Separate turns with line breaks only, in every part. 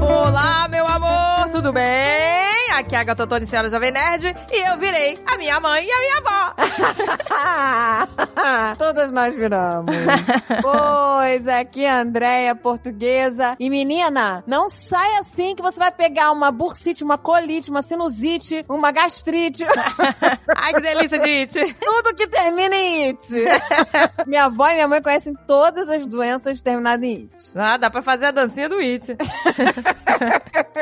Olá, meu amor, tudo bem? Aqui é a Gata Tony, senhora Jovem Nerd, e eu virei a minha mãe e a minha avó.
Todas nós viramos. pois, aqui é a Andréia, portuguesa. E menina, não sai assim que você vai pegar uma bursite, uma colite, uma sinusite, uma gastrite,
Ai, que delícia, Dite.
tudo que termina em it. minha avó e minha mãe conhecem todas as doenças terminadas em it.
Ah, dá pra fazer a dancinha do It.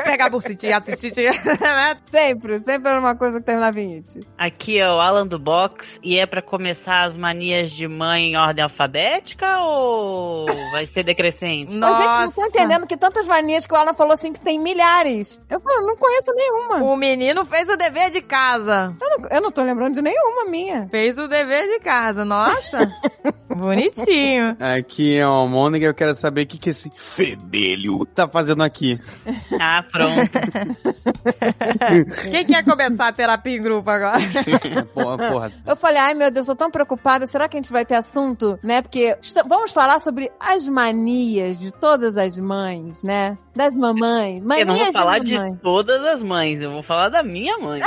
Pegar a bursite e assistir, né?
Sempre, sempre era uma coisa que terminava em it.
Aqui é o Alan do Box e é pra começar as manias de mãe em ordem alfabética ou vai ser decrescente?
Mas, gente, não tô entendendo que tantas manias que o Alan falou assim que tem milhares. Eu pô, não conheço nenhuma.
O menino fez o dever de casa.
Eu não- Eu não tô lembrando de nenhuma minha.
Fez o dever de casa, nossa. Bonitinho.
Aqui é o Mônica e eu quero saber o que, que esse fedelho tá fazendo aqui.
Ah, pronto.
Quem quer começar a terapia em grupo agora?
porra, porra.
Eu falei, ai meu Deus, eu tô tão preocupada, será que a gente vai ter assunto, né? Porque est- vamos falar sobre as manias de todas as mães, né? Das mamães. Manias
Eu não vou falar
de
de
mamãe.
todas as mães, eu vou falar da minha mãe.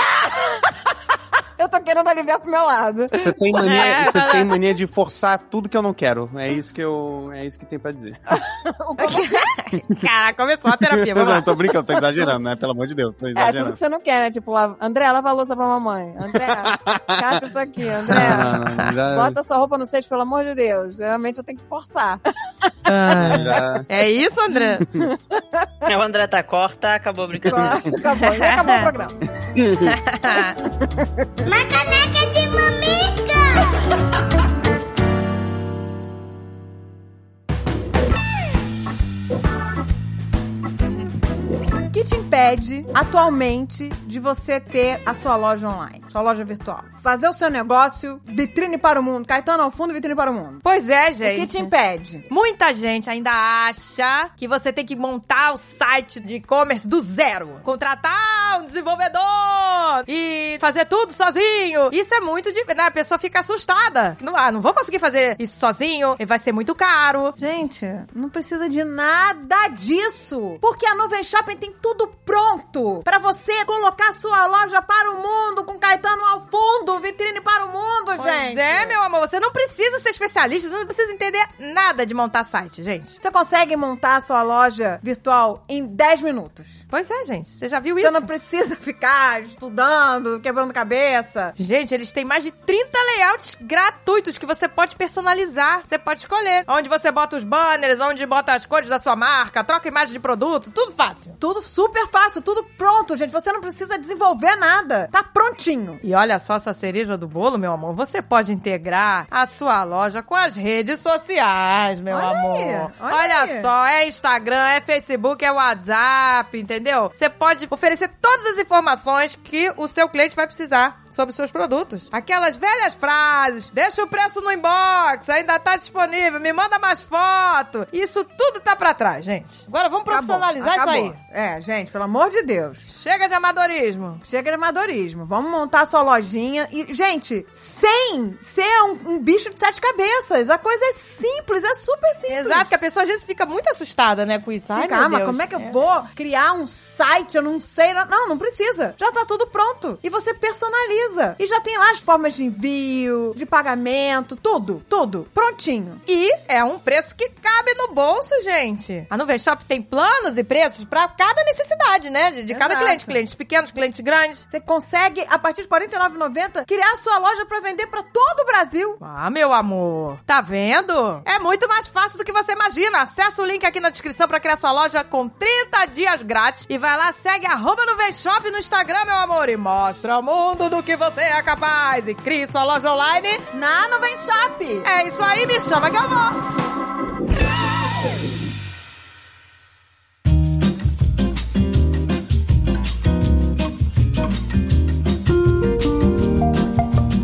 Eu tô querendo aliviar pro meu lado.
Você tem mania,
É,
você
fala-
tem mania de forçar tudo que eu não quero. É isso que eu, é isso que tem pra dizer.
O
é
como-
Cara, começou a
Tá
terapia,
Não,
vamos lá.
tô brincando, tô exagerando, né? Pelo amor de Deus, tô
É, tudo
exagerando.
que você não quer, né? Tipo, lá, André, lava a louça pra mamãe. André, cata isso aqui, André.
Não, não, não, já-
Bota sua roupa no cesto, pelo amor de Deus. Realmente eu tenho que forçar. Tá
Ah,
já-
É isso, André?
O André tá corta, acabou a brincadeira.
acabou, já acabou o programa.
Uma caneca de mamica!
O que te impede, atualmente, de você ter a sua loja online, sua loja virtual? Fazer o seu negócio, vitrine para o mundo. Caetano ao fundo, vitrine para o mundo.
Pois é,
O que te
gente.
impede?
Muita gente ainda acha que você tem que montar o site de e-commerce do zero, contratar um desenvolvedor e fazer tudo sozinho. Isso é muito difícil. né? A pessoa fica assustada. Não, ah, não vou conseguir fazer isso sozinho, vai ser muito caro.
Gente, não precisa de nada disso. Porque a Nuvem Shopping tem tudo pronto pra você colocar sua loja para o mundo com Caetano ao fundo, vitrine para o mundo,
Pois
gente.
é, meu amor, você não precisa ser especialista, você não precisa entender nada de montar site, gente.
Você consegue montar a sua loja virtual em 10 minutos.
Pois é, gente. Você já viu
Você
isso?
não precisa ficar estudando, quebrando cabeça.
Gente, eles têm mais de 30 layouts gratuitos que você pode personalizar. Você pode escolher onde você bota os banners, onde bota as cores da sua marca, troca imagem de produto, tudo fácil.
Tudo super fácil, tudo pronto, gente. Você não precisa desenvolver nada. Tá prontinho.
E olha só essa cereja do bolo, meu amor. Você pode integrar a sua loja com as redes sociais, meu
Olha
amor.
aí, olha aí.
só, é Instagram, é Facebook, é WhatsApp, entendeu? Você pode oferecer todas as informações que o seu cliente vai precisar sobre os seus produtos. Aquelas velhas frases, deixa o preço no inbox, ainda tá disponível, me manda mais foto. Isso tudo tá pra trás, gente. Agora vamos profissionalizar
Acabou,
isso aí.
acabou. É, gente, pelo amor de Deus.
Chega de amadorismo.
Chega de amadorismo. Vamos montar sua lojinha. E, gente, sem ser um, um bicho de sete cabeças. A coisa é simples, é super simples.
Exato, que a pessoa às vezes fica muito assustada, né, com isso. Ai, meu
Calma,
Deus.
como é que eu vou criar um site? Eu não sei. Não, não precisa. Já tá tudo pronto. E você personaliza. E já tem lá as formas de envio, de pagamento, tudo, tudo. Prontinho.
E é um preço que cabe no bolso, gente. A Nuvem Shop tem planos e preços pra cada necessidade, né? De, de cada
Exato.
cliente. Clientes pequenos, clientes grandes.
Você consegue, a partir de R$ 49,90, criar sua loja pra vender pra todo o Brasil.
Ah, meu amor. Tá vendo? É muito mais fácil do que você imagina. Acessa o link aqui na descrição pra criar sua loja com 30 dias grátis. E vai lá, segue arroba Nuvem Shop no Instagram, meu amor. E mostra ao mundo do que você é capaz. E crie sua loja online.
Na Nuvem Shop.
É isso aí, me chama que eu vou.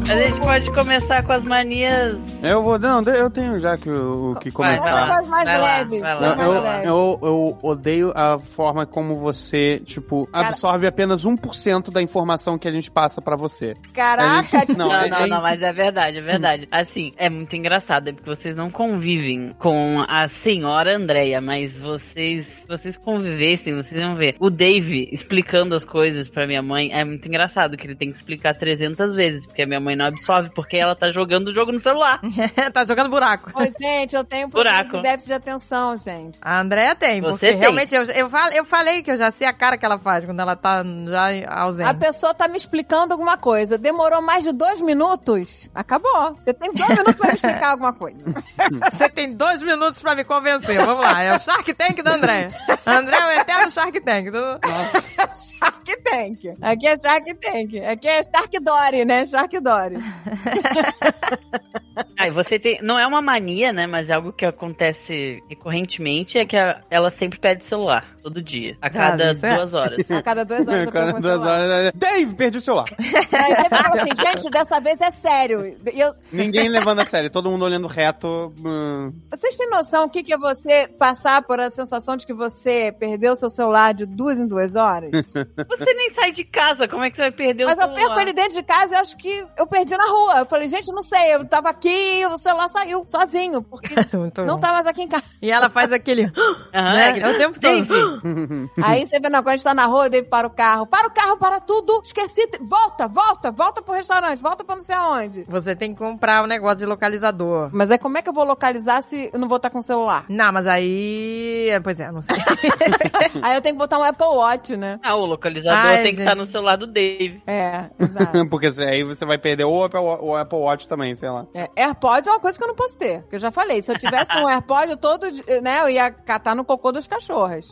A gente pode começar com as manias
Eu vou. Não, eu tenho já que, o que
Vai,
começar.
vai lá,
Essa faz mais
vai lá,
leve,
vai lá.
faz mais
Eu,
leve.
eu, eu odeio a forma como você, tipo,
Cara-
absorve apenas 1% da informação que a gente passa pra você.
Caraca,
Não,
Não,
é-
não,
é
não,
isso.
mas é verdade, é verdade. Assim, é muito engraçado, é porque vocês não convivem com a senhora Andréia, mas vocês, se vocês convivessem, vocês iam ver. O Dave explicando as coisas pra minha mãe é muito engraçado, que ele tem que explicar 300 vezes, porque a minha mãe não absorve, porque ela tá jogando o jogo no celular.
tá jogando buraco.
Ô, gente, eu tenho um problema
Buraco.
de déficit de atenção, gente.
A Andréia tem,
Você
porque
tem.
realmente eu, eu, fal- eu falei que eu já sei a cara que ela faz quando ela tá já ausente.
A pessoa tá me explicando alguma coisa. Demorou mais de dois minutos. Acabou. Você tem dois minutos pra me explicar alguma coisa.
Você tem dois minutos pra me convencer. Vamos lá, é o Shark Tank da Andréia. André é o eterno Shark Tank. do-
Shark Tank. Aqui é Shark Tank. Aqui é Shark Dory, né? Shark Dory.
Aí você tem. Não é uma mania, né? Mas é algo que acontece recorrentemente, é que a- ela sempre pede celular, todo dia. A cada
isso é.
duas horas.
A cada duas horas eu
Cada
pergunto
duas
lá.
horas, é, Dave, perdi o celular.
Aí você fala assim, gente, dessa vez é sério. E eu-
Ninguém levando a sério, todo mundo olhando reto. hum.
vocês têm noção o que, que é você passar por a sensação de que você perdeu seu celular de duas em duas horas?
Você nem sai de casa, como é que você vai perder o
Mas eu
celular?
perco ele dentro de casa e eu acho que eu perdi na rua. Eu falei, gente, não sei, eu tava aqui e o celular saiu sozinho, porque
Muito
não
bom.
tá mais aqui em casa.
E ela faz aquele.
Aham,
né?
aquele-
É o tempo todo.
Aí você vê, não, quando a gente tá na rua, eu dei para o carro, para o carro, para tudo, esqueci, volta, volta, volta pro restaurante, volta pra não sei aonde.
Você tem que comprar um negócio de localizador.
Mas aí como é que eu vou localizar se eu não vou estar com o celular?
Não, mas aí. Pois é, não sei.
Aí eu tenho que botar um Apple Watch, né?
Ah, o localizador
Ai,
tem que
gente.
estar no celular do Dave.
É, exato.
Porque se- aí você vai perder o Apple, o Apple Watch também, sei lá.
É, AirPod é uma coisa que eu não posso ter. Que eu já falei. Se eu tivesse um AirPod, eu todo, di- né, eu ia catar no cocô dos cachorros.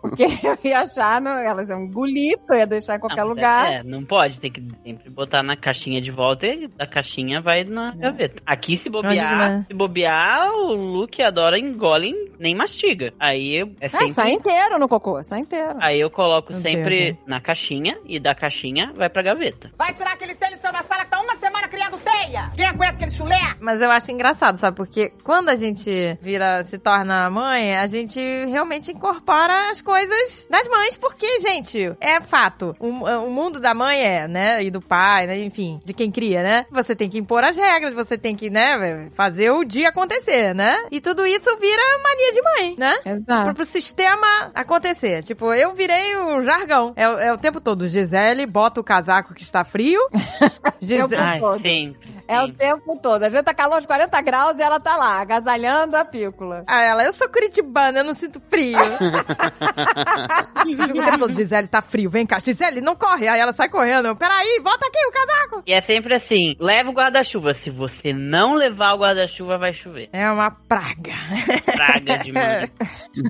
Porque eu ia achar, no, elas iam engolir, eu ia deixar em qualquer
Não, mas
lugar.
É, é, não pode, tem que sempre botar na caixinha de volta e a caixinha vai na gaveta. Aqui, se
É. Onde
bobear,
vai?
se bobear, o Luke adora engolem, nem mastiga. Aí eu-
Ah,
é
É,
sempre.
sai inteiro no cocô, sai inteiro.
Aí eu coloco
Meu
sempre
Deus,
na caixinha e da caixinha vai pra gaveta.
Vai tirar aquele tênis seu da sala que tá uma semana criando teia. Quem aguenta aquele chulé?
Mas eu acho engraçado, sabe? Porque quando a gente vira, se torna mãe, a gente realmente incorpora as coisas das mães, porque, gente, é fato. O, o mundo da mãe é, né? E do pai, né? Enfim, de quem cria, né? Você tem que impor as regras, você tem que, né? Fazer o dia acontecer, né? E tudo isso vira mania de mãe, né? Pro,
Exato.
pro sistema acontecer. Tipo, eu virei o jargão. É, o- é o tempo todo. Gisele, bota o casaco que está frio. Gisele,
Eu-
Ai,
todo.
sim.
É
sim.
o tempo todo. Às vezes tá calor de 40 graus e ela tá lá, agasalhando a pícola.
Ah, ela, eu sou curitibana, eu não sinto frio. Fico o tempo todo, Gisele, tá frio, vem cá. Gisele, não corre. Aí ela sai correndo. Eu, peraí, volta aqui o casaco.
E é sempre assim: leva o guarda-chuva. Se você não levar o guarda-chuva, vai chover.
É uma praga.
Praga de mim.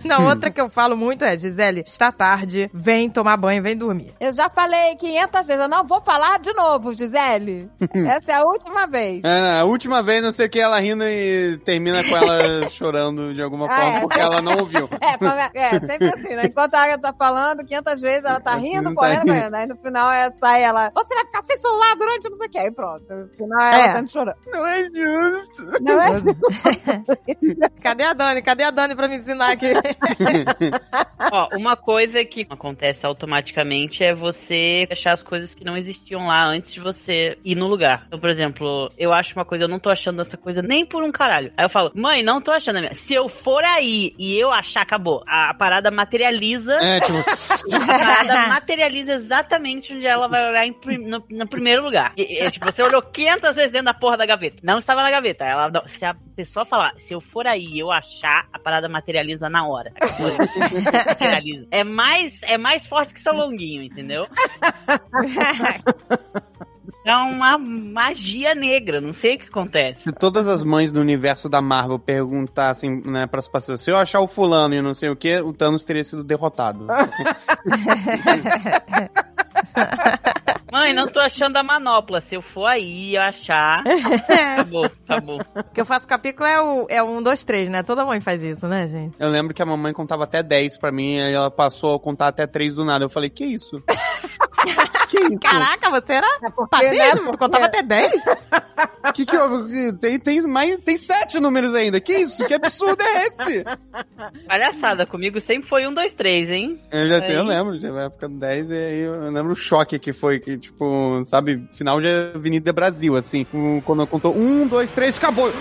não, outra que eu falo muito é, Gisele, está tarde, vem tomar banho, vem dormir.
Eu já falei 500 vezes, eu não vou falar de novo, Gisele. Essa é a última vez.
É, a última vez, não sei o que, ela rindo e termina com ela chorando de alguma
Ah,
forma,
é.
porque ela não ouviu.
É, como é, é, sempre assim, né? Enquanto a Agatha tá falando, 500 vezes ela tá rindo,
Não tá
correndo,
rindo.
correndo. Aí no final é, sai ela, você vai ficar sem celular durante não sei o que. Aí pronto. No final ela
É.
sempre chorando.
Não é justo.
Não é isso?
Cadê a Dani? Cadê a Dani pra me ensinar aqui?
Ó, uma coisa que acontece automaticamente é você achar as coisas que não existiam lá antes de você ir no lugar. Então, por exemplo, eu acho uma coisa, eu não tô achando essa coisa nem por um caralho. Aí eu falo, mãe, não tô achando a minha. Se eu for aí e eu achar, acabou. A, a parada materializa.
É, tipo,
A parada materializa exatamente onde ela vai olhar em prim- no, no primeiro lugar. E- e, tipo, você olhou 500 vezes dentro da porra da gaveta. Não estava na gaveta. Ela, não- se a pessoa falar, se eu for aí e eu achar, a parada materializa na hora. materializa. É mais, é mais forte que seu longuinho, entendeu? É uma magia negra, não sei o que acontece.
se todas as mães do universo da Marvel perguntassem, né, pras pessoas, se eu achar o fulano e não sei o que, o Thanos teria sido derrotado.
Mãe, não tô achando a manopla. Se eu for aí e eu achar, acabou, acabou.
o que eu faço com a pícola é o, é o 1, 2, 3, né? Toda mãe faz isso, né, gente?
Eu lembro que a mamãe contava até 10 pra mim, aí ela passou a contar até 3 do nada. Eu falei, que isso? que é isso?
Caraca, você era
É porque,
padeiro?
né,
Tu contava até 10?
O que que houve? Tem, tem mais, tem sete números ainda. Que isso? Que absurdo é esse?
Palhaçada, comigo sempre foi um, dois, três, hein?
Eu já tenho, eu
Aí.
lembro, já na época do 10, e aí eu lembro o choque que foi, que tipo, sabe, final de Avenida Brasil, assim, com- quando eu contou um, dois, três, acabou.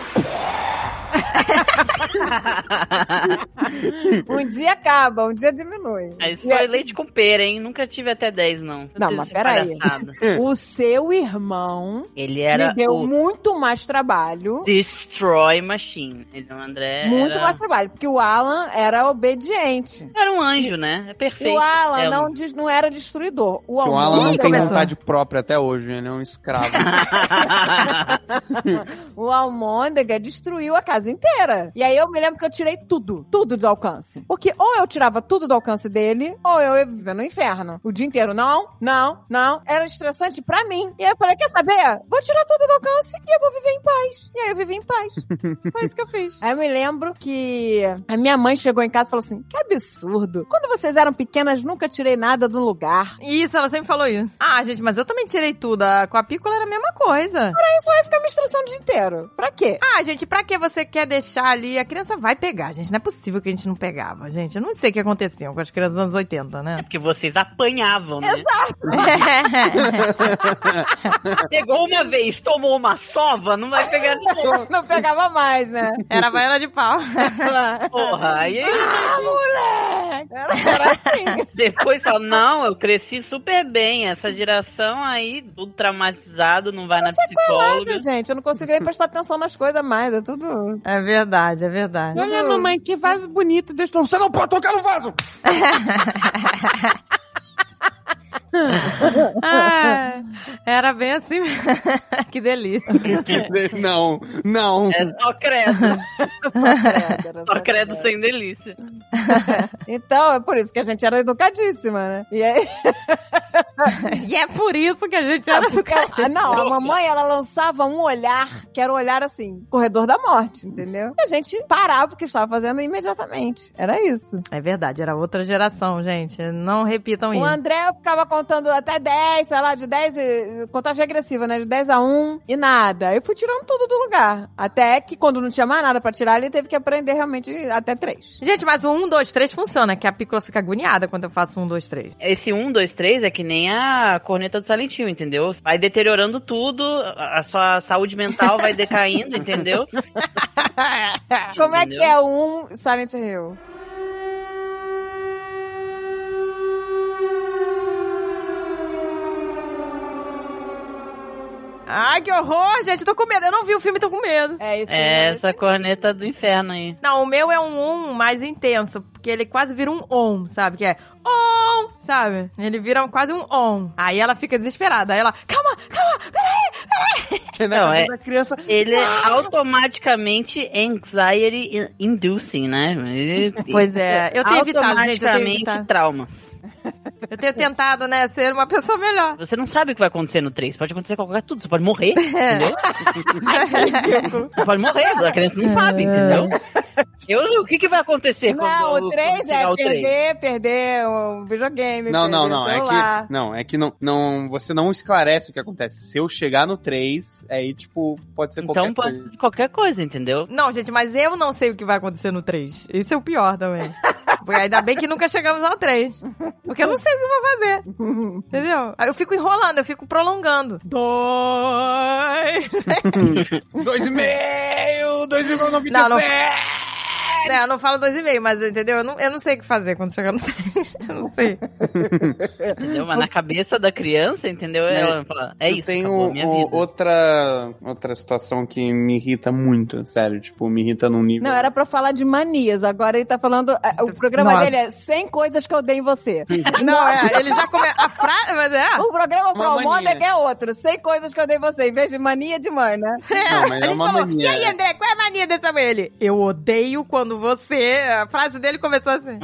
Um dia acaba, um dia diminui.
Aí Ah, isso
E é,
foi
aí-
leite com pera, hein? Nunca tive até 10, não.
Não,
Essa
mas peraí.
palhaçada.
É.
O seu irmão
Ele era
me deu um
o
muito mais trabalho.
Destroy Machine. Então, o André
Muito
era...
mais trabalho, porque o Alan era obediente.
era um anjo, né? É perfeito.
O Alan
É,
não, des- não era destruidor. O Alan,
Que o um Alan não
Ih,
tem
começou.
vontade própria até hoje, ele é um escravo.
O Almôndega destruiu a casa inteira. E aí eu me lembro que eu tirei tudo, tudo do alcance. Porque ou eu tirava tudo do alcance dele, ou eu ia viver no inferno. O dia inteiro, não, não, não. Era estressante pra mim. E aí eu falei, quer saber? Vou tirar tudo do alcance e eu vou viver em paz. E aí eu vivi em paz. Foi isso que eu fiz. Aí eu me lembro que a minha mãe chegou em casa e falou assim, que absurdo. Quando vocês eram pequenas, nunca tirei nada do lugar.
Isso, ela sempre falou isso. Ah, gente, mas eu também tirei tudo. A- Com a pícola era a mesma coisa.
Isso vai ficar me estressando o dia inteiro. Pra quê?
Ah, gente, pra que você quer deixar ali? A criança vai pegar, gente. Não é possível que a gente não pegava, gente. Eu não sei o que acontecia com as crianças dos anos 80, né?
Porque vocês apanhavam, né? Pegou uma vez, tomou uma sova, não vai pegar de novo.
Não pegava mais, né?
Era baiana de pau.
Porra, aí
Ah, moleque! Era, era assim.
depois fala, não, eu cresci super bem, essa geração aí, tudo traumatizado, não vai na
é
psicóloga.
Nada, gente, eu não consigo nem prestar atenção nas coisas mais, é tudo...
É verdade, é verdade.
Olha, mamãe, que vaso bonito. Deixa... Você não pode tocar no vaso!
Ah, era bem assim. que delícia.
não, não.
É só credo,
Credo, era
só credo sem delícia.
Então, é por isso que a gente era educadíssima, né? E aí,
E é por isso que a gente é- era do cacete.
Ah, não, a mamãe, ela lançava um olhar, que era o olhar assim, corredor da morte, entendeu? E a gente parava o que estava fazendo imediatamente. Era isso.
É verdade, era outra geração, gente. Não repitam
O
isso.
André ficava contando até 10, sei lá, de 10, e- contagem regressiva, né? De 10 a 1 e nada. Eu fui tirando tudo do lugar. Até que quando não tinha mais nada pra tirar, ele teve que aprender realmente até 3.
Gente, mas o 1, 2, 3 funciona, que a pícola fica agoniada quando eu faço 1, 2, 3.
Esse 1, 2, 3 é que nem a corneta do Silent Hill, entendeu? Vai deteriorando tudo, a a sua saúde mental vai decaindo, entendeu?
Como é
Ah, Entendeu?
que é o 1 Silent Hill?
Ai, que horror, gente. Tô com medo. Eu não vi o filme, tô com medo.
É isso
É essa corneta do inferno aí.
Não, o meu é um on mais intenso, porque ele quase vira um on, sabe? Que é on, sabe? Ele vira um- quase um on. Aí ela fica desesperada. Aí ela, calma, calma, peraí.
não,
é-
é... criança.
Ele é automaticamente anxiety inducing, né? Ele-
Pois é, eu tenho evitado, gente, eu tenho
automaticamente
evitado.
trauma.
Eu tenho tentado, né, ser uma pessoa melhor.
Você não sabe o que vai acontecer no 3. Pode acontecer qualquer tudo. Você pode morrer, entendeu? Você pode morrer, a criança não sabe, entendeu? Eu, o que, que vai acontecer
Não,
quando
o 3
chegar
é
o três?
perder, perder o videogame,
Não,
perder
não,
o
não. É
celular.
que, não, é que não, não, você não esclarece o que acontece. Se eu chegar no 3, aí, tipo, pode ser qualquer
Então pode
coisa.
ser qualquer coisa, entendeu?
Não, gente, mas eu não sei o que vai acontecer no 3. Isso é o pior também. Porque ainda bem que nunca chegamos ao 3. Porque eu não sei o que eu vou fazer. Entendeu? Aí eu fico enrolando, eu fico prolongando. Dói!
Dois e meio! Dois e meio,
Não, não- É, eu não falo dois e meio, mas entendeu? Eu não, eu não sei o que fazer quando chegar no 3. Eu não sei.
entendeu? Mas na cabeça da criança, entendeu? Ela fala, é
Né? Eu
isso,
tenho
acabou a minha
o-
vida.
outra, outra situação que me irrita muito, sério. Tipo, me irrita num nível.
Não, era pra falar de manias. Agora ele tá falando. é, O programa
Nossa.
dele é 100 coisas que eu odeio em você.
Não, é, ele já começa. A frase. Mas é.
O programa pro
Hum. Uma mania.
Almôndega é outro. 100 coisas que eu odeio em você. Em vez de mania de mãe, né?
Não, mas
a
é
gente
uma
falou,
mania.
e aí, André, qual é a mania desse homem? Ele, eu odeio quando você... A frase dele começou assim.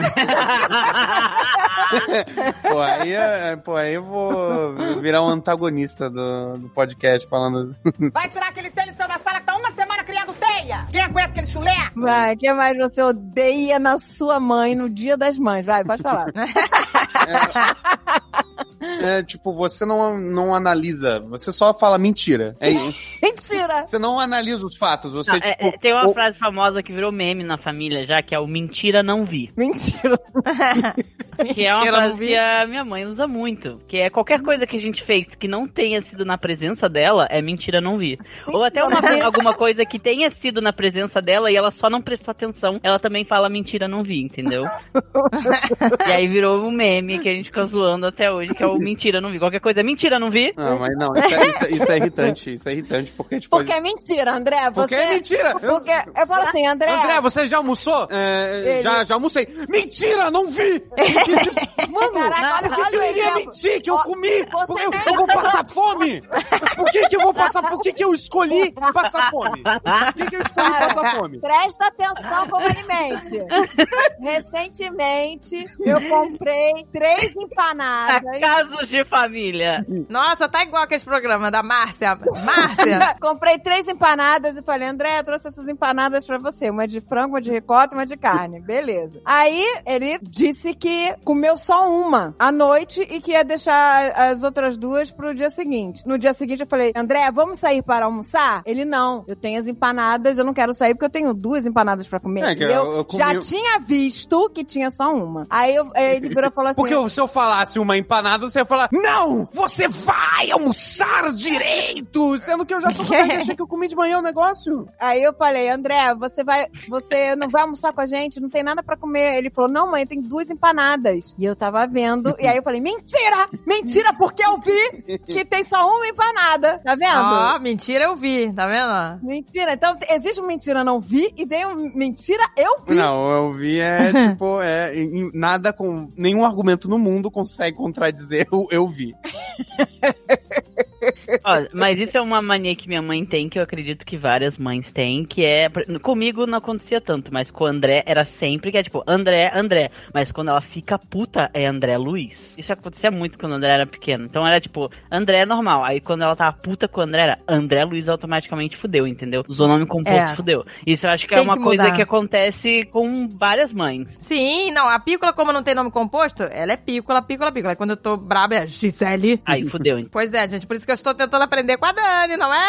Pô, aí, é- pô, aí eu vou virar um antagonista do, do podcast falando. assim.
Vai tirar aquele telha seu da sala que tá uma semana criando teia. Quem aguenta aquele chulé?
Vai,
É.
o que mais você odeia na sua mãe no dia das mães? Vai, pode falar.
é, tipo, você não, não analisa, você só fala mentira. É, isso.
Mentira!
você não analisa os fatos, você,
Não, é-
tipo...
é, tem uma
o-
frase famosa que virou meme na família já, que é o mentira não vi.
Mentira.
Que é uma
Mentira, não
frase
vi.
que a minha mãe usa muito. Que é qualquer coisa que a gente fez que não tenha sido na presença dela, é mentira, não vi. Ou até uma-
não vi.
alguma coisa que tenha sido na presença dela e ela só não prestou atenção, ela também fala mentira, não vi, entendeu? e aí virou um meme que a gente fica zoando até hoje, que é o mentira, não vi. Qualquer coisa, é mentira, não vi.
Não, mas não, isso é, isso é- isso é irritante, isso é irritante, porque, tipo...
Porque é mentira, André. Você...
porque é mentira! Eu-
Porque... Eu falo assim, André...
André, você já almoçou? É,
Ele-
já, já almocei. Mentira, não vi! Mano,
Caraca,
por que
olha,
que
olha
eu
o
iria
exemplo.
mentir que eu
Ó,
comi?
você
Porque eu,
tem
eu vou
essa-
passar fome? Por que que eu vou passar... Por que que eu escolhi passar fome? Por que que eu escolhi
Cara,
passar fome?
Presta atenção como ele mente. Recentemente, eu comprei três empanadas.
Casos de família.
Nossa, tá igual aquele programa da Márcia. Márcia!
Comprei três empanadas e falei, André, eu trouxe essas empanadas pra você. Uma de frango, uma de ricota, uma de carne. Beleza. Aí ele disse que comeu só uma à noite e que ia deixar as outras duas pro dia seguinte. No dia seguinte eu falei, André, vamos sair para almoçar? Ele, não. Eu tenho as empanadas, eu não quero sair porque eu tenho duas empanadas pra comer.
É, que
E
eu- eu comi-
já tinha visto que tinha só uma. Aí eu- ele virou e falou assim...
Porque se eu falasse uma empanada, você ia falar, não, você vai almoçar direito, sendo que eu já tô com vontade de achar que eu comi de manhã o negócio.
Aí eu falei, André, você vai, você não vai almoçar com a gente? Não tem nada pra comer. Ele falou, não, mãe, tem duas empanadas. E eu tava vendo. E aí eu falei, mentira, mentira, porque eu vi que tem só uma empanada. Tá
Ah.
Ó,
vendo?
mentira, eu vi, tá vendo?
Mentira. Então existe um mentira não vi e tem um mentira eu vi.
Não, eu vi, é tipo, é, em- em- nada com, nenhum argumento no mundo consegue contradizer o eu vi.
Ó, mas isso é uma mania que minha mãe tem, que eu acredito que várias mães têm, que é. Comigo não acontecia tanto, mas com o André era sempre que é tipo, André, André. Mas quando ela fica puta, é André Luiz. Isso acontecia muito quando o André era pequeno. Então era tipo, André é normal. Aí quando ela tava puta com o André, era André Luiz automaticamente fudeu, entendeu? Usou nome composto,
É.
fudeu. Isso eu acho que é
Tem
uma
que
coisa
mudar.
que acontece com várias mães.
Sim, não, a pícola, como não tem nome composto, ela é pícola, pícola, pícola. Aí Quando eu tô braba, é Gisele.
Aí fudeu,
Pois é, gente, por isso que eu estou tentando aprender com a Dani, não é?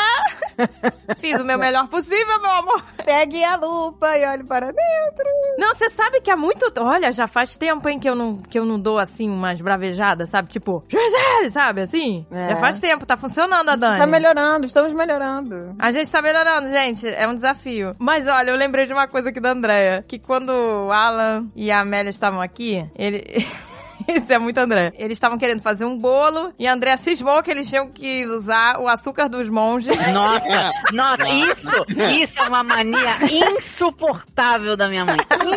Fiz o meu melhor possível, meu amor.
Pegue a lupa e olhe para dentro.
Não, você sabe que há muito. Olha, já faz tempo, hein, que eu não, que eu não dou assim umas bravejadas, sabe? Tipo, Gisele, sabe? Assim.
É.
Já faz tempo, tá funcionando a Dani.
Tá melhorando, estamos melhorando.
A gente tá melhorando, gente. É um desafio. Mas olha, eu lembrei de uma coisa aqui da Andrea. Que quando o Alan e a Amélia estavam aqui, ele. Isso é muito André. Eles estavam querendo fazer um bolo e a André cismou que eles tinham que usar o açúcar dos monges.
Nossa, nossa, isso, isso é uma mania insuportável da minha mãe.
Olha lá,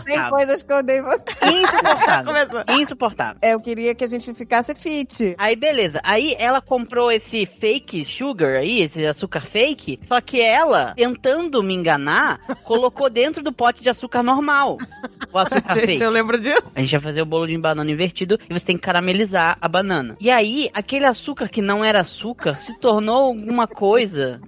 tem
Insuportável.
coisas que eu odeio em você.
Começou.
Insuportável. Insuportável.
É, Eu queria que a gente ficasse fit.
Aí, beleza. Aí ela comprou esse fake sugar aí, esse açúcar fake. Só que ela, tentando me enganar, colocou dentro do pote de açúcar normal. O açúcar fake.
gente, eu lembro disso.
A gente vai fazer o bolo de banana invertido e você tem que caramelizar a banana. E aí, aquele açúcar que não era açúcar se tornou alguma coisa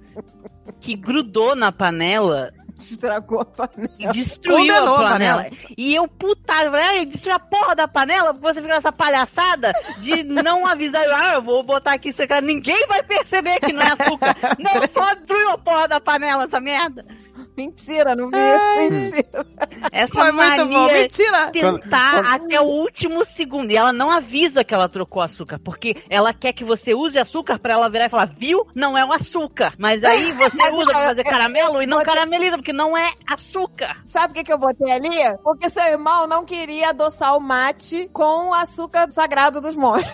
que grudou na panela
Estragou a panela.
e destruiu
Condenou
a
a
panela. E eu putada, eu falei, "Ai, destruiu a porra da panela, você ficou essa palhaçada de não avisar, eu, ah, eu vou botar aqui isso aqui, ninguém vai perceber que não é açúcar. não, só destruiu a porra da panela, essa merda.
Mentira, não vi. Mentira.
Essa
Foi muito bom.
mania
Mentira!
tentar até o último segundo. E ela não avisa que ela trocou açúcar, porque ela quer que você use açúcar pra ela virar e falar, viu? Não é o açúcar. Mas aí você
Mas,
usa pra
eu-
fazer
eu-
caramelo e não
pode-
carameliza, porque não é açúcar.
Sabe o que, que eu botei ali? Porque seu irmão não queria adoçar o mate com o açúcar sagrado dos monges.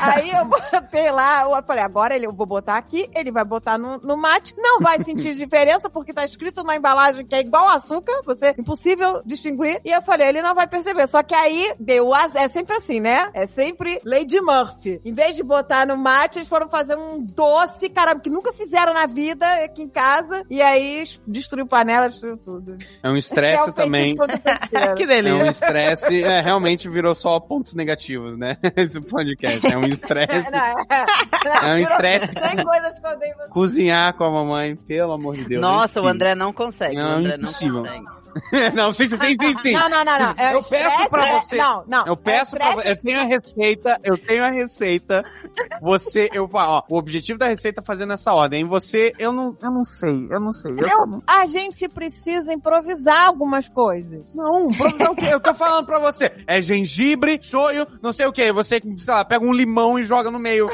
Aí eu botei lá, eu falei, agora ele, eu vou botar aqui, ele vai botar no, no mate. Não vai sentir diferença, porque tá escrito na embalagem que é igual açúcar, você impossível distinguir. E eu falei, ele não vai perceber. Só que aí deu azar. É sempre assim, né? É sempre Lady Murphy. Em vez de botar no mate, eles foram fazer um doce, caramba, que nunca fizeram na vida aqui em casa. E aí destruiu panela, destruiu tudo.
É um
É o
estresse
feitiço
também.
contra o feiticeiro.
Que
É
delícia.
um estresse, é, realmente virou só pontos negativos, né? Esse podcast é um estresse.
Não, é,
É um estresse.
Tem coisas que eu odeio em você.
Cozinhar com a mamãe, pelo amor de Deus. é
Nossa, o
mentira.
André não consegue.
Não,
o André
impossível.
Não consegue.
não, sim, sim, sim, sim. sim.
Não, não, não, não. É
Eu peço
estresse,
pra
é-
você.
Não, não.
Eu peço
é
pra você.
estresse-
Eu tenho a receita, eu tenho a receita. Você, eu falo, ó, o objetivo da receita é fazer nessa ordem. Você, eu não, eu não sei, eu não sei. Eu só não,
A gente precisa improvisar algumas coisas.
não, produção, o quê? eu tô falando pra você. É gengibre, shoyu, não sei o quê. Você, sei lá, pega um limão e joga no meio.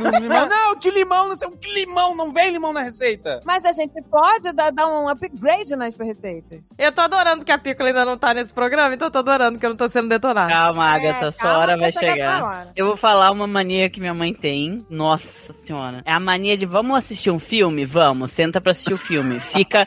No limão. Não, que limão, não sei, o que limão, não vem limão na receita.
Mas a gente pode dar, dar um upgrade nas receitas.
Eu tô adorando que a Pícola ainda não tá nesse programa, então eu tô adorando que eu não tô sendo detonada.
Calma, Agatha,
É,
sua hora
calma
vai
que chega a
chegar.
tua hora.
Eu vou falar uma mania que minha mãe tem. Nossa senhora. É a mania de vamos assistir um filme? Vamos, senta pra assistir o filme. Fica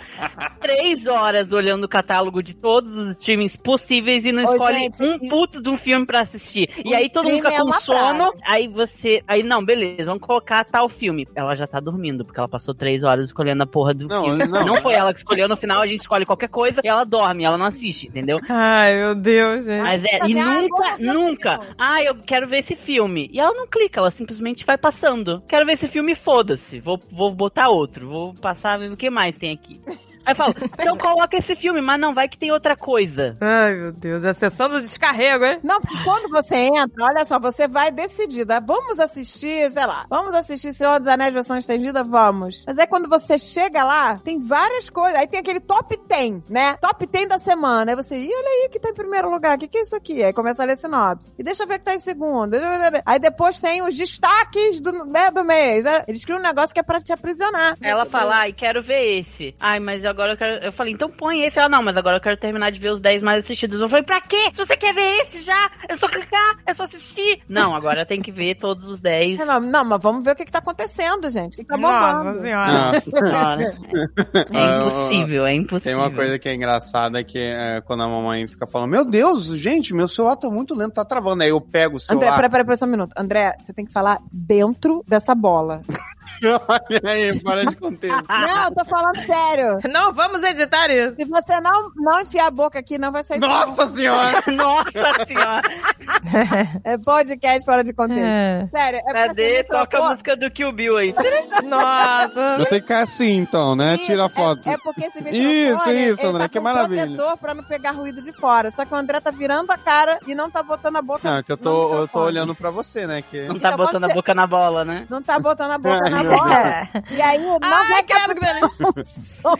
três horas olhando o catálogo de todos os streamings possíveis e não
Ô,
escolhe
gente,
um
e-
puto de um filme pra assistir. E aí todo mundo
crime
fica
é
com
uma
sono. Aí você. Aí, não, beleza, vamos colocar tal filme. Ela já tá dormindo, porque ela passou três horas escolhendo a porra do
Não,
filme.
não.
Não foi ela que escolheu, no final a gente escolhe qualquer coisa e ela dorme, ela não assiste, entendeu?
Ai, meu Deus, gente.
Mas é, e
Fazer, ah,
nunca,
vou ver o
nunca.
filme.
Ah, eu quero ver esse filme. E ela não clica, ela simplesmente vai passando. Quero ver esse filme, foda-se. Vou, vou botar outro. Vou passar, o que mais tem aqui? Aí fala, então coloca esse filme, mas não, vai que tem outra coisa.
Ai, meu Deus, É acessando o descarrego, hein?
Não, porque quando você entra, olha só, você vai decidida. Vamos assistir, sei lá, vamos assistir Senhor dos Anéis versão estendida? Vamos. Mas é quando você chega lá, tem várias coisas. Aí tem aquele top 10, né? Top 10 da semana. Aí você, ih, olha aí o que tá em primeiro lugar. O que, que é isso aqui? Aí começa a ler sinopse. E deixa eu ver o que tá em segundo. Aí depois tem os destaques do, né, do mês. né? Eles criam um negócio que é pra te aprisionar.
Ela fala, ai, quero ver esse. Ai, mas agora eu quero. Eu falei, então põe esse. Ela, não, mas agora eu quero terminar de ver os 10 mais assistidos. Eu falei, pra quê? Se você quer ver esse já, é só clicar, é só assistir. Não, agora tem que ver todos os 10.
É, mas- Não, mas vamos ver o que, que tá acontecendo, gente. O que tá
Nossa
bombando.
senhora.
Não.
Senhora. É impossível, é
Tem
impossível.
uma coisa que é engraçada que é quando a mamãe fica falando, meu Deus, gente, meu celular tá muito lento, tá travando. Aí eu pego o
André,
celular.
peraí, peraí, peraí, só um minuto. André, você tem que falar dentro dessa bola.
Olha aí, para de contexto.
Não, eu tô falando sério.
Não vamos editar isso.
Se você não, não enfiar a boca aqui, não vai sair.
Nossa senhora!
Nossa senhora!
É podcast fora de contexto.
É.
Sério, é pra
Cadê?
você
Toca a
propor-
música do Kill Bill aí.
Nossa.
Vou ter que ficar assim então, né?
Isso,
Tira a
é-
foto.
É, porque esse microfone,
Isso, isso,
ele
André,
tá com
que
um
maravilha.
protetor pra não pegar ruído de fora. Só que o André tá virando a cara e não tá botando a boca.
Não, é que eu
no
tô, eu tô
microfone.
olhando pra você, né? Que...
Não tá
Então,
botando a
você-
boca na bola, né?
Não tá botando a boca
Ai,
na
meu
bola. E aí, não
Ai,
vai
quero que delícia.
o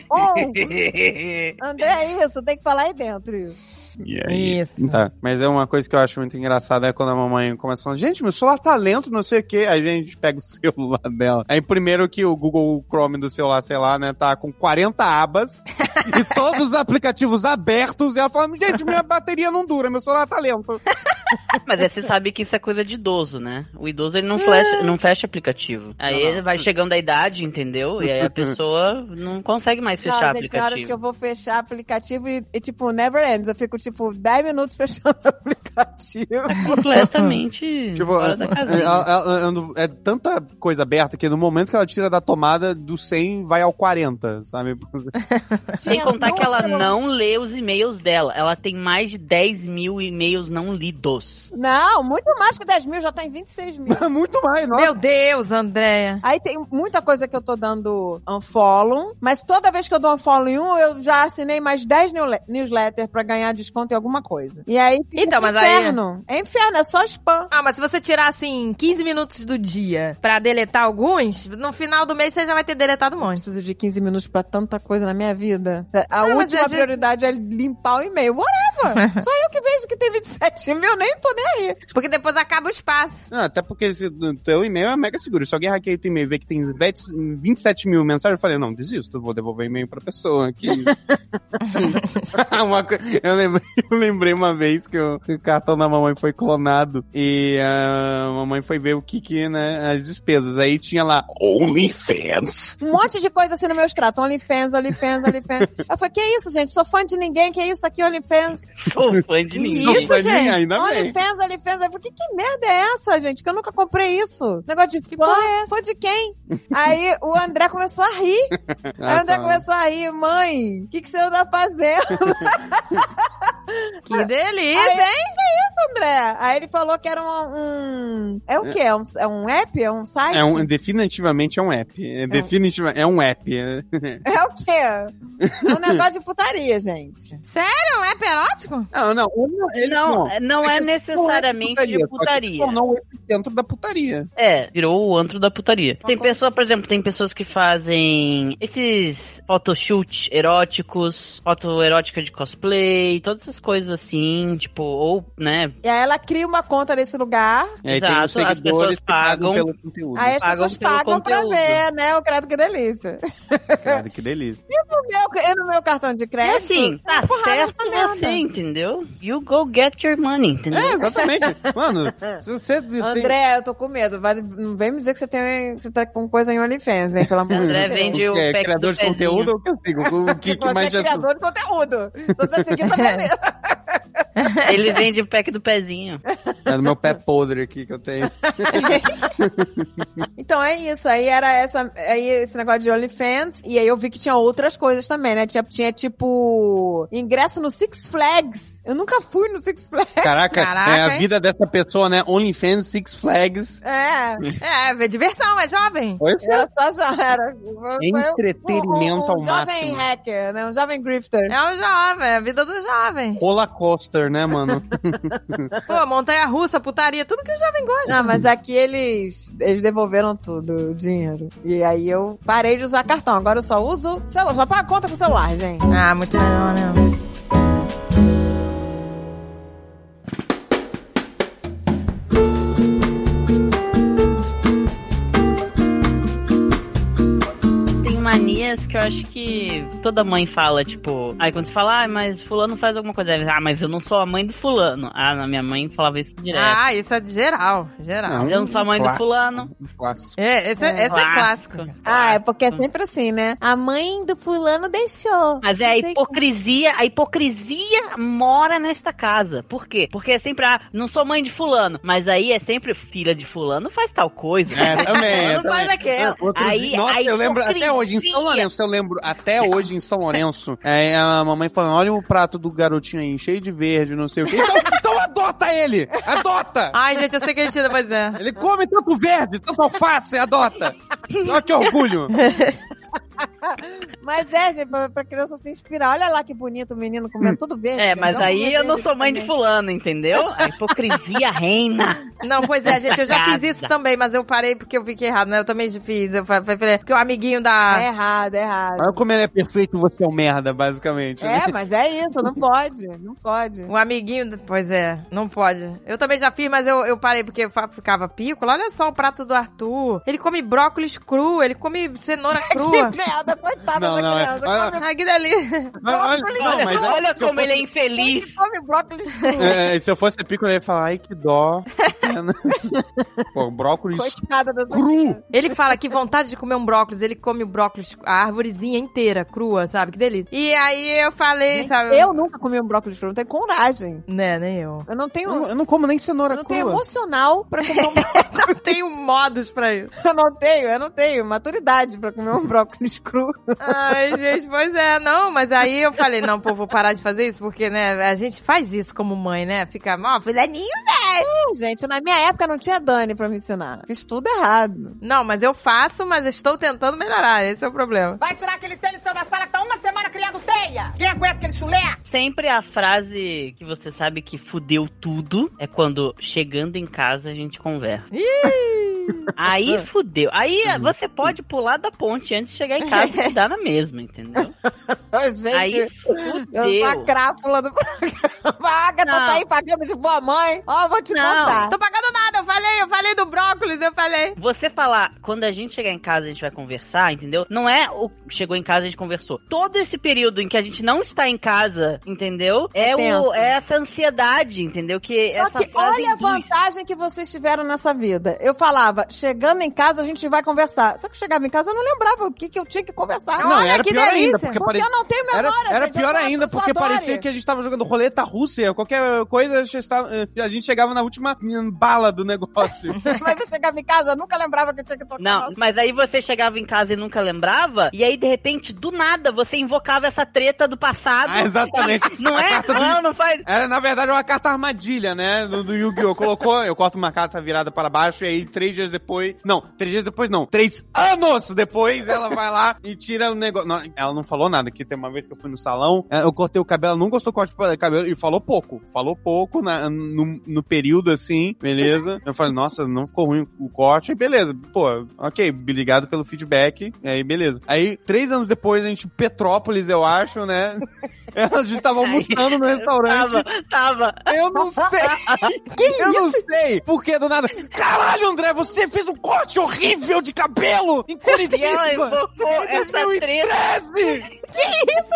som. André, é isso, tem que falar aí dentro. Isso.
E
Isso.
Tá. Mas é uma coisa que eu acho muito engraçada é quando a mamãe começa falando, gente, meu celular tá lento, não sei o quê. Aí a gente pega o celular dela. Aí primeiro que o Google Chrome do celular, sei lá, né, tá com 40 abas e todos os aplicativos abertos. E ela fala, gente, minha bateria não dura, meu celular tá lento.
Mas aí você sabe que isso é coisa de idoso, né? O idoso ele não, flecha, não fecha aplicativo. Aí
Não, não.
ele vai chegando à idade, entendeu? E aí a pessoa não consegue mais fechar
Nossa, gente, tem horas que eu
aplicativo.
vou fechar aplicativo e, e, tipo, never ends. Eu fico, tipo, 10 minutos fechando o aplicativo.
É Completamente.
Tipo,
fora
ela-
da
ela-
casinha.
ela- ela- é tanta coisa aberta que no momento que ela tira da tomada do 100 vai ao 40, sabe?
Sem
Tinha
contar
duas
que ela
pelo-
não lê os e-mails dela. Ela tem mais de 10 mil e-mails não lidos.
Não, muito mais que 10 mil, já tá em 26 mil.
Muito mais, nossa.
Meu Deus, Andréia.
Aí tem muita coisa que eu tô dando unfollow, mas toda vez que eu dou unfollow em um, eu já assinei mais 10 neule- newsletter pra ganhar desconto em alguma coisa. E aí fica
Então, mas aí-
inferno. É inferno, é só spam.
Ah, mas se você tirar, assim, 15 minutos do dia pra deletar alguns, no final do mês você já vai ter deletado um monte.
Preciso de 15 minutos pra tanta coisa na minha vida. A
Ah, mas
última
às vezes-
prioridade é limpar o e-mail. Whatever! só eu que vejo que tem 27 mil, nem tô nem aí.
Porque depois acaba o espaço.
Não, até porque esse do teu e-mail é mega seguro. Se alguém hackeia teu e-mail e vê que tem 20 27 mil mensagens, eu falei, não, desisto, vou devolver e-mail pra pessoa. Que isso? Uma co- eu, lembrei, eu lembrei uma vez que o o cartão da mamãe foi clonado e ah, a mamãe foi ver o que que, né, as despesas. Aí tinha lá, OnlyFans.
Um monte de coisa assim no meu extrato. OnlyFans, OnlyFans, OnlyFans. Eu falei, que isso, gente? Sou fã de ninguém. Que isso aqui, OnlyFans?
Sou fã de ninguém.
Não foi de mim,
gente?
Ainda bem.
OnlyFans, OnlyFans. Eu falei, que, que merda é essa, gente? Que eu nunca comprei isso. Negócio de fã. Fã de quem? Aí o André começou a rir. Aí o André
Nossa,
começou a rir. Mãe, o que, que você anda fazendo?
Que delícia, hein?
Isso, André? Aí ele falou que era um. um- é o quê? É um, é um app? É um site?
É um, definitivamente é um app. É, definitiva, é um app. É-
É o quê? É um negócio de putaria, gente.
Sério? É perótico?
Não, não. ele não- ele
Não, não, é
que se tornou
necessariamente de
só que Se
putaria.
tornou o epicentro da putaria.
É, virou o antro da putaria. Tem pessoa, por exemplo, tem pessoas que fazem esses photoshoot eróticos, foto erótica de cosplay, todas essas coisas assim, tipo, ou, né,
E aí ela cria uma conta nesse lugar.
E aí tem
Exato,
os
as
seguidores
pessoas
que pagam
pagam.
pelo conteúdo.
Aí as
Pagam
pessoas
pelo
pagam pra
conteúdo.
ver, né? O credo que delícia.
Cara, que delícia.
No meu, eu no meu cartão de
É
crédito.
assim, tá
porrada
certo assim.
nessa merda.
você, entendeu? You go get your money, entendeu?
É, exatamente. Mano, se você.
André, eu tô com medo. Vai- não vem me dizer que você, tem, você tá com coisa em OnlyFans, hein? Pelo amor de
André
Deus.
tem-
vende o
é,
pack
criador
do
de conteúdo, eu consigo. O que, que
você
mais
é
já
criador de conteúdo. Se você seguir, tá beleza.
pezinho. Ele vende o pack do pezinho.
É do meu pé podre aqui que eu tenho.
Então é isso. Aí era essa, aí esse negócio de OnlyFans. E aí eu vi que tinha outras coisas também, né? Tinha, tinha tipo ingresso no Six Flags. Eu nunca fui no Six Flags.
Caraca,
Caraca,
é a
hein?
vida dessa pessoa, né? OnlyFans, Six Flags.
É,
É, é diversão, é jovem.
Olha só.
eu só já era. Foi-
Então,
um,
Entretenimento
um, um
ao
jovem
máximo.
hacker, né? Um jovem grifter.
É um jovem, é a vida do jovem.
Rola coaster, né, mano?
Pô, montanha russa, putaria, tudo que o jovem gosta.
Não, mas aqui eles, eles devolveram tudo, o dinheiro. E aí eu parei de usar cartão. Agora eu só uso celular. Só pago conta com celular, gente.
Ah, muito melhor, né?
Tem manias que eu acho que toda mãe fala, tipo... Aí quando você fala, ah, mas fulano faz alguma coisa. aí, Ah, mas eu não sou a mãe do fulano. Ah, não, minha mãe falava isso direto.
Ah, isso é de geral, geral.
Não,
eu não sou a mãe do
clássico.
fulano.
Clássico.
É, esse é, esse é clássico.
Ah, é porque é sempre assim, né? A mãe do fulano deixou.
Mas é a
Não sei
hipocrisia, a hipocrisia mora nesta casa. Por quê? Porque é sempre, ah, não sou mãe de fulano. Mas aí é sempre filha de fulano, faz tal coisa.
É, também. é,
Fulano faz
também.
aquela.
Outro
aí,
dia- nossa,
a
eu lembro até hoje em São
hipocrisia.
Lourenço, eu lembro até hoje em São Lourenço, é, a mamãe falando, olha o prato do garotinho aí, cheio de verde, não sei o quê. Então, então adota ele! Adota!
Ai, gente, eu sei que a gente ainda vai dizer.
Ele come tanto verde, tanto alface, adota! Olha que orgulho!
Mas é, gente, pra, pra criança se inspirar. Olha lá que bonito o menino comendo tudo verde.
É,
gente.
mas
Vamos
aí
comer
eu não
verde
sou mãe de
também.
fulano, entendeu? A hipocrisia reina.
Não, pois é, gente, eu já fiz
Casa.
isso também, mas eu parei porque eu fiquei errado, né? Eu também fiz, eu fa- fa- falei, porque o amiguinho
É
Ah.
da...
errado, é errado.
Olha como ele é perfeito, você é um merda, basicamente. né?
É, mas é isso, não pode, não pode.
O amiguinho, da- pois é, não pode. Eu também já fiz, mas eu, eu parei porque fa- ficava pícola. Olha só o prato do Arthur. Ele come brócolis cru, ele come cenoura crua.
Que merda, coitada
Não,
da
não, é-
criança.
olha-
Come,
Ai, que delícia.
Mas olha, não,
olha
mas é-
olha
se eu
como ele é
fosse-
infeliz.
come brócolis
é, se eu fosse pico, eu ia falar, ai, que dó. que pena." Pô, brócolis
coitada da
cru.
Ele fala que vontade de comer um brócolis, ele come o brócolis, a árvorezinha inteira, crua, sabe? Que delícia. E aí eu falei, sabe?
Eu nunca comi um brócolis cru, não tenho coragem.
Né, nem eu.
Eu não tenho,
Eu
eu
não, eu não como nem cenoura
não
crua.
tenho emocional pra comer um brócolis.
Não tenho modos pra isso.
eu não tenho, eu não tenho maturidade pra comer um brócolis cru.
Ai, gente, pois é, não, mas aí eu falei, não, pô, vou parar de fazer isso, porque, né, a gente faz isso como mãe, né? Fica, ó, fulaninho.
Não, gente, na minha época não tinha Dani pra me ensinar. Fiz tudo errado.
Não, mas eu faço, mas eu estou tentando melhorar, esse é o problema.
Vai tirar aquele tênis seu da sala que tá uma semana criando teia. Quem aguenta aquele chulé?
Sempre a frase que você sabe que fudeu tudo é quando chegando em casa a gente conversa. Aí fudeu. Aí você pode pular da ponte antes de chegar em casa e dá na mesma, entendeu?
Gente,
Aí
eu sou a
fudeu.
crápula do programa. A Agatha
Não.
tá aí pagando de boa mãe. Ó, vou te
Não. Então,
contar.
Tô pagando nada, eu falei, eu falei do brócolis, eu falei.
Você falar, quando a gente chegar em casa a gente vai conversar, entendeu? Não é o chegou em casa a gente conversou. Todo esse período em que a gente não está em casa, entendeu? É,
tenso.
o, é essa ansiedade, entendeu? Que
Só
essa
que
frase
olha a
induz.
vantagem que vocês tiveram nessa vida. Eu falava, chegando em casa a gente vai conversar. Só que chegava em casa eu não lembrava o que, que eu tinha que conversar.
Não, olha que delícia.
porque
porque
parecia.
eu não tenho memória,
Era, era
gente, eu
pior
sou-
ainda,
eu sou
porque
a Dory.
parecia que a gente tava jogando roleta russa. Qualquer coisa, a gente, estava- a gente chegava na última hum, bala do negócio.
Mas eu chegava em casa, eu nunca lembrava que eu tinha que tocar.
Não,
nossa.
mas aí você chegava em casa e nunca lembrava, e aí de repente, do nada, você invocava essa treta do passado.
Ah, exatamente.
Não
A
é?
carta do-
Não, não faz.
Era, na verdade, uma carta armadilha, né? Do, do Yu-Gi-Oh! Colocou, eu corto uma carta virada para baixo, e aí três dias depois. Não, três dias depois não. Três anos depois ela vai lá e tira o negócio. Não, ela não falou nada, que tem uma vez que eu fui no salão, eh, eu cortei o cabelo, ela não gostou do corte do cabelo e falou pouco. Falou pouco na- no, no período assim, beleza? Eu falei, nossa, não ficou ruim o corte, e beleza. Pô, ok, obrigado pelo feedback, e aí beleza. Aí, três anos depois, a gente, Petrópolis, eu acho, né? Elas estavam almoçando né? no restaurante.
Tava, tava.
Eu não sei. eu não sei. Porque do nada. Caralho, André, você fez um corte horrível de cabelo em
E ela assim.
Curitiba.
invocou
Em
essa treta.
2013!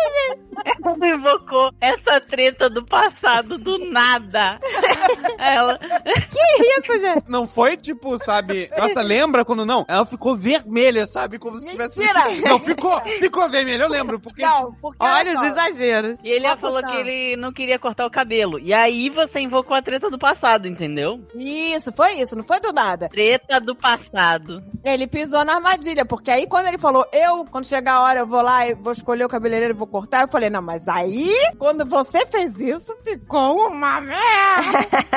Ela invocou essa treta do passado do nada. Ela.
Isso, gente.
Não foi tipo, sabe? Nossa, lembra quando não? Ela ficou vermelha, sabe? Como se tivesse.
Mentira!
Não, ficou! Ficou vermelha, eu lembro. Porque.
Não, porque
Olha os
só,
exageros.
E ele
Tá
Ó,
falou
putão.
que ele não queria cortar o cabelo. E aí você invocou a treta do passado, entendeu?
Isso, foi isso, não foi do nada.
Treta do passado.
Ele pisou na armadilha, porque aí quando ele falou, eu, quando chegar a hora, eu vou lá e vou escolher o cabeleireiro e vou cortar, eu falei, não, mas aí, quando você fez isso, ficou uma merda.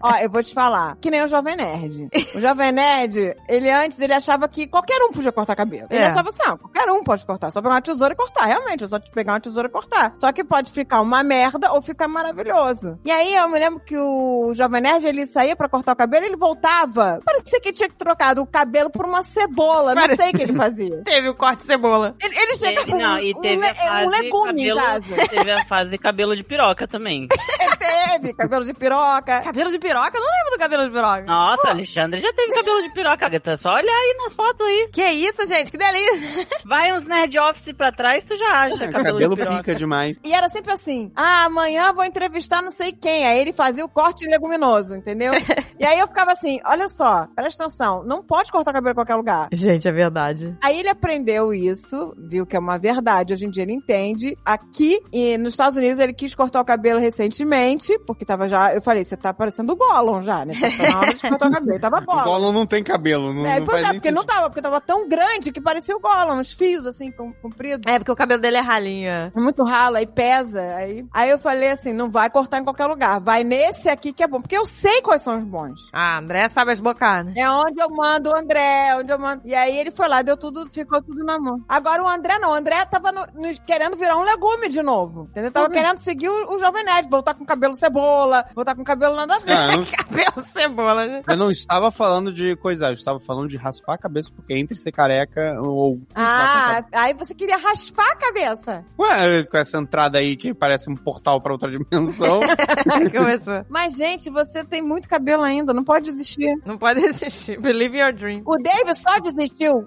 Ó, eu vou te falar, que nem o Jovem Nerd. O Jovem Nerd, ele antes, ele achava que qualquer um podia cortar cabelo. Ele
É.
achava assim, ah, qualquer um pode cortar, só pegar uma tesoura e cortar. Realmente, é só te pegar uma tesoura e cortar. Só que pode ficar uma merda ou ficar maravilhoso. E aí, eu me lembro que o Jovem Nerd, ele saía pra cortar o cabelo, ele voltava, parecia que ele tinha trocado o cabelo por uma cebola, não
Parece-
sei o que ele fazia.
Teve o corte de cebola.
Ele, ele chegava
Teve- não, e
um,
teve
le-
a fase
um legume em
cabelo,
casa.
Teve a fase cabelo de piroca também.
Ele teve cabelo de piroca.
Cabelo de piroca? Eu não lembro do cabelo de piroca.
Nossa, Alexandre já teve cabelo de piroca, Agatha. Só olha aí nas fotos aí.
Que isso, gente? Que delícia.
Vai uns nerd office pra trás, tu já acha cabelo,
É, Cabelo
de piroca.
pica demais.
E era sempre assim: ah, amanhã vou entrevistar não sei quem. Aí ele fazia o corte leguminoso, entendeu? e aí eu ficava assim: olha só, presta atenção, não pode cortar o cabelo em qualquer lugar.
Gente, é verdade.
Aí ele aprendeu isso, viu que é uma verdade. Hoje em dia ele entende. Aqui e nos Estados Unidos ele quis cortar o cabelo recentemente, porque tava já. Eu falei, você tá parecendo o Gollum já, né? Tá na hora de cortar o cabelo. Tava
O
Gollum.
Gollum não tem cabelo. Não,
É,
não
pois
faz
é,
nem
porque não tava, porque tava tão grande que parecia o Gollum, uns fios assim, com- compridos.
É, porque o cabelo dele é ralinha.
É muito ralo, aí pesa. Aí, aí eu falei assim: não vai cortar em qualquer lugar, vai nesse aqui que é bom. Porque eu sei quais são os bons.
Ah, André sabe as bocadas.
É onde eu mando o André, é onde eu mando. E aí ele foi lá, deu tudo, ficou tudo na mão. Agora o André não, o André tava no- no- querendo virar um legume de novo. Entendeu? Tava querendo seguir o, o Jovem Nerd, voltar com cabelo cebola, voltar com cabelo nada a ver.
Ah, eu não
Cabelo cebola, né?
Eu não estava falando de coisar, eu estava falando de raspar a cabeça, porque entre ser careca ou.
Ah, aí você queria raspar a cabeça.
Ué, com essa entrada aí que parece um portal pra outra dimensão.
Começou.
Mas, gente, você tem muito cabelo ainda, não pode desistir.
Não pode desistir. Believe your dream.
O David só desistiu.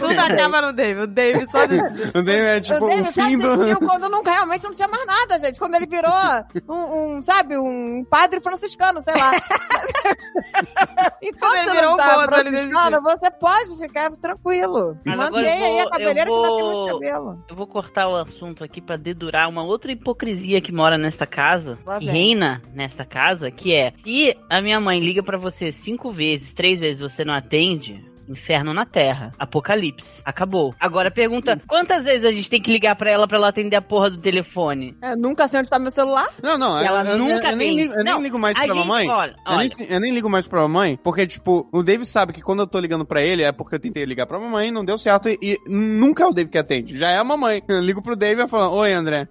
Tudo acaba no David. O David só desistiu.
Não tem, é tipo
o
o
David
fim
só
do.
assistiu quando não, realmente não tinha mais nada, gente. Quando ele virou um, um, sabe, um padre franciscano, sei lá. e
Quando
quando
ele
você
virou
não tá
um boa, ele
franciscano, você pode ficar tranquilo.
Mas agora
Mandei
eu
aí
vou-
a cabeleira
eu
que ainda tem
vou-
muito cabelo.
Eu vou cortar o assunto aqui pra dedurar uma outra hipocrisia que mora nesta casa,
Lá
que
vem.
reina nesta casa, que é se a minha mãe liga pra você cinco vezes, três vezes você não atende. Inferno na Terra. Apocalipse. Acabou. Agora pergunta, quantas vezes a gente tem que ligar pra ela pra ela atender a porra do telefone?
É, nunca sei onde tá meu celular.
Não, não,
E ela
eu, eu-
nunca
eu, nem
tem.
ligo, eu
Não,
nem ligo mais
a
pra
gente,
mamãe.
olha,
Eu
olha.
nem, eu nem ligo mais pra mamãe, porque, tipo, o David sabe que quando eu tô ligando pra ele é porque eu tentei ligar pra mamãe, não deu certo e, e nunca é o David que atende, já é a mamãe. Eu ligo pro David e falo, oi, André.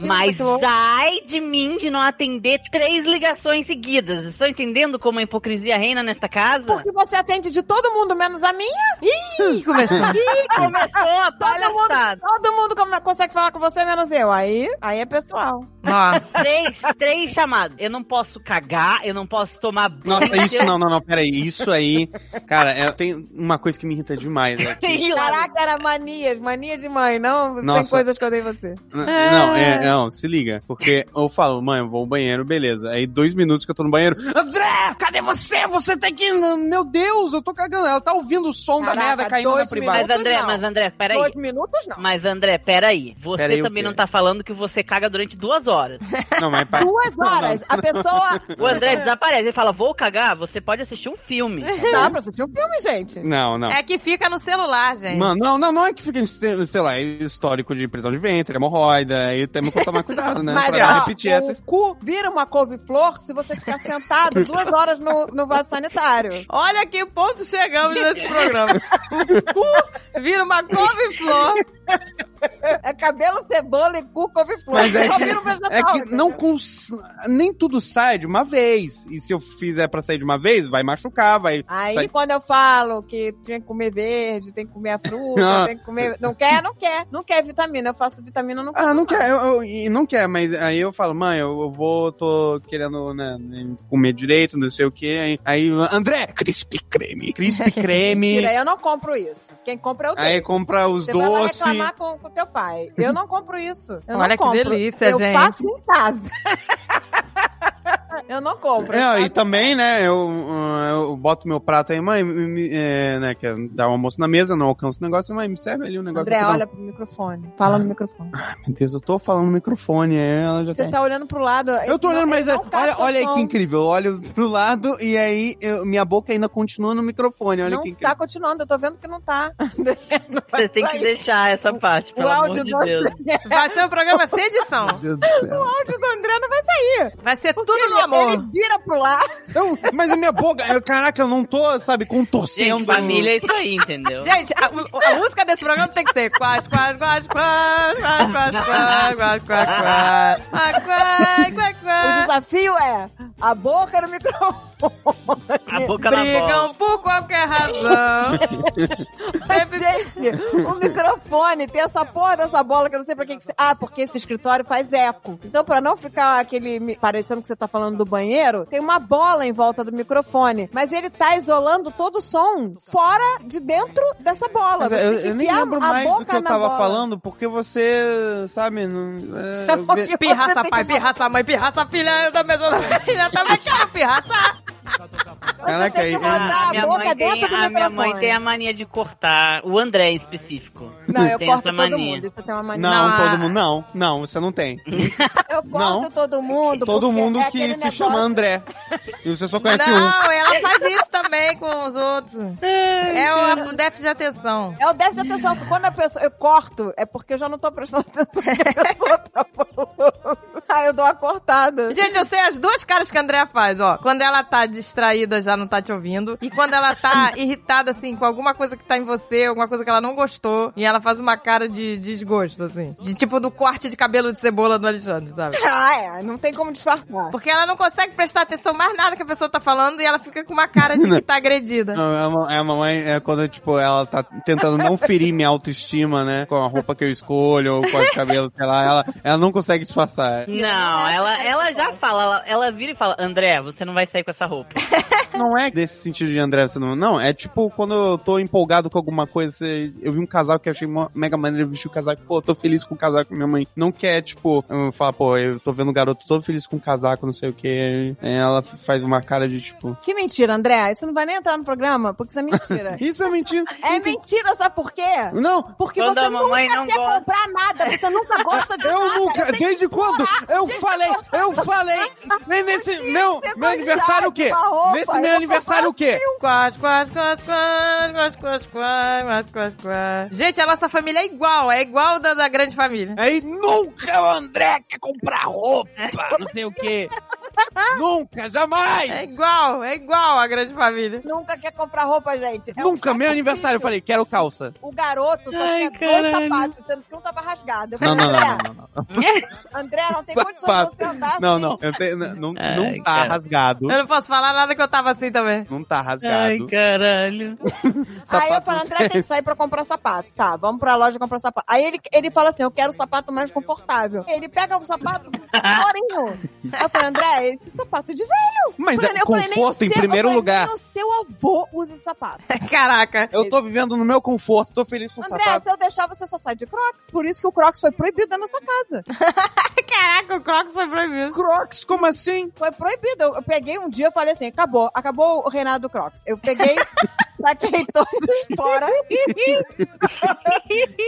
Mas ai de mim de não atender três ligações seguidas. Estão entendendo como a hipocrisia reina nesta casa?
Porque você atende de todo mundo, menos a minha.
Ih, começou.
Ih, começou a
Todo mundo,
palhaçada.
todo mundo come- consegue falar com você, menos eu. Aí, aí é pessoal.
Nossa.
Três, três chamadas. Eu não posso cagar, eu não posso tomar banho.
Nossa, isso,
eu
não, não, não, peraí, isso aí, cara, é, tem uma coisa que me irrita demais aqui.
tenho lá-
Caraca, era manias, mania de mãe, não sem
Nossa.
coisas que eu dei em você.
N- Não, é, não, se liga. Porque eu falo, mãe, eu vou ao banheiro, beleza. Aí dois minutos que eu tô no banheiro. André, cadê você? Você tem que. ir- Meu Deus, eu tô cagando. Ela tá ouvindo o som da
Caraca,
merda caindo na
dois
privada.
Mas
minutos
André,
não.
mas André, peraí.
Dois minutos, não.
Mas André, peraí. Você
Peraí o
também
quê?
não tá falando que você caga durante duas horas.
Não, mas é pra...
Duas horas. A pessoa.
O André desaparece, ele fala, vou cagar, você pode assistir um filme.
Dá pra assistir um filme, gente.
Não, não.
É que fica no celular,
né?
gente.
Mano, não, não, não é que fica, em este- sei lá, é histórico de prisão de ventre, hemorroida, aí temos que tomar cuidado, né?
Mas é
pra não
ó,
repetir
o
essa
cu vira uma couve-flor se você ficar sentado duas horas no, no vaso sanitário.
Olha que ponto chegamos nesse programa. O cu vira uma couve-flor.
É cabelo, cebola e cu, couve-flor.
Mas é
Só
que-
vira um vegetal.
É que não
entendeu?
cons... nem tudo sai de uma vez. E se eu fizer pra sair de uma vez, vai machucar, vai.
Aí
sai-
quando eu falo que tinha que comer verde, tem que comer a fruta,
Ah.
tem que comer... Não quer, não quer. Não quer vitamina. Eu faço vitamina no cu.
Ah, não quer, eu, eu- e não quer, mas aí eu falo, mãe, eu, eu vou, tô querendo né, nem comer direito, não sei o quê. Aí, aí André, crisp creme, crisp creme.
Mentira, eu não compro isso. Quem compra é o
aí
Deus.
compra os
Você vai lá
doces.
reclamar com, com teu pai. Eu não compro isso. Eu
Olha
não
que
compro.
delícia,
eu
gente.
Eu faço em casa. eu não compro. eu
É, e
faço-
também, né, eu, uh, eu boto meu prato aí, mãe, me- me- é, né, que dá um almoço na mesa, não alcança o negócio, mãe, me serve ali um negócio.
André,
aqui, não.
olha pro microfone. Fala no microfone.
Meu Deus, eu tô falando no microfone, aí ela já
Você
tem.
tá olhando pro lado.
Eu tô olhando, mas é-
tá
olha, olha aí que
quem
incrível. Eu olho pro lado e aí eu- minha boca ainda continua no microfone. Olha
Não
que incrível.
tá continuando, eu tô vendo que não tá. André, não vai
Você tem que
sair.
deixar essa parte, pelo amor
áudio
de
do-
Deus.
Vai ser um programa sem edição.
Meu Deus do céu.
O áudio do André não vai sair.
Vai ser
Porque
tudo no
ele-
amor.
Ele vira pro lado.
Eu- mas a minha boca, eu- caraca, eu não tô, sabe, contorcendo.
Gente, família é isso aí, entendeu?
Gente, a, a música desse programa tem que ser quas, quas, quas, quas, quas, quas, quas, quas, quas, quas, Ah, quas, quas,
O
quas.
desafio é a boca no microfone.
A boca na bola.
Brigam por qualquer razão.
Gente, o microfone tem essa porra dessa bola que eu não sei pra que, que você... Ah, porque esse escritório faz eco. Então, pra não ficar aquele... mi- Parecendo que você tá falando do banheiro, tem uma bola em volta do microfone. Mas ele tá isolando todo o som fora de dentro dessa bola.
Mas
Você
Eu,
tem que
eu nem
enfiar
lembro
a
mais do
boca
que eu
na
tava
bola.
falando, porque você, sabe, não. é, eu
Porque
ve-
Pirraça
você
pai,
tem que-
pirraça mãe, pirraça filha. Eu também, eu também quero pirraça.
Caraca,
tem que
aí-
mandar a
Ah, minha
boca
mãe tem-
dentro do
a minha mãe
microfone.
tem a mania de cortar, o André em específico.
Não, eu
tem
corto
essa
todo
mania.
mundo. Isso tem uma mania.
é, Não,
Não, a-
ah.
todo mundo. Não, não, você não tem.
Eu corto
Não.
todo mundo.
Todo
porque
mundo
é
que se
aquele negócio-
chama André. E você só conhece um.
Não, ela faz isso também com os outros. É o o déficit de atenção.
É o déficit de atenção, porque quando a pessoa. Eu corto, é porque eu já não tô prestando atenção no que a pessoa tá falando. Aí eu dou uma cortada.
Gente, eu sei as duas caras que a Andrea faz, ó. Quando ela tá distraída, já não tá te ouvindo. E quando ela tá irritada, assim, com alguma coisa que tá em você, alguma coisa que ela não gostou. E ela faz uma cara de, de desgosto, assim. De tipo do corte de cabelo de cebola do Alexandre, sabe?
Ah, é, não tem como disfarçar.
Porque ela não consegue prestar atenção mais nada que a pessoa tá falando e ela fica com uma cara de que tá agredida.
Não, é uma- é a mamãe, é quando, tipo, ela tá tentando não ferir minha autoestima, né? Com a roupa que eu escolho, ou com o cabelo, sei lá. Ela, ela não consegue disfarçar.
Não, ela, ela já fala, ela, ela vira e fala, André, você não vai sair com essa roupa.
Não é desse sentido de André, você não... Não, é tipo, quando eu tô empolgado com alguma coisa, você- eu vi um casaco que eu achei mó- mega maneiro, eu vesti o casaco, pô, eu tô feliz com o casaco, minha mãe não quer, tipo, eu falar, pô, eu tô vendo o garoto todo feliz com o casaco, não sei o quê. Aí Ela faz uma cara de, tipo...
Que mentira, André. Isso não vai nem entrar no programa, porque isso é mentira.
Isso é mentira.
é mentira, sabe por quê?
Não,
Porque
Quando
você
a mamãe
nunca
não
quer
gosta.
comprar nada, você nunca gosta de nada.
Eu nunca.
tenho
Desde quando? Eu falei, eu falei. Nem nesse. Meu,
você
meu aniversário o quê?
uma roupa,
Nesse
eu
meu
vou
aniversário o quê?
Quas, quas, quas, quas, quas, quas, quas, quas, quas. Gente, a nossa família é igual, é igual da, da grande família.
Aí nunca o André quer comprar roupa, não sei o quê. Nunca,
É
jamais!
igual, é igual a grande família.
Nunca quer comprar roupa, gente. É um
Nunca, meu
sacrifício.
aniversário, eu falei, quero calça.
O garoto só
Ai,
tinha dois
caralho.
sapatos, sendo que um tava rasgado. Eu
Não,
falei,
não, não,
André,
não, não, não.
André, não tem condições
Sapato.
de você andar
Não,
assim.
não. Eu tenho- não, não
Ai,
tá
cara.
rasgado.
Eu não posso falar nada que eu tava assim também.
Não tá
Ai,
rasgado.
caralho.
aí eu
Sapato
falo,
não
André,
serve.
tem que sair pra comprar sapato. Tá, vamos pra loja comprar sapato. Aí ele, ele fala assim, eu quero o sapato mais confortável. Ele pega o sapato morinho. Aí eu falei, André, esse sapato de velho.
Mas
Eu
é
falei, eu falei, nem
conforto em
seu-
primeiro
eu falei,
lugar.
Nem o seu avô usa esse sapato.
Caraca.
Eu tô vivendo no meu conforto, tô feliz com o
André,
sapato.
se eu deixar, você só sai de crocs. Por isso que o crocs foi proibido dentro dessa casa.
Caraca, o Crocs foi proibido.
Crocs, como assim?
Foi proibido. Eu, eu peguei um dia e falei assim, acabou. Acabou o reinado do crocs. Eu peguei Saquei todos fora.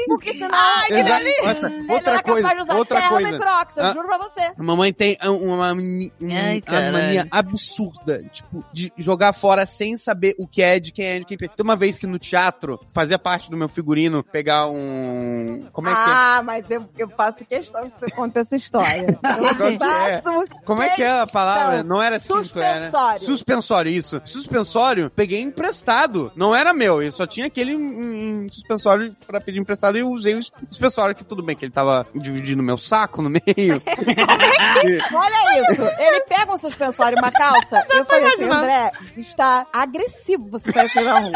Porque senão. Ai,
Exa- Nossa, outra coisa,
É, capaz de usar
outra
terra
coisa.
no hidróxido, eu
Ah.
juro pra você.
A mamãe tem ah, uma, mani- um-
Ai,
uma
caralho.
mania absurda, tipo, de jogar fora sem saber o que é, de quem é, de quem é. Tem uma vez que no teatro fazia parte do meu figurino pegar um. Como é que é?
ah, mas eu, eu faço questão que você conte essa história.
Qual
Eu
que é?
faço.
Como é que é a palavra?
Então,
Não era cinto, era.
suspensório.
Suspensório, isso. Suspensório, peguei emprestado. Não era meu, eu só tinha aquele hum, hum, suspensório pra pedir emprestado e eu usei o suspensório, que tudo bem, que ele tava dividindo meu saco no meio.
é Olha isso. Ele pega um suspensório e uma calça.
tá
eu falei assim,
imaginando.
André, está agressivo você sair assim na rua.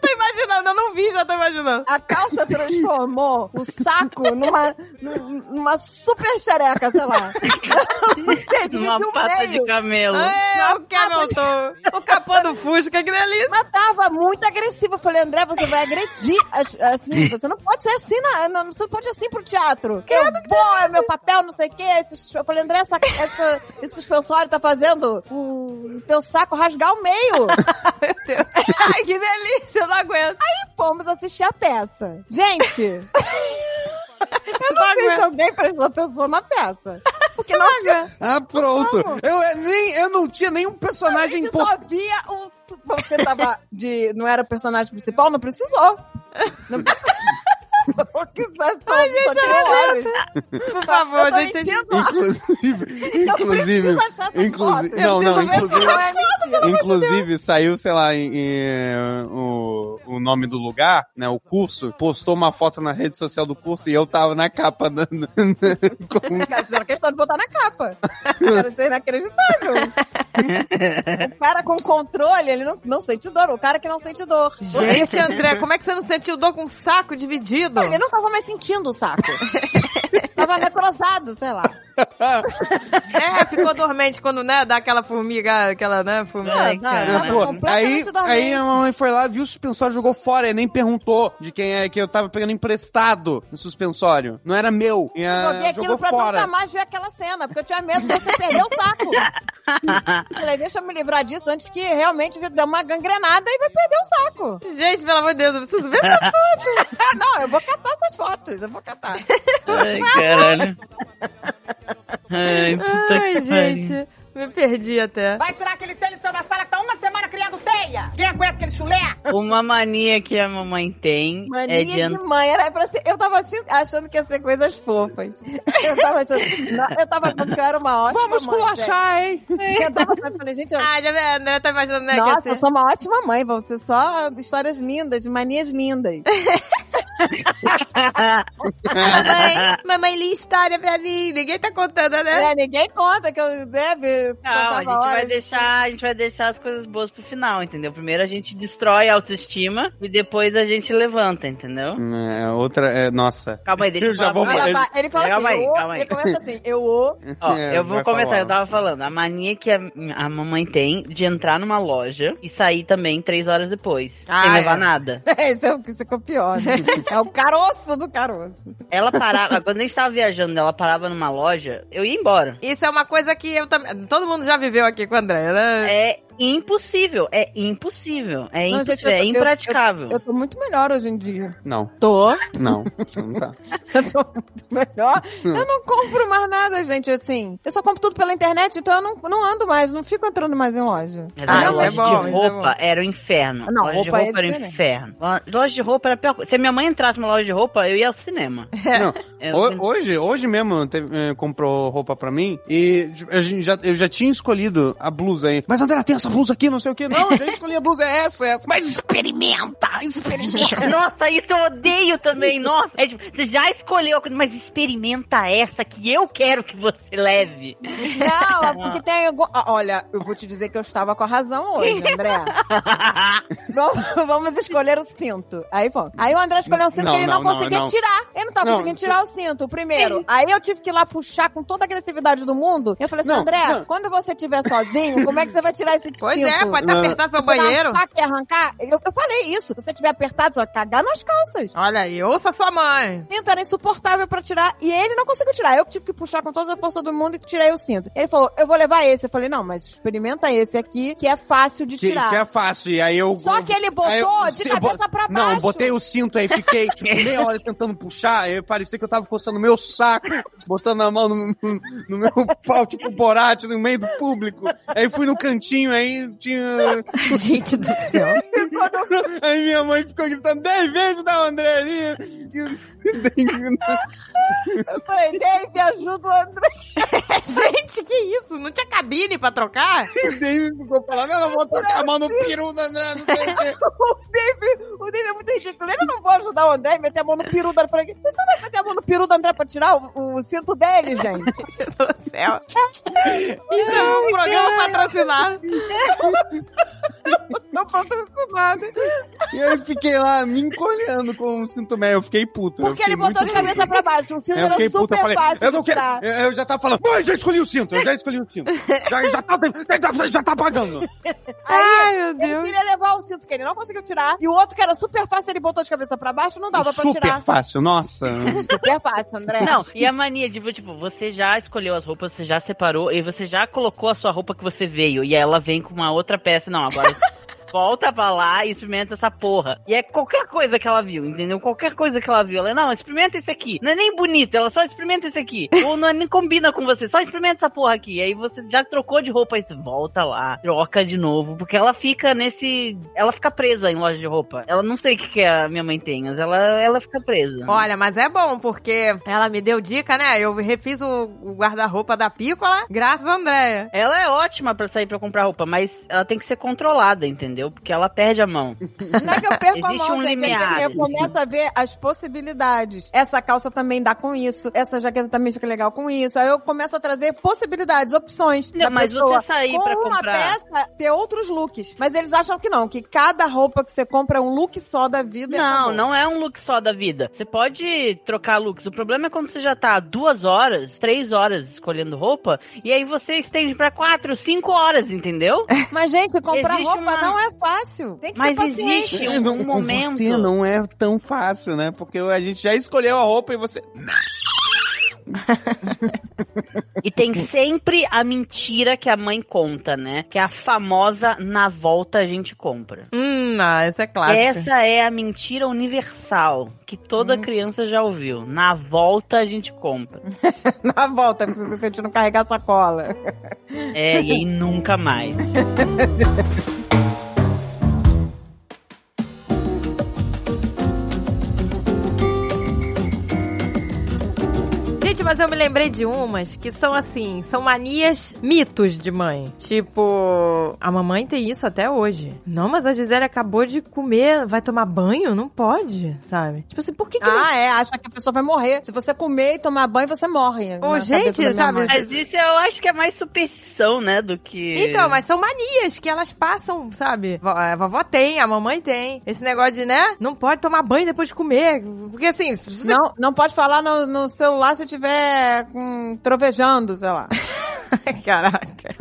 Tô imaginando, eu não vi, já tô imaginando.
A calça transformou o saco numa, num- numa super xereca, sei lá. Você dividiu
Uma
o
pata
meio.
de camelo.
Ah,
É, o Camelton. O capô do Fusca, que delícia.
Mas tava muito agressiva. Eu falei, André, você vai agredir. as- Assim, você não pode ser assim, na, na- você não pode ir assim pro teatro. Que eu, bom, é meu papel, não sei o quê. Esse- eu falei, André, essa, essa- esse suspensório tá fazendo o, o teu saco rasgar o meio.
Meu Deus. Ai, que delícia, eu não aguento.
E fomos assistir a peça. Gente! eu não sei se alguém prestou atenção na peça. Porque não tinha.
Ah, pronto.
Vamos.
Eu, é, nem, eu não tinha nenhum
A
personagem
gente
importante.
só via o. tu- Você tava de. Não era o personagem principal? Não precisou. Não... O que você tá só tinha homens.
Por favor,
eu tô
gente. vocês-
mentindo.
Inclusive,
Eu
inclusive,
preciso achar essa
inclusive,
foto.
não,
Eu
não,
preciso ver
inclusive,
Não é mentira.
inclusive saiu, sei lá, em, em, o, o nome do lugar, né, o curso, postou uma foto na rede social do curso e eu tava na capa da, na- com-
Os caras fizeram questão de botar na capa. Cara, isso é inacreditável. o cara com controle, ele não, não sente dor. O cara que não sente dor.
Gente, André, como é que você não sentiu dor com um saco dividido?
Ele não tava mais sentindo o saco. tava necrosado, sei lá.
É, ficou dormente quando, né, dá aquela formiga, aquela, né, formiga.
Ai,
não,
cara.
não,
Ah, pô, aí,
completamente dormente.
aí a mamãe foi lá, viu o suspensório, jogou fora e nem perguntou de quem é que eu tava pegando emprestado no suspensório. Não era meu. E
Eu
a-
joguei aquilo
É, jogou
pra
fora.
nunca mais ver aquela cena, porque eu tinha medo de você perder o taco. Eu Falei, deixa eu me livrar disso antes que realmente dê uma gangrenada e vai perder o saco.
Gente, pelo amor de Deus, eu preciso ver essa
Ah, não, eu vou catar essas fotos, eu vou catar.
Ai, caralho. Ai, puta
Ai,
que pariu.
gente, me perdi até.
Vai tirar aquele telha seu da sala que tá uma semana criando teia. Quem aguenta aquele chulé?
Uma mania que a mamãe tem
Mania
é de
de mãe, era pra ser... Eu tava assim- achando que ia ser coisas fofas. Eu tava achando, eu tava achando que eu era uma ótima
Vamos
mãe.
culachar, hein?
gente. Eu tava achando, eu falei, gente, eu...
Ah, já, a André tá imaginando, né,
Nossa,
que
eu
assim...
sou uma ótima mãe, vão ser só histórias lindas, manias lindas.
Mamãe, mamãe, li história pra mim. Ninguém tá contando, né?
É, ninguém conta que eu deve
Não, a gente,
contava
vai
horas.
deixar, a gente vai deixar as coisas boas pro final, entendeu? Primeiro a gente destrói a autoestima e depois a gente levanta, entendeu?
É, outra, é, nossa.
Calma aí, deixa
Eu
eu falar
já vou
primeiro.
Ela
Ele-
vai- ele fala
Calma
assim,
aí,
eu,
calma aí.
ele começa assim, eu o.
Ó,
É,
eu vou
vai
começar,
falar.
eu tava falando, a mania que a, a mamãe tem de entrar numa loja e sair também três horas depois,
Ah,
sem
é.
levar nada.
Esse é o que ficou pior. Né? É o caroço do caroço.
Ela parava, quando a gente tava viajando, ela parava numa loja, eu ia embora.
Isso é uma coisa que eu também... Todo mundo já viveu aqui com a André, né?
É impossível, é impossível, é,
Não,
impossível,
gente, eu tô-
é
eu- eu-
impraticável.
Eu tô muito melhor hoje em dia.
Não,
Tô.
não, não tá.
Eu tô muito melhor. Eu não compro mais nada, gente, assim. Eu só compro tudo pela internet, então eu não, não ando mais, não fico entrando mais em loja.
Era
Ah,
a
isso
loja
é bom, isso
de
é
roupa era o inferno.
Não,
loja
roupa é
de roupa era o
diferente.
inferno. Lo- Loja de roupa era a pior coisa. Se a minha mãe entrasse numa loja de roupa, eu ia ao cinema.
É,
Não,
Eu-
Ho- Hoje, hoje mesmo teve- eh, comprou roupa pra mim e tipo, a gente já, eu já tinha escolhido a blusa aí. Mas André, tem essa blusa aqui, não sei o que. Não, eu já escolhi a blusa, é essa, é essa. Mas experimenta, experimenta.
Nossa, isso eu odeio também. Nossa, é tipo, você já escolheu a coisa, mas experimenta essa que eu quero que você leve.
Não, é porque tem algum... Ah, Olha, eu vou te dizer que eu estava com a razão hoje, André. Vamos, vamos escolher o cinto. Aí, bom. Aí o André escolheu um cinto
Não,
que ele não,
não, não,
conseguia
não.
tirar. Ele não tava
Não,
conseguindo tirar o cinto, o primeiro. Aí eu tive que ir lá puxar com toda a agressividade do mundo. Eu falei assim,
Não,
André,
não.
quando você estiver sozinho, como é que você vai tirar esse
Pois é,
cinto.
pode
tá
estar
Não.
apertado pro
Pegar um
banheiro.
saco e arrancar. Eu, eu falei isso. Se você tiver apertado, só cagar nas calças.
Olha aí, ouça sua mãe.
O cinto era insuportável pra tirar e ele não conseguiu tirar. Eu que tive que puxar com toda a força do mundo e tirei o cinto. Ele falou, eu vou levar esse. Eu falei, não, mas experimenta esse aqui que é fácil de
Que,
tirar.
que é fácil. E aí eu.
Só que ele botou
aí eu-
de
eu bo-
cabeça pra baixo.
Não, botei o cinto aí, fiquei tipo, meia hora tentando puxar. Aí parecia que eu tava coçando meu saco, botando a mão no, no- no meu pau, tipo borate, no meio do público. Aí fui no cantinho, aí tinha.
Gente do céu.
Aí minha mãe ficou gritando: dez vezes da Andrelinha!
Eu falei, Dave, ajuda o André.
Gente, que isso? Não tinha cabine pra trocar?
Daí ficou falando: ela vou tocar a mão no peru da André, não sei o quê.
O Dave, o Dave é muito ridículo. Ele não vou ajudar o André e meter a mão no peru do André. Eu falei, Você não vai meter a mão no peru do André pra tirar o, o cinto dele, gente?
Meu Deus do céu. Isso é um programa patrocinado.
Não patrocinado.
E aí fiquei lá me encolhendo com o cinto meio. Eu fiquei puto. eu
Porque
fiquei
ele botou
muito
de
puto.
cabeça pra baixo. O cinto
Aí eu
era
fiquei puta,
super
eu falei,
fácil
eu não
de
quero.
tirar.
Eu, eu já tava falando, mãe, já escolhi o cinto, eu já escolhi o cinto. já, já, tá, já tá pagando. "Ah,
Ai, meu
Ele
Deus.
queria levar o cinto que ele não conseguiu tirar. E o outro que era super fácil, ele botou de cabeça pra baixo, não dava pra
Super
tirar.
fácil, nossa.
Super fácil, André.
Não, e a mania de, tipo, você já escolheu as roupas, você já separou, e você já colocou a sua roupa que você veio, e aí ela vem com uma outra peça, não, agora volta pra lá e experimenta essa porra. E é qualquer coisa que ela viu, entendeu? Qualquer coisa que ela viu, ela, não, experimenta esse aqui. Não é nem bonito, ela só experimenta esse aqui. Ou não é nem combina com você, só experimenta essa porra aqui. E aí você já trocou de roupa, aí você volta lá, troca de novo, porque ela fica nesse... Ela fica presa em loja de roupa. Ela não sei o que, que a minha mãe tem, mas ela, ela fica presa.
Olha, mas é bom, porque ela me deu dica, né? Eu refiz o, o guarda-roupa da Pícola, graças a Andréia.
Ela é ótima pra sair pra comprar roupa, mas ela tem que ser controlada, entendeu? Porque ela perde a mão.
Não é que eu perco a
Existe
mão,
um
gente. É
limiar.
que eu começo a ver as possibilidades. Essa calça também dá com isso. Essa jaqueta também fica legal com isso. Aí eu começo a trazer possibilidades, opções.
Não,
da
mas
pessoa.
você sair
com
pra
uma
comprar.
peça, ter outros looks. Mas eles acham que não, que cada roupa que você compra é um look só da vida. e
Não,
acabou.
não é um look só da vida. Você pode trocar looks. O problema é quando você já tá duas horas, três horas escolhendo roupa, e aí você estende pra quatro, cinco horas, entendeu?
Mas, gente, comprar
Existe
roupa
uma-
não é fácil. Tem que ter
Mas
paciência.
existe um, um momento.
você não é tão fácil, né? Porque a gente já escolheu a roupa e você.
E tem sempre a mentira que a mãe conta, né? Que é a famosa na volta a gente compra.
Hum, ah, essa é clássica.
Essa é a mentira universal que toda
Hum.
criança já ouviu. Na volta a gente compra.
Na volta, precisa que a gente não carregar sacola.
É, e aí nunca mais.
É. Gente, mas eu me lembrei de umas que são assim, são manias, mitos de mãe. Tipo, a mamãe tem isso até hoje. Não, mas a Gisele acabou de comer, vai tomar banho? Não pode, sabe? Tipo assim, por que que... não-
Ah, é, acha que a pessoa vai morrer. Se você comer e tomar banho, você morre.
Ô,
na
gente,
cabeça da
sabe,
minha mãe.
Mas isso eu acho que é mais superstição, né? Do que.
Então, mas são manias que elas passam, sabe? Vó- A vovó tem, a mamãe tem. Esse negócio de, né? Não pode tomar banho depois de comer. Porque assim, se você
Não, não pode falar no, no celular se tiver com- trovejando, sei lá.
Caraca.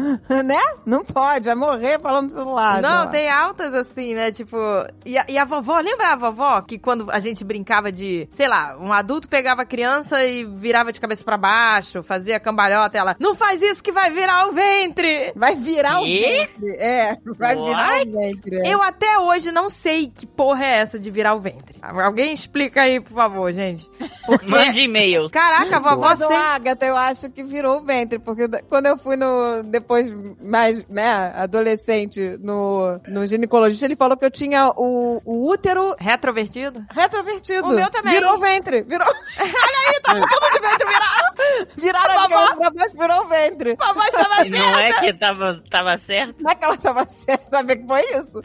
né? Não pode, vai morrer falando no celular. sei lá.
Não, tem altas assim, né? Tipo. E a, e a vovó, lembra a vovó que quando a gente brincava de, sei lá, um adulto pegava a criança e virava de cabeça pra baixo, fazia cambalhota, ela. Não faz isso que vai virar o ventre!
Vai virar o
Quê?
ventre. É, vai
What?
virar o ventre. é.
Eu até hoje não sei que porra é essa de virar o ventre. Alguém explica aí, por favor, gente.
é.
Porque.
Mande e-mail.
Caraca, a vovó
Mas o
sempre.
Agatha, eu acho que virou o ventre, porque da- quando eu fui no. Depois, mais, né, adolescente, no, no ginecologista, ele falou que eu tinha o, o útero
Retrovertido?
retrovertido.
O meu também. tá
Virou o ventre. Virou.
Tudo de ventre virado,
Viraram a cabeça pra baixo, virou o ventre.
vovó estava
E Não é que tava, tava certo.
Não é que ela tava certa, sabe que foi isso?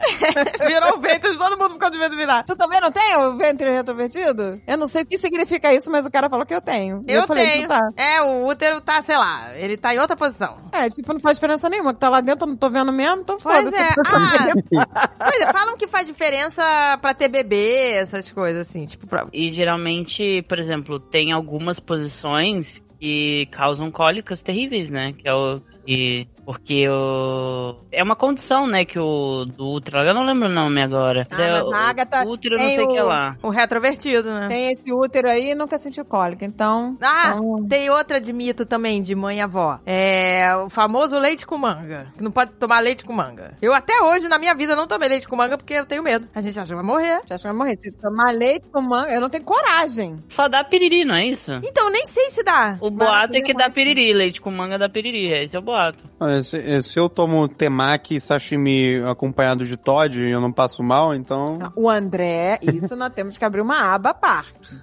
Virou o ventre, todo mundo ficou de ventre virado.
Tu também não tem o ventre retrovertido? Eu não sei o que significa isso, mas o cara falou que eu tenho. E
Eu,
falei,
tenho.
isso tá.
É, o útero tá, sei lá, ele tá em outra posição.
É, tipo, não faz diferença nenhuma, que tá lá dentro, eu não tô vendo mesmo, então
Pois
foda-se.
é.
eu tô sabendo.
Ah, pois é, falam que faz diferença pra ter bebê, essas coisas assim, tipo, pra...
E geralmente, por exemplo, tem algumas posições que causam cólicas terríveis, né? Que é o E porque o. É uma condição, né? Que o do Ultra. Eu não lembro o nome agora.
Ah,
É
mas
o-
na Agatha
Ultra, não
tem
sei o que
o-
lá.
O retrovertido, né?
Tem esse útero aí e nunca sentiu cólica, então...
Ah,
então-
tem outra de mito também, de mãe e avó. É o famoso leite com manga. Que não pode tomar leite com manga. Eu até hoje, na minha vida, não tomei leite com manga porque eu tenho medo. A gente acha que vai morrer.
Já acho que vai morrer. Se tomar leite com manga, eu não tenho coragem.
Só dá piriri, não é isso?
Então, nem sei se dá.
O boato é que
Maravilha,
dá piriri, leite com manga dá piriri, esse é o boato.
Olha, se, eh, se eu tomo temaki e sashimi acompanhado de Todd e eu não passo mal, então.
O André, isso nós temos que abrir uma aba à parte.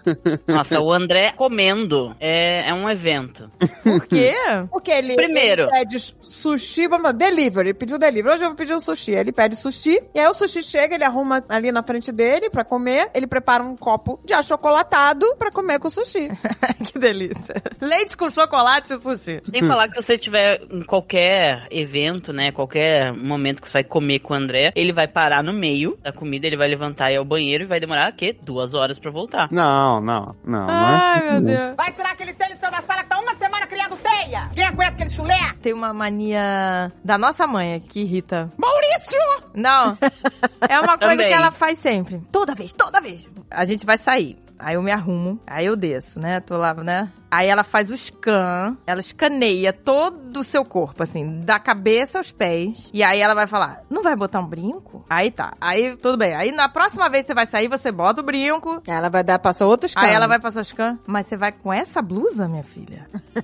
Nossa, o André comendo é, é um evento.
Por quê?
Porque ele,
Primeiro.
ele pede sushi, vamos, delivery, ele pediu delivery. Hoje eu vou pedir um sushi. Ele pede sushi, e aí o sushi chega, ele arruma ali na frente dele pra comer, ele prepara um copo de achocolatado pra comer com o sushi.
que delícia. Leite com chocolate e sushi.
Sem falar que se você tiver em qualquer evento, né, qualquer momento que você vai comer com o André, ele vai parar no meio da comida, ele vai levantar e ir ao banheiro e vai demorar, o quê? Duas horas pra voltar.
Não, não, não.
Ai, meu
não é assim,
Deus.
Vai tirar aquele telha e seu da sala que tá uma semana criando teia. Quem aguenta aquele chulé?
Tem uma mania da nossa mãe que irrita. Maurício! Não. É uma coisa
Também.
que ela faz sempre. Toda vez, toda vez. A gente vai sair. Aí eu me arrumo, aí eu desço, né? Tô lá, né? Aí ela faz o scan, ela escaneia todo o seu corpo, assim, da cabeça aos pés. E aí ela vai falar: não vai botar um brinco? Aí tá. Aí tudo bem. Aí na próxima vez que você vai sair, você bota o brinco,
Ela vai dar, passa outros
Aí
canos.
ela vai passar os scan. Mas você vai com essa blusa, minha filha?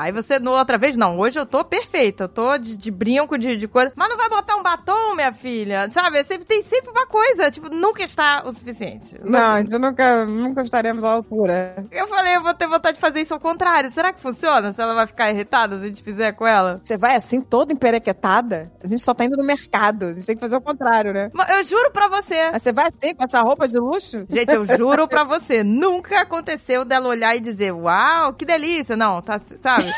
Aí você, no outra vez, não. Hoje eu tô perfeita. Eu tô de, de brinco, de, de coisa. Mas não vai botar um batom, minha filha. Sabe? Sempre, tem sempre uma coisa. Tipo, nunca está o suficiente.
Não, a gente nunca, nunca estaremos à altura.
Eu falei, eu vou ter vontade de fazer isso ao contrário. Será que funciona? Se ela vai ficar irritada se a gente fizer com ela?
Você vai assim, toda emperequetada? A gente só tá indo no mercado. A gente tem que fazer o contrário, né?
Mas Eu juro pra você.
Aí você vai assim, com essa roupa de luxo?
Gente, eu juro pra você, nunca aconteceu dela olhar e dizer, uau, que delícia. Não, tá, sabe?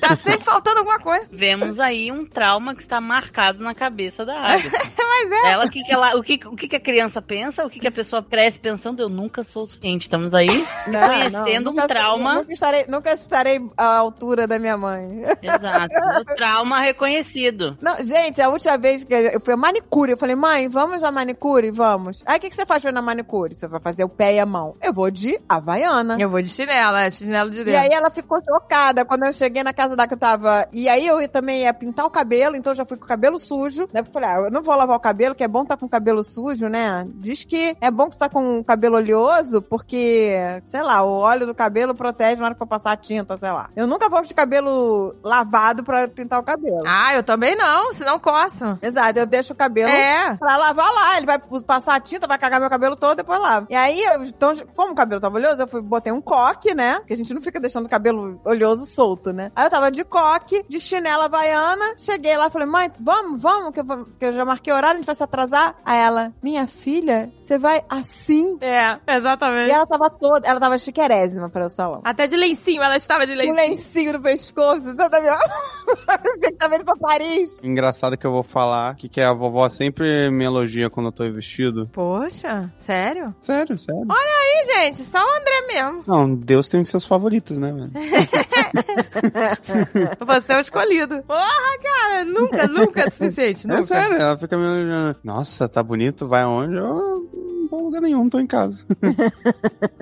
Tá sempre faltando alguma coisa.
Vemos aí um trauma que está marcado na cabeça da Agatha. Mas é. Ela, o que que ela, o que, o que que a criança pensa, o que que a pessoa cresce pensando, eu nunca sou o suficiente. Estamos aí conhecendo um
nunca-
trauma.
Nunca estarei, nunca estarei à altura da minha mãe.
Exato. O trauma reconhecido.
Não, gente, a última vez que eu fui à manicure, eu falei, mãe, vamos na manicure? Vamos. Aí o que, que você faz pra ir na manicure? Você vai fazer o pé e a mão. Eu vou de Havaiana.
Eu vou de chinelo, é chinelo de
E
dedo.
aí ela ficou chocada quando eu cheguei na casa da que eu tava. E aí eu também ia pintar o cabelo, então eu já fui com o cabelo sujo, né? Porque eu falei, ah, eu não vou lavar o cabelo, que é bom tá com o cabelo sujo, né? Diz que é bom que você tá com o cabelo oleoso, porque, sei lá, o óleo do cabelo protege na hora que eu passar a tinta, sei lá. Eu nunca vou de cabelo lavado pra pintar o cabelo.
Ah, eu também não, senão coça.
Exato, eu deixo o cabelo
É.
Pra lavar lá, ele vai passar a tinta, vai cagar meu cabelo todo, depois lava. E aí, eu, então, como o cabelo tava oleoso, eu fui, botei um coque, né? Porque a gente não fica deixando o cabelo oleoso solto, né? Aí eu tava de coque, de chinela havaiana, cheguei lá, falei, mãe, vamos, vamos, que eu, vou- que eu já marquei o horário, a gente vai se atrasar. Aí ela, minha filha, você vai assim?
É,
E
exatamente.
ela tava toda, ela tava chiquerésima para o salão.
Até de lencinho, ela estava de
Um
lencinho.
lencinho no pescoço, toda minha... Parecia que tava indo pra Paris.
Engraçado que eu vou falar que, que a vovó sempre me elogia quando eu tô vestido.
Poxa, sério?
Sério, sério.
Ih, gente, só o André mesmo.
Não, Deus tem seus favoritos, né, velho?
É, Você é o escolhido. Porra, cara, nunca, nunca é suficiente.
É
Nunca.
sério, ela fica me elogiando. Nossa, tá bonito, vai aonde? Eu não vou a lugar nenhum, tô em casa.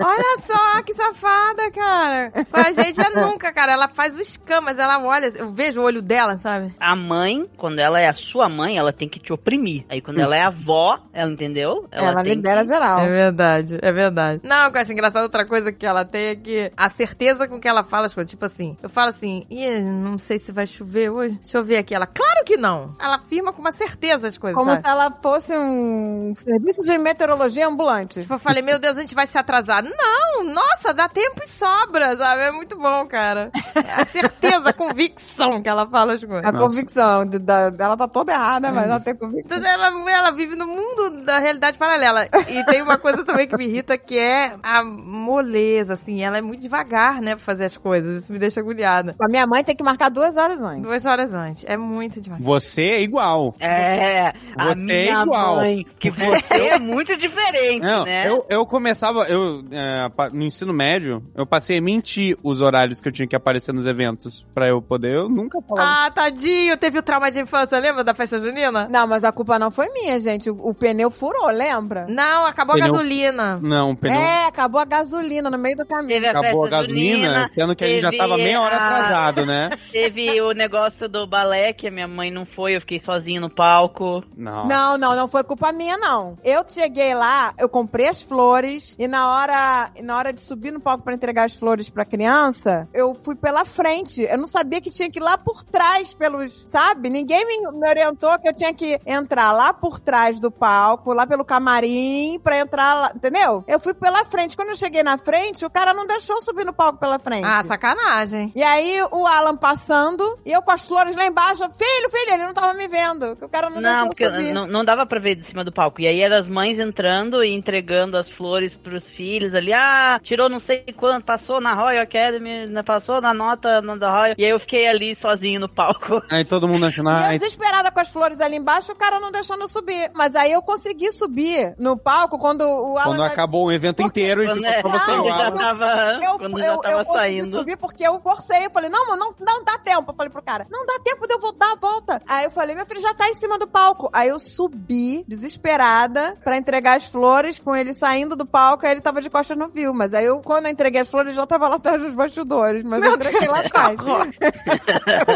Olha só, que safada, cara. Com a gente é nunca, cara. Ela faz o scan, mas ela olha, eu vejo o olho dela, sabe?
A mãe, quando ela é a sua mãe, ela tem que te oprimir. Aí quando ela é a avó, ela entendeu?
Ela,
tem
libera
que...
geral.
É verdade, é verdade. Não, o que eu acho engraçado, outra coisa que ela tem é que a certeza com que ela fala, tipo, tipo assim, eu falo assim, Ih, não sei se vai chover hoje. Deixa eu ver aqui. Ela, claro que não! Ela afirma com uma certeza as coisas.
Como
sabe?
se ela fosse um serviço de meteorologia ambulante.
Tipo, eu falei, meu Deus, a gente vai se atrasar. Não, nossa, dá tempo e sobra, sabe? É muito bom, cara. É a certeza, a convicção que ela fala as coisas.
A convicção de- da- dela tá toda errada, mas ela tem convicção.
Então, Ela, ela vive no mundo da realidade paralela. E tem uma coisa também que me irrita, que é a moleza, assim. Ela é muito devagar, né, pra fazer as coisas. Isso me deixa agoniada.
A minha mãe tem que marcar duas horas antes.
Duas horas antes. É muito devagar.
Você é igual.
É,
Você
a
é
minha
igual.
mãe, que você é muito diferente,
Não,
né?
eu, eu começava, eu, é, pa- no ensino médio, eu passei a mentir os horários que eu tinha que aparecer nos eventos pra eu poder, eu nunca falava.
Ah, tadinho, teve o trauma de infância, lembra da festa junina?
Não, mas a culpa não foi minha, gente. O, o pneu furou, lembra?
Não, acabou a
Pneu-
gasolina.
Não, perdão.
É, acabou a gasolina no meio do caminho.
Teve a
Acabou a
festa
gasolina,
junina,
sendo que a gente já
teve
tava meia hora
a-
atrasado, né?
Teve o negócio do balé, que a minha mãe não foi, eu fiquei sozinha no palco.
Não.
Não, não, não foi culpa minha, não. Eu cheguei lá, eu comprei as flores e na hora, e na hora de subir no palco pra entregar as flores pra criança, eu fui pela frente. Eu não sabia que tinha que ir lá por trás pelos, sabe? Ninguém me, me orientou que eu tinha que entrar lá por trás do palco, lá pelo camarim, pra entrar lá, entendeu? Eu fui pela frente. Quando eu cheguei na frente, o cara não deixou eu subir no palco pela frente.
Ah, sacanagem.
E aí o Alan passando, e eu com as flores lá embaixo, filho, filho, ele não tava me vendo, que o cara não,
Não,
deixou
porque
eu subir.
não, não dava pra ver de cima do palco. E aí eram as mães entrando e entregando as flores pros filhos ali. Ah, tirou não sei quanto, passou na Royal Academy, né, passou na nota na- da Royal. E aí eu fiquei ali sozinho no palco.
Aí todo mundo achando,
E eu
ai,
desesperada com as flores ali embaixo, o cara não deixando eu subir. Mas aí eu consegui subir no palco quando o Alan...
quando
já-
acabou o evento inteiro e
Quando, é,
ficou só você e
quando
o
Não,
já
Alan.
tava,
Eu,
quando já
eu,
tava
eu consegui
saindo.
subir porque eu forcei. Eu falei, não, mano, não, não dá tempo. Eu falei pro cara, não dá tempo de eu voltar a volta. Aí eu falei, meu filho já tá em cima do palco. Aí eu subi, desesperada, pra entregar as flores, com ele saindo do palco, aí ele tava de costas no viu. Mas aí eu, quando eu entreguei as flores, já tava lá atrás dos bastidores. Mas eu entreguei lá atrás.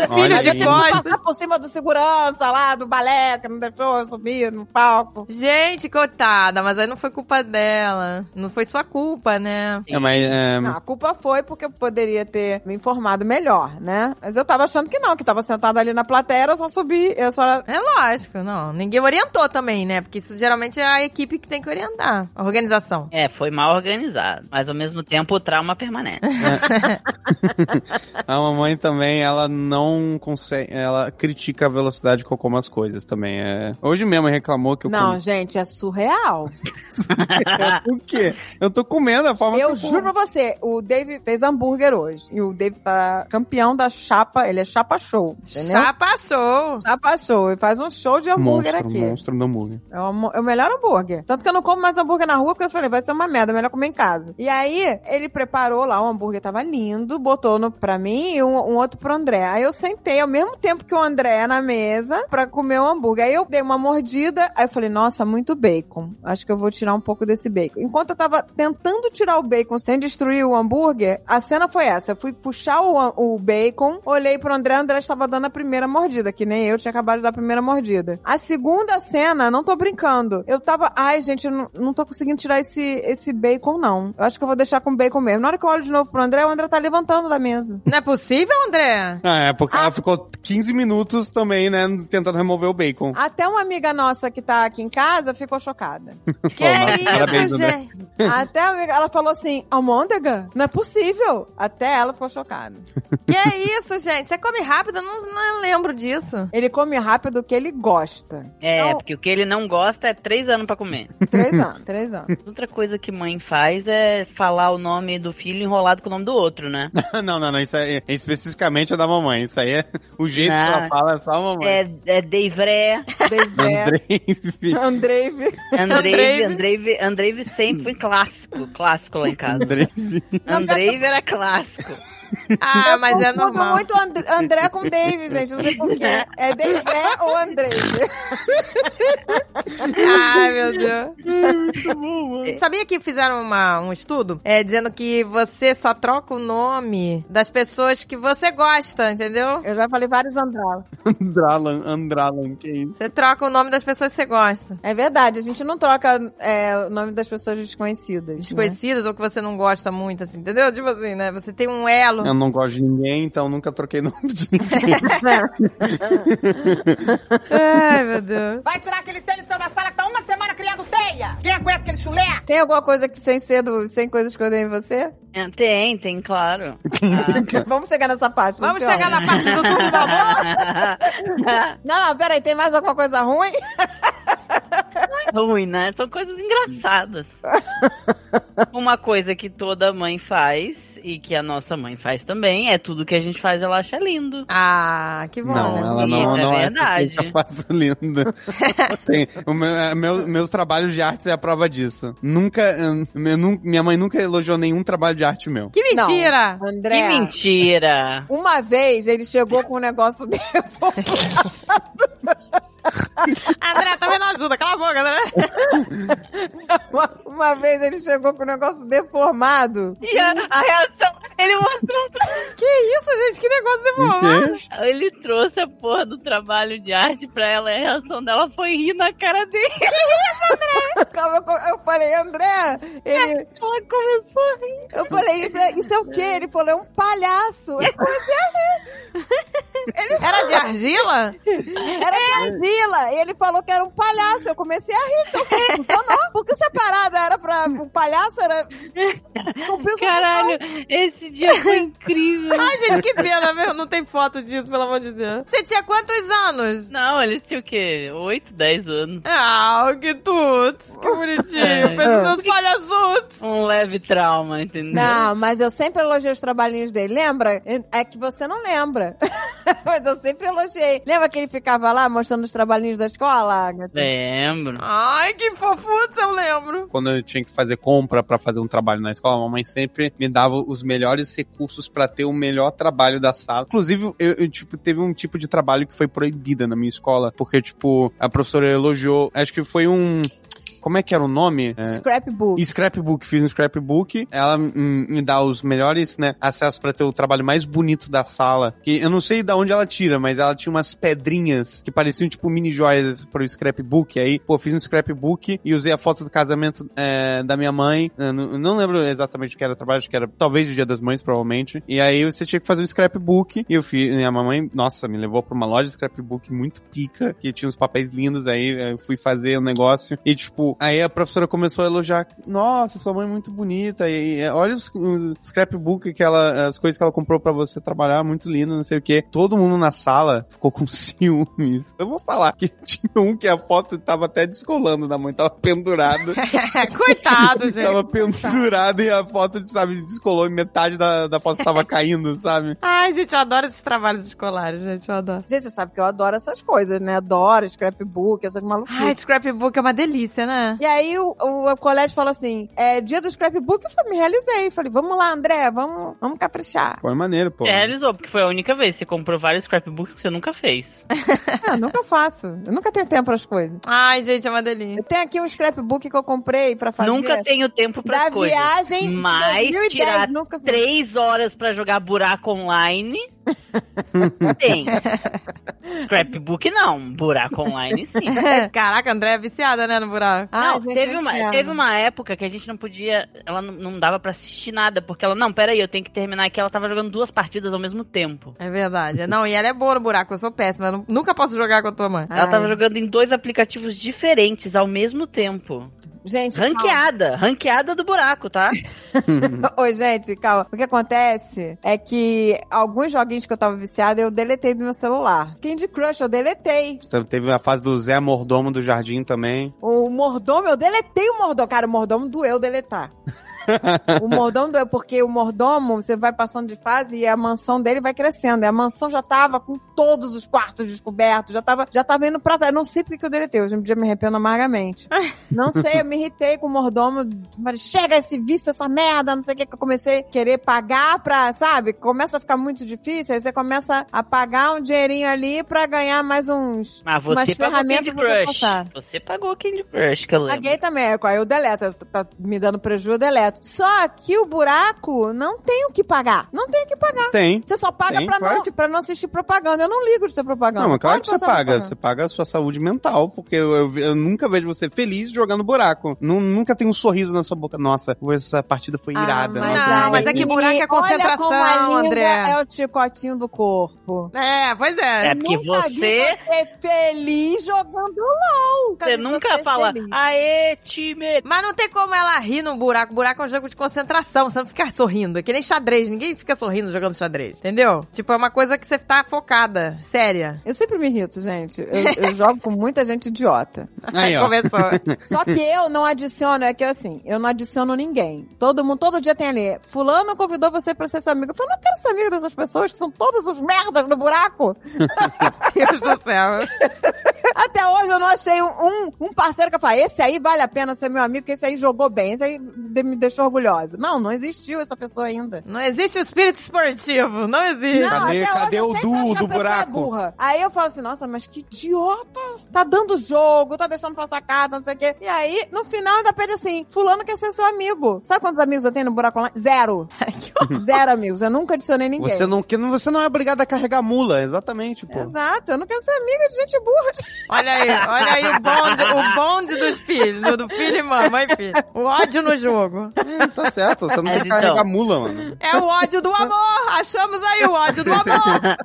Filho
Olha
de
aí.
costas.
Passar por cima do segurança lá, do balé, que não deixou eu subir no palco.
Gente, coitada, mas aí não foi culpa dela. Não foi sua culpa, né?
É, mas, é,
Não, a culpa foi porque eu poderia ter me informado melhor, né? Mas eu tava achando que não, que tava sentado ali na plateia, eu só subi, eu só...
É lógico, não. Ninguém orientou também, né? Porque isso geralmente é a equipe que tem que orientar. A organização.
É, foi mal organizado. Mas ao mesmo tempo o trauma permanece.
a mamãe também, ela não consegue, ela critica a velocidade que eu como as coisas também. É. Hoje mesmo reclamou que eu
não,
comi-
gente, é surreal.
O quê? Eu tô comendo a forma que
eu
eu como.
juro pra você, o Dave fez hambúrguer hoje. E o Dave tá campeão da chapa, ele é chapa show, entendeu?
Já passou.
Chapa show, ele faz um show de hambúrguer
monstro,
aqui.
monstro do hambúrguer.
É o, mo- é o melhor hambúrguer. Tanto que eu não como mais hambúrguer na rua, porque eu falei, vai ser uma merda, é melhor comer em casa. E aí, ele preparou lá, o hambúrguer tava lindo, botou no, pra mim e um, um outro pro André. Aí eu sentei ao mesmo tempo que o André na mesa pra comer o hambúrguer. Aí eu dei uma mordida, aí eu falei, nossa, muito bacon. Acho que eu vou tirar um pouco desse bacon. Enquanto eu tava tentando tirar o bacon sem destruir o hambúrguer, a cena foi essa. Eu fui puxar o, o bacon, olhei pro André, o André estava dando a primeira mordida, que nem eu tinha acabado de dar a primeira mordida. A segunda cena, não tô brincando. Eu tava, ai, gente, eu não, não tô conseguindo tirar esse, esse bacon, não. Eu acho que eu vou deixar com bacon mesmo. Na hora que eu olho de novo pro André, o André tá levantando da mesa.
Não é possível, André?
Ah, é, porque ela ficou 15 minutos também, né, tentando remover o bacon.
Até uma amiga nossa que tá aqui em casa ficou chocada.
Que
mas parabéns,
isso,
André.
gente?
Até a amiga, ela falou assim, almôndega? Não é possível. Até ela ficou chocada.
Que isso, gente? Você come rápido? Eu não, não lembro disso.
Ele come rápido o que ele gosta.
É, porque o que ele não gosta é três anos pra comer.
Três anos, três anos.
Outra coisa que mãe faz é falar o nome do filho enrolado com o nome do outro, né?
não, não, não, isso aí, especificamente é da mamãe. Isso aí é, o jeito que ela
Não.
fala é só a mamãe.
É, é Deivré,
Deivé,
Andrei,
é, Andrei,
Andreve,
Andreve.
Andreve, Andreve sempre foi clássico, clássico lá em casa.
Andrei.
Andreve era clássico.
Ah, mas é
Eu confundo
um
normal.
muito And- André com Dave, gente. Não sei por quê. É Dave ou André.
Ai, meu Deus. É, Sabia que fizeram uma- um estudo é, dizendo que você só troca o nome das pessoas que você gosta, entendeu?
Eu já falei vários André.
Andralan, Andralan, que é isso?
Você troca o nome das pessoas que você gosta.
É verdade, a gente não troca é, o nome das pessoas desconhecidas.
É.
Desconhecidas.
Desconhecidas ou que você não gosta muito, assim, entendeu? Tipo assim, né? Você tem um elo.
Eu não gosto de ninguém, então nunca troquei nome de ninguém.
Ai, meu Deus.
Vai tirar aquele tênis seu da sala que tá uma semana criando teia. Quem aguenta aquele chulé?
né? Tem alguma coisa que sem ser do- sem coisas que eu odeio em você?
É, Tem, tem, claro.
Vamos chegar nessa parte.
Vamos
Luciana.
chegar na parte do tudo bom.
Ah.
Não, não, peraí, tem mais alguma coisa ruim?
Ruim, né? São coisas engraçadas. Uma coisa que toda mãe faz e que a nossa mãe faz também é tudo que a gente faz ela acha lindo.
Ah, que bom.
Não,
né?
ela
Isso
não,
é
não é
verdade.
capaz linda. Tem, o meu, é, meu- meus trabalhos de arte é a prova disso. Nunca, hum, eu nu- minha mãe nunca elogiou nenhum trabalho de arte meu.
Que mentira!
André.
Que mentira!
Uma vez ele chegou com um negócio dele.
André, também não ajuda, cala a boca, né? André.
Uma, uma vez ele chegou com um negócio deformado.
E a, a reação, ele mostrou um tra-
Que isso, gente? Que negócio
O
deformado.
quê?
Ele trouxe a porra do trabalho de arte pra ela e a reação dela foi rir na cara dele.
Calma, eu- eu falei, André, ele,
Ela começou a rir.
Eu falei, isso é, isso é o quê? Ele falou, é um palhaço. Eu comecei a rir.
Era de argila?
Era de
É.
argila. E ele falou que era um palhaço. Eu comecei a rir. Então, funcionou. Porque se a parada era pra... O palhaço era... um Compensa
Caralho, esse dia foi incrível.
Ai, gente, que pena, meu. Não tem foto disso, pelo amor de Deus. Você tinha quantos anos?
Não, eles tinham o quê? 8, 10 anos.
Ah, que tudo. Que bonitinho. Fez os seus palhaçudos.
Um leve trauma, entendeu?
Não, mas eu sempre elogiei os trabalhinhos dele. Lembra? É que você não lembra. mas eu sempre elogiei. Lembra que ele ficava lá mostrando os trabalhinhos da escola? Agatha?
Lembro.
Ai, que fofuto, eu lembro.
Quando eu tinha que fazer compra pra fazer um trabalho na escola, a mamãe sempre me dava os melhores recursos pra ter o melhor trabalho da sala. Inclusive, eu, eu, tipo, teve um tipo de trabalho que foi proibida na minha escola, porque, tipo, a professora elogiou. Acho que foi um. Como é que era o nome? É,
Scrapbook.
E scrapbook, fiz um scrapbook. Ela hum, me dá os melhores, né, acessos pra ter o trabalho mais bonito da sala. Que eu não sei da onde ela tira, mas ela tinha umas pedrinhas que pareciam tipo mini joias pro scrapbook. Aí, pô, fiz um scrapbook e usei a foto do casamento é, da minha mãe. Eu não, eu não lembro exatamente o que era o trabalho, acho que era talvez o Dia das Mães, provavelmente. E aí você tinha que fazer um scrapbook. E eu fiz, e a mamãe, nossa, me levou pra uma loja de scrapbook muito pica, que tinha uns papéis lindos. Aí eu fui fazer o negócio. E tipo, aí a professora começou a elogiar: Nossa, sua mãe é muito bonita. E, e, olha os, os scrapbook que ela, as coisas que ela comprou pra você trabalhar, muito lindo, não sei o quê. Todo mundo na sala ficou com ciúmes. Eu vou falar que tinha um que a foto tava até descolando da mãe, tava pendurada.
Coitado, gente.
Tava pendurada e a foto, sabe, descolou e metade da, da foto tava caindo, sabe?
Ai, gente, eu adoro esses trabalhos escolares, gente, eu adoro.
Gente, você sabe que eu adoro essas coisas, né? Adoro scrapbook, essas maluquices.
Ai, scrapbook é uma delícia, né?
E aí o, o, o colégio falou assim: é dia do scrapbook, eu falei, me realizei. Falei, vamos lá, André, vamos, vamos caprichar.
Foi maneiro, pô.
Você realizou, É, porque foi a única vez. Você comprou vários scrapbooks que você nunca fez.
ah, nunca faço. Eu nunca tenho tempo para as coisas.
Ai, gente, é uma
Eu
delícia.
tenho aqui um scrapbook que eu comprei pra fazer.
Nunca tenho tempo pra
da
coisas.
viagem
mas
de 2010,
tirar
nunca fiz.
Três horas pra jogar buraco online. Tem. Scrapbook não, buraco online sim.
Caraca, a André é viciada, né, no buraco.
Ah,
não,
gente,
teve
eu
uma,
quero.
teve uma época que a gente não podia. Ela não, não dava pra assistir nada, porque ela, não, peraí, eu tenho que terminar aqui. Ela tava jogando duas partidas ao mesmo tempo.
É verdade. Não, e ela é boa no buraco, eu sou péssima. Eu nu- nunca posso jogar com a tua mãe.
Ela tava
Ai,
jogando em dois aplicativos diferentes ao mesmo tempo.
Gente,
Ranqueada, ranqueada do buraco, tá?
Oi, gente, calma. O que acontece é que alguns joguinhos que eu tava viciada eu deletei do meu celular. Candy Crush eu deletei.
Então, Teve a fase do Zé Mordomo do Jardim também.
O mordomo, eu deletei o mordomo. Cara, o mordomo doeu deletar. o mordomo doeu, porque o mordomo, você vai passando de fase e a mansão dele vai crescendo. E a mansão já tava com todos os quartos descobertos, já tava, já tava indo pra trás. Eu Não sei porque que eu deletei, hoje em dia eu me arrependo amargamente. não sei, eu me irritei com o mordomo. Falei, chega esse vício, essa merda, não sei o que, que eu comecei a querer pagar pra, sabe? Começa a ficar muito difícil, aí você começa a pagar um dinheirinho ali pra ganhar mais uns... Mas
Mas você pagou
ferramenta
Candy
pra você
Crush.
passar.
Você pagou Candy Crush, que eu lembro.
Paguei também, é, aí eu deleto, eu- tá me dando prejuízo, eu deleto. Só que o buraco não tem o que pagar. Não tem o que pagar.
Tem.
Você só paga
Tem,
pra,
claro
não,
que-
pra não assistir propaganda. Eu não ligo de ter propaganda.
Não, mas claro
Pode
que você
passar
paga. Você
propaganda.
paga a sua saúde mental, porque eu, eu- eu nunca vejo você feliz jogando buraco. Nu- nunca tem um sorriso na sua boca. Nossa, essa partida foi
Ah,
irada. né?
mas
nossa,
Não,
aí-
mas é que buraco é
Olha como a
concentração,
língua
André.
É o chicotinho do corpo.
É, pois é.
É porque
Nunca vi
você,
você feliz jogando LOL. Nunca
você
vi
nunca
você
fala,
feliz.
aê, time.
Mas não tem como ela rir no buraco. O buraco é um um jogo de concentração, você não ficar sorrindo. É que nem xadrez, ninguém fica sorrindo jogando xadrez, entendeu? Tipo, é uma coisa que você tá focada, séria.
Eu sempre me irrito, gente. Eu, eu jogo com muita gente idiota.
Aí, ó.
Começou.
Só que eu não adiciono, é que assim, eu não adiciono ninguém. Todo mundo, todo dia tem ali, fulano convidou você pra ser seu amigo. Eu falo, não quero ser amigo dessas pessoas que são todos os merdas no buraco.
Deus do céu.
Até hoje eu não achei um, um- um parceiro que eu falei, esse aí vale a pena ser meu amigo, porque esse aí jogou bem, esse aí de- me deixou orgulhosa. Não, não existiu essa pessoa ainda.
Não existe o espírito esportivo, não existe.
Não,
Cadê-
até hoje
cadê
eu
o
sempre
Du
acho que a
do
pessoa é
buraco?
burra. Aí eu falo assim, nossa, mas que idiota! Tá dando jogo, tá deixando passar carta, não sei o quê. E aí, no final, ainda pede assim, fulano quer ser seu amigo. Sabe quantos amigos eu tenho no buraco lá? Zero. Zero amigos. Eu nunca adicionei ninguém.
Você não, que não- você não é obrigado a carregar mula, exatamente, pô.
Exato, eu não quero ser amiga de gente burra.
Olha aí, olha aí o bonde, o bonde dos filhos, do- do filho e mãe, mãe e filho. O ódio no jogo.
É, tá certo, você não
Mas
tem que carregar
então.
mula, mano.
É o ódio do amor! Achamos aí o ódio do amor!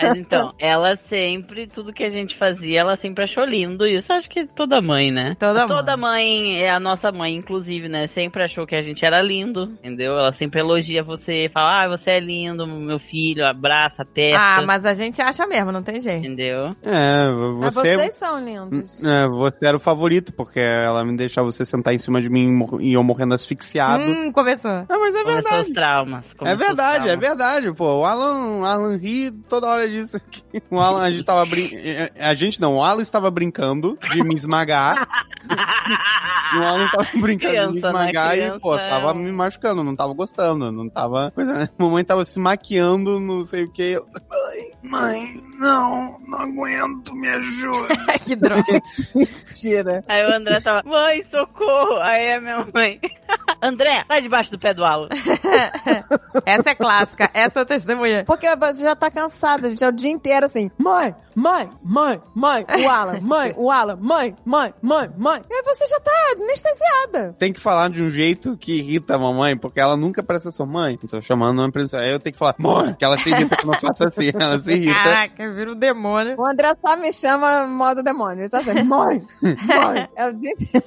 Mas então, ela sempre, tudo que a gente fazia, ela sempre achou lindo. Isso acho que toda mãe, né?
Toda
Toda mãe, é a nossa mãe, inclusive, né? Sempre achou que a gente era lindo, entendeu? Ela sempre elogia você, fala, ah, você é lindo, meu filho, abraça, aperta,
Ah, mas a gente acha mesmo, não tem jeito.
entendeu?
É,
Mas
você.
Ah, vocês são lindos.
é, você era o favorito, porque ela me deixava você sentar em cima de mim e mor- e eu morrendo asfixiado.
Hum, começou.
Ah, mas é
Começou
verdade.
os traumas.
É
começou os
verdade, é
traumas.
verdade, pô. O Alan, o Alan ri toda hora disso aqui. O Alan, a gente tava brin... eh, eh, A gente não, o Alan estava brincando de me esmagar.
Ah,
e o Alan tava brincando de me
Criança, né?
esmagar e,
Criança
pô,
é
tava
um-
me machucando, não tava gostando, não tava. Pois é, a mamãe tava se maquiando, não sei o que. Eu... Mãe, mãe, não, não aguento, me ajuda.
Ai, que droga.
Mentira.
Aí o André tava, mãe, socorro! Aí a minha mãe, André, sai debaixo do pé do Alan.
Essa é clássica, essa eu testemunha.
Porque você já tá cansado, gente. É o dia inteiro assim. Mãe, mãe, mãe, mãe, o Alan, mãe, o Alan, mãe, mãe, mãe, mãe. E aí você já tá anestesiada.
Tem que falar de um jeito que irrita a mamãe, porque ela nunca parece a sua mãe. Então chamando uma pessoa, aí eu tenho que falar, mãe, que ela se irrita quando eu faço assim, ela se
Ah,
irrita.
Caraca, vira um demônio.
O André só me chama modo demônio. Ele só assim, mãe, mãe. É o dia inteiro.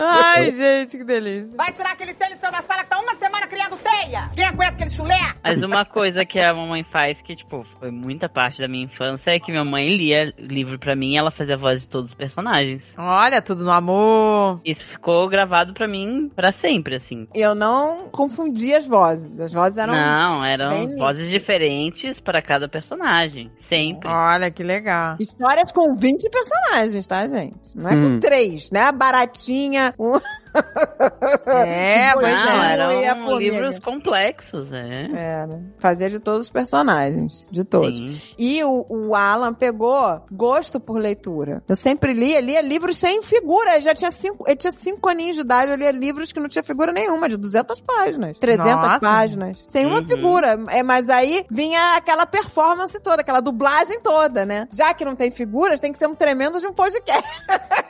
Ai, gente, que delícia.
Vai tirar aquele telha seu da sala que tá uma semana criando teia. Quem aguenta aquele chulé?
Mas uma coisa que a mamãe faz, que, tipo, foi muita parte da minha infância, é que minha mãe lia livro pra mim e ela fazia a voz de todos os personagens.
Olha, tudo no amor.
Isso ficou gravado pra mim pra sempre, assim.
Eu não confundi as vozes. As vozes eram.
Não, eram
bem-
vozes diferentes pra cada personagem. Sempre.
Ah,
Olha, que legal.
Histórias com 20 personagens, tá, gente? Não é com
Hum.
três, né? A baratinha, um...
É, pois
Não,
é.
era- Eu e a
eram
formiga.
livros complexos, é.
Era. Fazia de todos os personagens. De todos.
Sim.
E o, o Alan pegou gosto por leitura. Eu sempre lia, lia livros sem figura. Eu já tinha cinco, eu tinha cinco aninhos de idade, eu lia livros que não tinha figura nenhuma, de 200 páginas, 300
Nossa.
páginas, sem uma
Uhum.
figura. É, mas aí vinha aquela performance toda, aquela dublagem toda, né? Já que não tem figuras, tem que ser um tremendo de um podcast.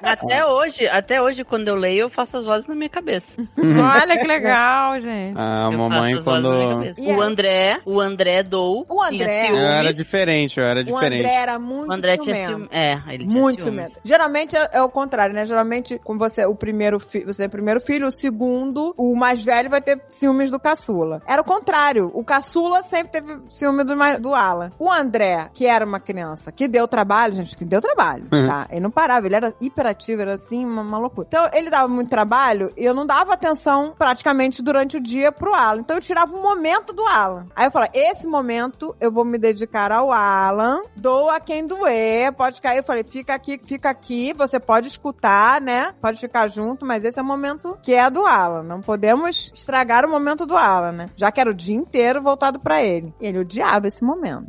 Até hoje, até hoje, quando eu leio, eu faço as vozes na minha cabeça.
Uhum.
Olha que legal, gente.
A
Eu
Ah, mamãe,
faço as vozes
quando.
na minha cabeça.
E
O
é-
André, o André Dou.
O André-
Tinha
Eu era
ciúmes.
diferente, eu era
O André
É diferente.
era muito
o André tinha
ciumento.
ciúme. É, ele tinha
Muito
ciúmes.
ciumento. Geralmente é, é o contrário, né? Geralmente, com você, o primeiro fi- você é o primeiro filho, o segundo, o mais velho vai ter ciúmes do caçula. Era o contrário. O caçula sempre teve ciúme do, ma- do Alan. O André, que era uma criança, que deu trabalho, gente, que deu trabalho, tá? Ele não parava, ele era hiperativo, era assim, uma, uma loucura. Então, ele dava muito trabalho e eu não dava atenção praticamente durante o dia pro Alan. Então, eu tirava um momento do Alan. Aí eu falava, esse momento eu vou me dedicar ao Alan, dou a quem doer, pode cair. Eu falei, fica aqui, fica aqui, você pode escutar, né? Pode ficar junto, mas esse é o momento que é do Alan. Não podemos estragar o momento do Alan, né? Já que era o dia inteiro voltado pra ele. E ele odiava esse momento.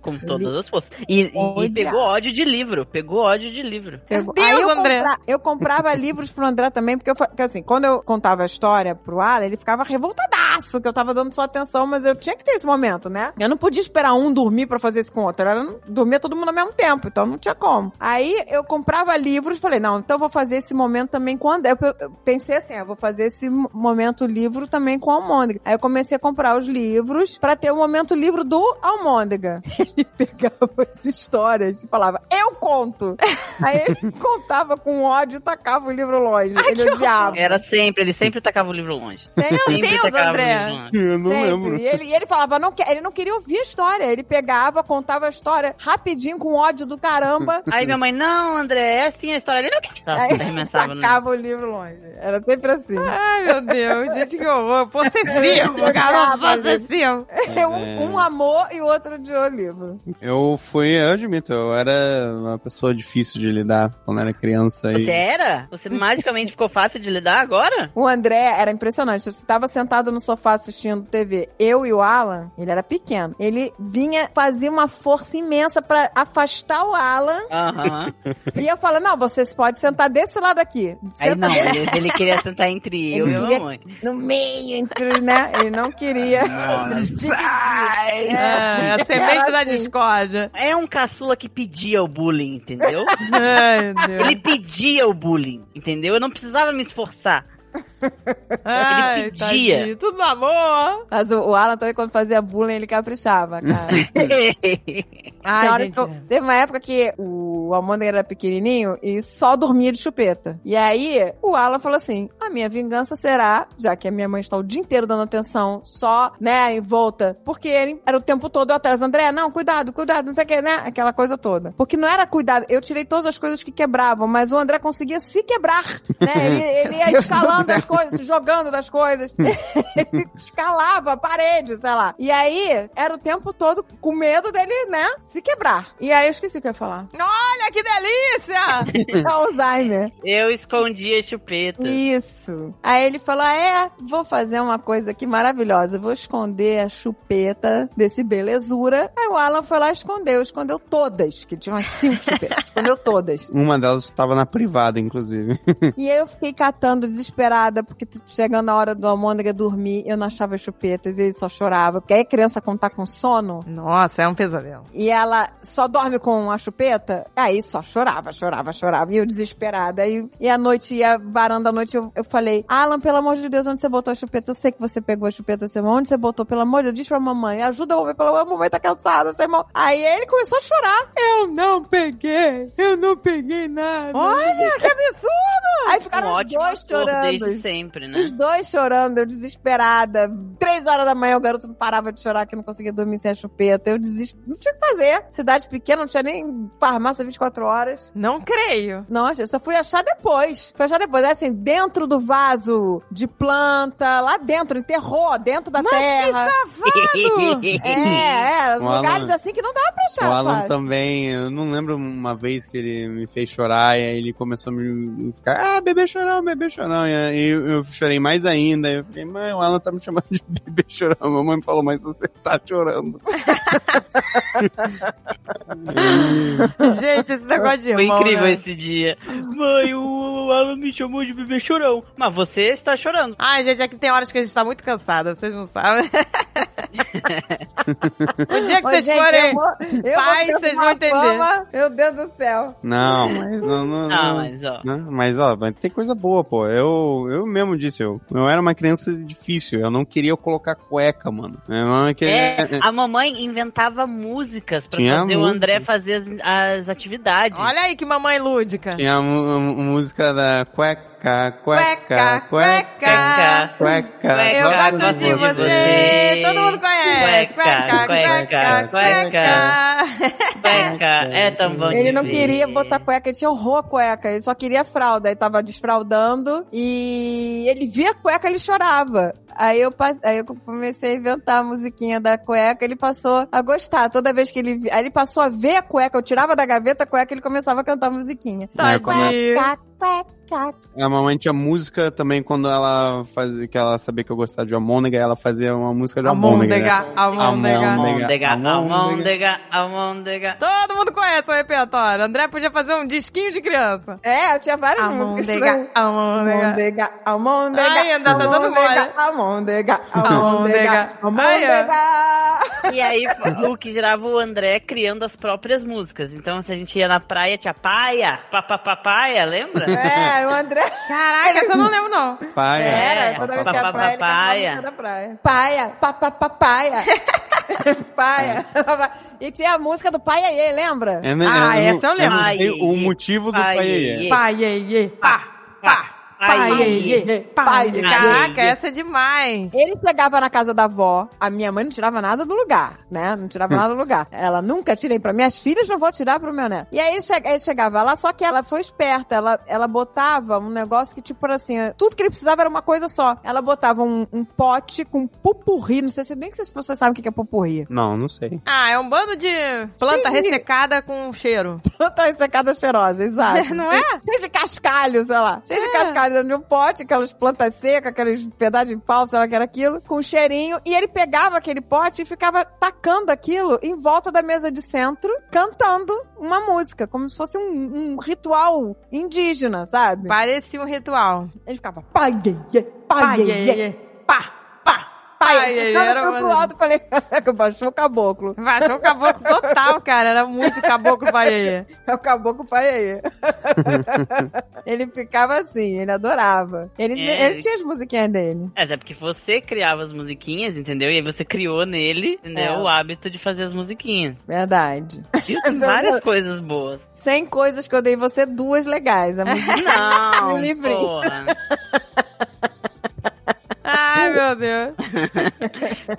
Com todas as forças. E, e- e
Odiava.
pegou ódio de livro. Pegou ódio de livro.
Pegou.
Deus,
eu,
André.
compra- eu comprava livros pro André também, porque eu fa- porque, assim, quando eu contava a história pro Alan, ele ficava revoltadaço. putaço que eu tava dando só atenção, mas eu tinha que ter esse momento, né? Eu não podia esperar um dormir pra fazer isso com o outro. Era, dormia todo mundo ao mesmo tempo, então não tinha como. Aí eu comprava livros, falei, não, então eu vou fazer esse momento também com o André. Eu, eu pensei assim, ah, eu vou fazer esse mo- momento livro também com o Almôndega. Aí eu comecei a comprar os livros pra ter o momento livro do Almôndega. Ele pegava as histórias e falava, eu conto! Aí ele contava com ódio e tacava o livro longe. ele odiava.
Era sempre, ele sempre tacava o livro longe.
Sempre
Sempre
Deus,
tacava
André.
o livro longe.
Eu não
Sempre.
lembro.
E ele, e ele falava, não que- ele não queria ouvir a história. Ele pegava, contava a história rapidinho, com ódio do caramba.
Aí minha mãe, não, André, é assim a história dele. Tá,
Aí
arremessava no
tacava o livro longe. Era sempre assim.
Ai, meu Deus, gente, que horror. Possessivo, garoto, possessivo.
é.
um, um amor e o outro odiou o livro.
Eu fui, eu admito, eu era uma pessoa difícil de lidar quando era criança.
Você
é?
E...
era? Você magicamente ficou fácil de lidar agora?
O André era impressionante. Você estava sentado no sofá assistindo TV. Eu e o Alan, ele era pequeno. Ele vinha fazer uma força imensa pra afastar o Alan.
Aham.
e eu falava, não, você pode sentar desse lado aqui.
Aí
Senta
não,
desse
ele, ele queria sentar entre eu
Ele
e a
queria-
mamãe.
no meio, entre, né? Ele não queria. Sai!
É, a semente da discórdia.
É um caçula que pedia o bullying, entendeu?
Ai, meu Deus.
Ele pedia o bullying, entendeu? Eu não precisava me esforçar.
Ai,
pedia.
tadinho. Tudo no amor.
Mas o, o Alan também, quando fazia bullying, ele caprichava, cara. Tinha
Ai,
hora
gente. é.
que eu- teve uma época que o Amanda era pequenininho e só dormia de chupeta. E aí, o Alan falou assim, a minha vingança será, já que a minha mãe está o dia inteiro dando atenção, só, né, em volta. Porque ele era o tempo todo eu atrás, André, não, cuidado, cuidado, não sei o que, né? Aquela coisa toda. Porque não era cuidado, eu tirei todas as coisas que quebravam, mas o André conseguia se quebrar, né? Ele, ele ia escalando as coisas, se jogando das coisas ele escalava a parede, sei lá. E aí, era o tempo todo com medo dele, né, se quebrar. E aí, eu esqueci o que eu ia falar.
Olha que delícia!
Alzheimer.
Eu escondia a chupeta.
Isso. Aí ele falou, ah, é, vou fazer uma coisa aqui maravilhosa. Vou esconder a chupeta desse belezura. Aí o Alan foi lá e escondeu. Escondeu todas, que tinha umas cinco chupetas. escondeu todas.
Uma delas estava na privada, inclusive.
E aí eu fiquei catando desesperada, porque t- chegando a hora do Almôndega dormir, eu não achava as chupetas e ele só chorava. Porque aí a criança, quando tá com sono,
Nossa, é um pesadelo.
e ela só dorme com a chupeta, aí só chorava, chorava, chorava. E eu desesperada. E, e a noite, e a varanda à noite, eu, eu falei: Alan, pelo amor de Deus, onde você botou a chupeta? Eu sei que você pegou a chupeta, seu irmão. Onde você botou? Pelo amor de Deus, diz pra mamãe. Ajuda a mamãe, pelo amor, a mamãe tá cansada, seu irmão. Aí ele começou a chorar. Eu não peguei, eu não peguei nada.
Olha, que absurdo!
aí
Um
ficaram os
ótimo
dois
ator desde
chorando.
sempre, né?
Os dois chorando, eu desesperada. Três horas da manhã, o garoto não parava de chorar, que não conseguia dormir sem a chupeta. Eu desisto. Não tinha o que fazer. Cidade pequena, não tinha nem farmácia 24 horas.
Não creio.
Não, eu só fui achar depois. Fui achar depois. É assim, dentro do vaso de planta, lá dentro, enterrou, dentro da terra. É, é,
O Alan-
lugares assim que não dava pra
O
achar.
Alan tá-
fácil.
também, eu não lembro uma vez que ele me fez chorar e aí ele começou a me ficar, ah, bebê chorão, bebê chorão. E aí eu, eu chorei mais ainda. Eu falei, mãe, o Alan tá me chamando de bebê chorão. A mamãe falou, mas você tá chorando.
Gente, esse negócio de
Foi
irmão.
incrível
né?
esse dia. Mãe, o Alan me chamou de bebê chorão. Mas você está chorando.
Ai, gente, é que tem horas que a gente tá muito cansada, vocês não sabem. o dia que
Ô,
vocês
gente,
forem.
eu vou- eu vou
pais,
ter
vocês
uma
vão entender.
fama, Meu Deus do céu.
Não, mas não, não,
Ah,
não.
mas ó.
Né? Mas, ó, mas tem coisa boa, pô. Eu, eu mesmo disse, eu, eu era uma criança difícil. Eu não queria colocar cueca, mano. Eu não queria...
É, a mamãe inventava músicas pra
Tinha
fazer o
música.
André fazer as, as atividades.
Olha aí que mamãe lúdica.
Tinha a mu- mu- música da cueca, cueca,
Cueca,
cueca,
cueca.
cueca.
Eu
Cueca,
Gosto
gosto de
de
você.
você.
Todo mundo conhece.
Cueca,
Cueca, cueca,
cueca,
cueca.
Cueca, é tão bom
Ele
de
não
ver.
queria botar cueca, ele tinha horror à cueca, ele só queria fralda, ele tava desfraldando e ele via a cueca, ele chorava. Aí eu, passe- aí eu comecei a inventar a musiquinha da cueca, ele passou a gostar. Toda vez que ele vi- aí ele passou a ver a cueca, eu tirava da gaveta a cueca, ele começava a cantar a musiquinha.
é?
Aí eu come-
Tadinho.
Cueca,
A mamãe tinha música também quando ela fazia, que ela sabia que eu gostava de Almôndega, ela fazia uma música de Almôndega. né?
Almôndega, almôndega.
Almôndega,
Almôndega.
almôndega, almôndega.
Todo mundo conhece o repertório. André podia fazer um disquinho de criança.
É, eu tinha várias músicas.
Almôndega, almôndega.
Almôndega, almôndega,
Ai, ainda tá dando mole.
almôndega, almôndega, almôndega,
Almôndega.
almôndega.
E aí, o que gerava o André criando as próprias músicas. Então, se a gente ia na praia, tinha paia, papapapaya, lembra?
É, o André
Caraca, essa eu não lembro, não.
Pai, é.
era, toda vez que era praia, ele cantava
Papapapaia.
a música da praia. Paia, papapapaia. Paia. E tinha a música do Paia Iê, lembra?
É, né,
Ah,
é,
essa eu lembro.
não sei o motivo do
Ai,
pai.
ai,
é.
Pai, ei, ei, pá, pá, pai, ei,
é,
ei, pai.
Pai, ei,
Caraca,
ei.
essa é demais.
Ele chegava na casa da avó, a minha mãe não tirava nada do lugar, né? Não tirava nada do lugar. Ela nunca tirei pra minhas filhas, não vou tirar pro meu neto. E aí ele, che- ele chegava lá, só que ela foi esperta, ela, ela botava um negócio que, tipo era assim, tudo que ele precisava era uma coisa só. Ela botava um, um pote com pupurri, não sei se nem que as pessoas sabem o que que é pupurri.
Não, não sei.
Ah, é um bando de planta
Sim.
ressecada com cheiro.
Planta ressecada feroz, é exato.
Não é?
Cheio de cascalho, sei lá. Cheio de cascalho dentro de um pote, aquelas plantas secas, aqueles pedaços de pau, sei lá o que era aquilo, com um cheirinho. E ele pegava aquele pote e ficava tacando aquilo em volta da mesa de centro, cantando uma música, como se fosse um, um ritual indígena, sabe?
Parecia um ritual.
Ele ficava pai, iê, iê, pai,
Pai,
iê,
ei,
iê,
ei, pá, pá.
pai.
Ai,
Ele
ele era
ficava pro
uma-
alto, eu falei, que baixou o caboclo.
Baixou o um caboclo total, cara. Era muito caboclo pai, ei, ei.
É o caboclo pai aí. ele ficava assim, ele adorava. Ele,
É,
ele tinha as musiquinhas dele.
Mas é porque você criava as musiquinhas, entendeu? E aí você criou nele entendeu?
É.
o hábito de fazer as musiquinhas.
Verdade.
Isso tem várias coisas boas.
100 coisas que eu dei você, duas legais.
É.
A música
Não,
Me livrei.
porra.
Ai, meu Deus.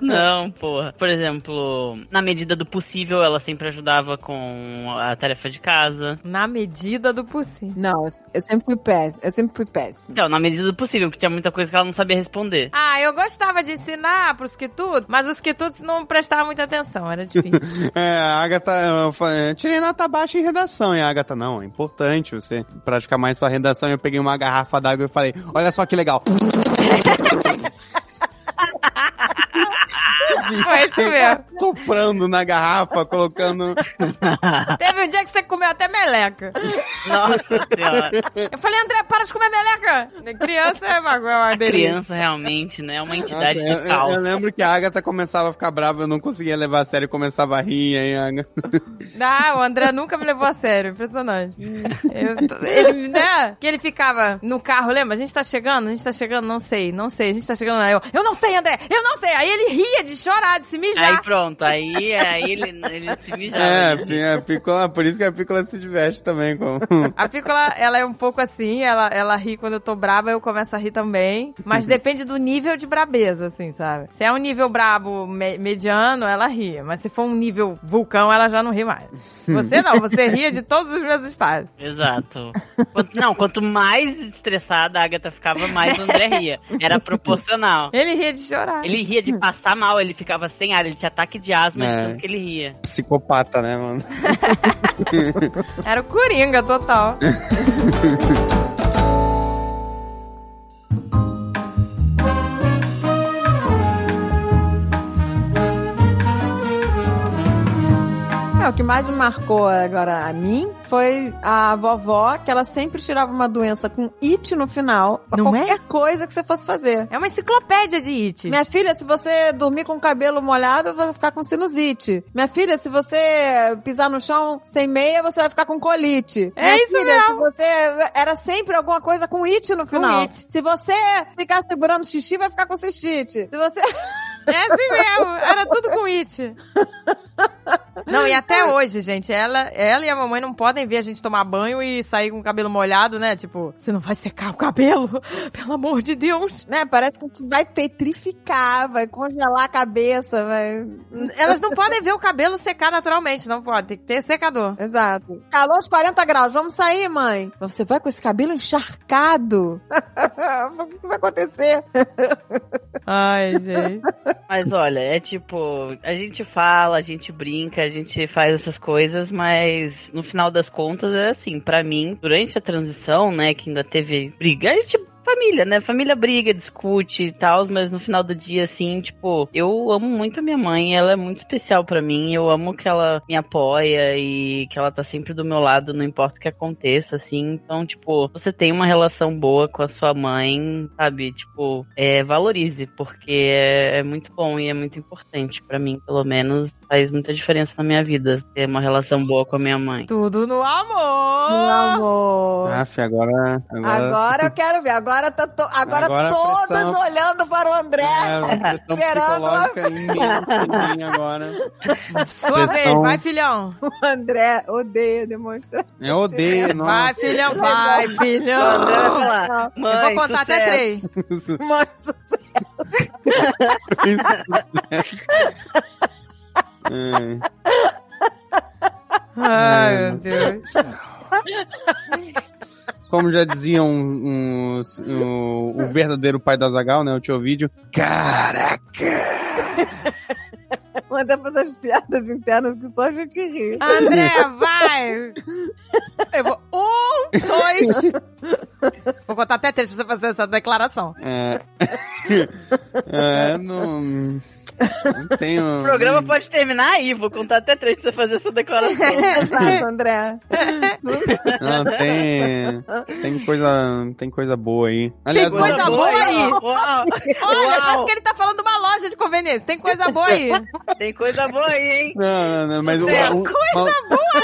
Não, porra. Por exemplo, na medida do possível, ela sempre ajudava com a tarefa de casa.
Na medida do possível.
Não, eu- eu sempre fui péssima. Eu sempre fui péssima.
Então, na medida do possível, porque tinha muita coisa que ela não sabia responder.
Ah, eu gostava de ensinar pros quitudos, mas os quitudos não prestavam muita atenção, era difícil.
É, a Agatha, eu falei, eu tirei nota baixa em redação, e a Agatha, não, é importante você praticar mais sua redação. Eu peguei uma garrafa d'água e falei, olha só que legal.
Foi isso mesmo.
Soprando na garrafa, colocando.
Teve um dia que você comeu até meleca.
Nossa senhora.
Eu falei, André, para de comer meleca! Criança é uma, é uma
A
delícia.
criança realmente, né? É uma
Eu,
entidade de
eu- eu
caos.
lembro que a Agatha começava a ficar brava, eu não conseguia levar a sério, eu começava a rir, aí a Agatha.
Ah, o André nunca me levou a sério, impressionante. Eu tô- ele, né? Que ele ficava no carro, lembra? A gente tá chegando, a gente tá chegando, não sei, não sei, a gente tá chegando lá. Eu, eu não sei, André, eu não sei. Aí ele ria de chorar, de se
Aí
mijar.
pronto, aí, aí ele, ele se né? mijava.
É, pi- a Piccola- por isso que a Piccola se diverte também com.
A Piccola, ela é um pouco assim, ela, ela ri quando eu tô braba, eu começo a rir também. Mas depende do nível de brabeza, assim, sabe? Se é um nível brabo me- mediano, ela ri. Mas se for um nível vulcão, ela já não ri mais. Você não, você ria de todos os meus estágios.
Exato. Quanto- não, quanto mais estressada a Agatha ficava, mais o André ria. Era proporcional.
Ele ria de chorar.
Ele ria de passar mal, ele ficava sem ar, ele tinha ataque de asma,
É.
de tanto que ele ria.
Psicopata, né, mano?
Era o Coringa total.
É, o que mais me marcou agora a mim foi a vovó, que ela sempre tirava uma doença com it no final. Pra
Não é?
qualquer coisa que você fosse fazer.
É uma enciclopédia de it.
Minha filha, se você dormir com o cabelo molhado, você vai ficar com sinusite. Minha filha, se você pisar no chão sem meia, você vai ficar com colite.
É
Minha
isso
filha, se você era sempre alguma coisa com it no final.
it.
Se você ficar segurando xixi, vai ficar com cistite. Se você
É assim mesmo, era tudo com it. Não, e até hoje, gente, ela, ela e a mamãe não podem ver a gente tomar banho e sair com o cabelo molhado, né? Tipo, você não vai secar o cabelo? Pelo amor de Deus.
né? Parece que vai petrificar, vai congelar a cabeça, vai.
Elas não podem ver o cabelo secar naturalmente, não pode. Tem que ter secador.
Exato. Calor de 40 graus, vamos sair, mãe. Mas Você vai com esse cabelo encharcado. o que, que vai acontecer?
Ai, gente.
Mas olha, é tipo, a gente fala, a gente brinca, a gente faz essas coisas, mas no final das contas é assim, pra mim, durante a transição, né, que ainda teve briga, a gente família, né? Família briga, discute e tal, mas no final do dia, assim, tipo, eu amo muito a minha mãe, ela é muito especial pra mim, eu amo que ela me apoia e que ela tá sempre do meu lado, não importa o que aconteça, assim. Então, tipo, você tem uma relação boa com a sua mãe, sabe? Tipo, é, valorize, porque é, é muito bom e é muito importante pra mim, pelo menos, faz muita diferença na minha vida ter uma relação boa com a minha mãe.
Tudo no amor!
Meu amor.
Aff, Ah, agora. Agora.
Agora eu quero ver. Agora, tá to- agora,
Agora a
todos
pressão-
olhando para o André.
É, pressão
Esperando uma-
psicológica em mim, em mim agora.
Sua vez,
Pressão.
vai, filhão.
O
É.
André odeia demonstrar.
Eu odeio, nossa.
Vai, filhão, vai,
André vai
filhão.
falar,
Eu
"Mãe,
vou contar até
sucesso."
três.
Mas
É.
Ai,
É.
meu Deus.
Como já dizia um, um- o- o verdadeiro pai da Zagal, né? O tio vídeo. Caraca!
manda fazer as piadas internas que só a gente ri.
André, vai! Eu vou. Um, dois. Vou contar até três pra você fazer essa declaração.
É. É, não. Não tenho.
O programa pode terminar aí, vou contar até três pra você fazer essa declaração.
Exato, André.
Não, tem. Tem coisa, tem coisa boa aí. Aliás,
Tem coisa
uma-
boa aí.
Uau,
Olha, parece
uau,
que ele tá falando de uma loja de conveniência. Tem coisa boa aí.
tem coisa boa aí, hein?
Não, não, não, mas
Tem
uma, um- uma,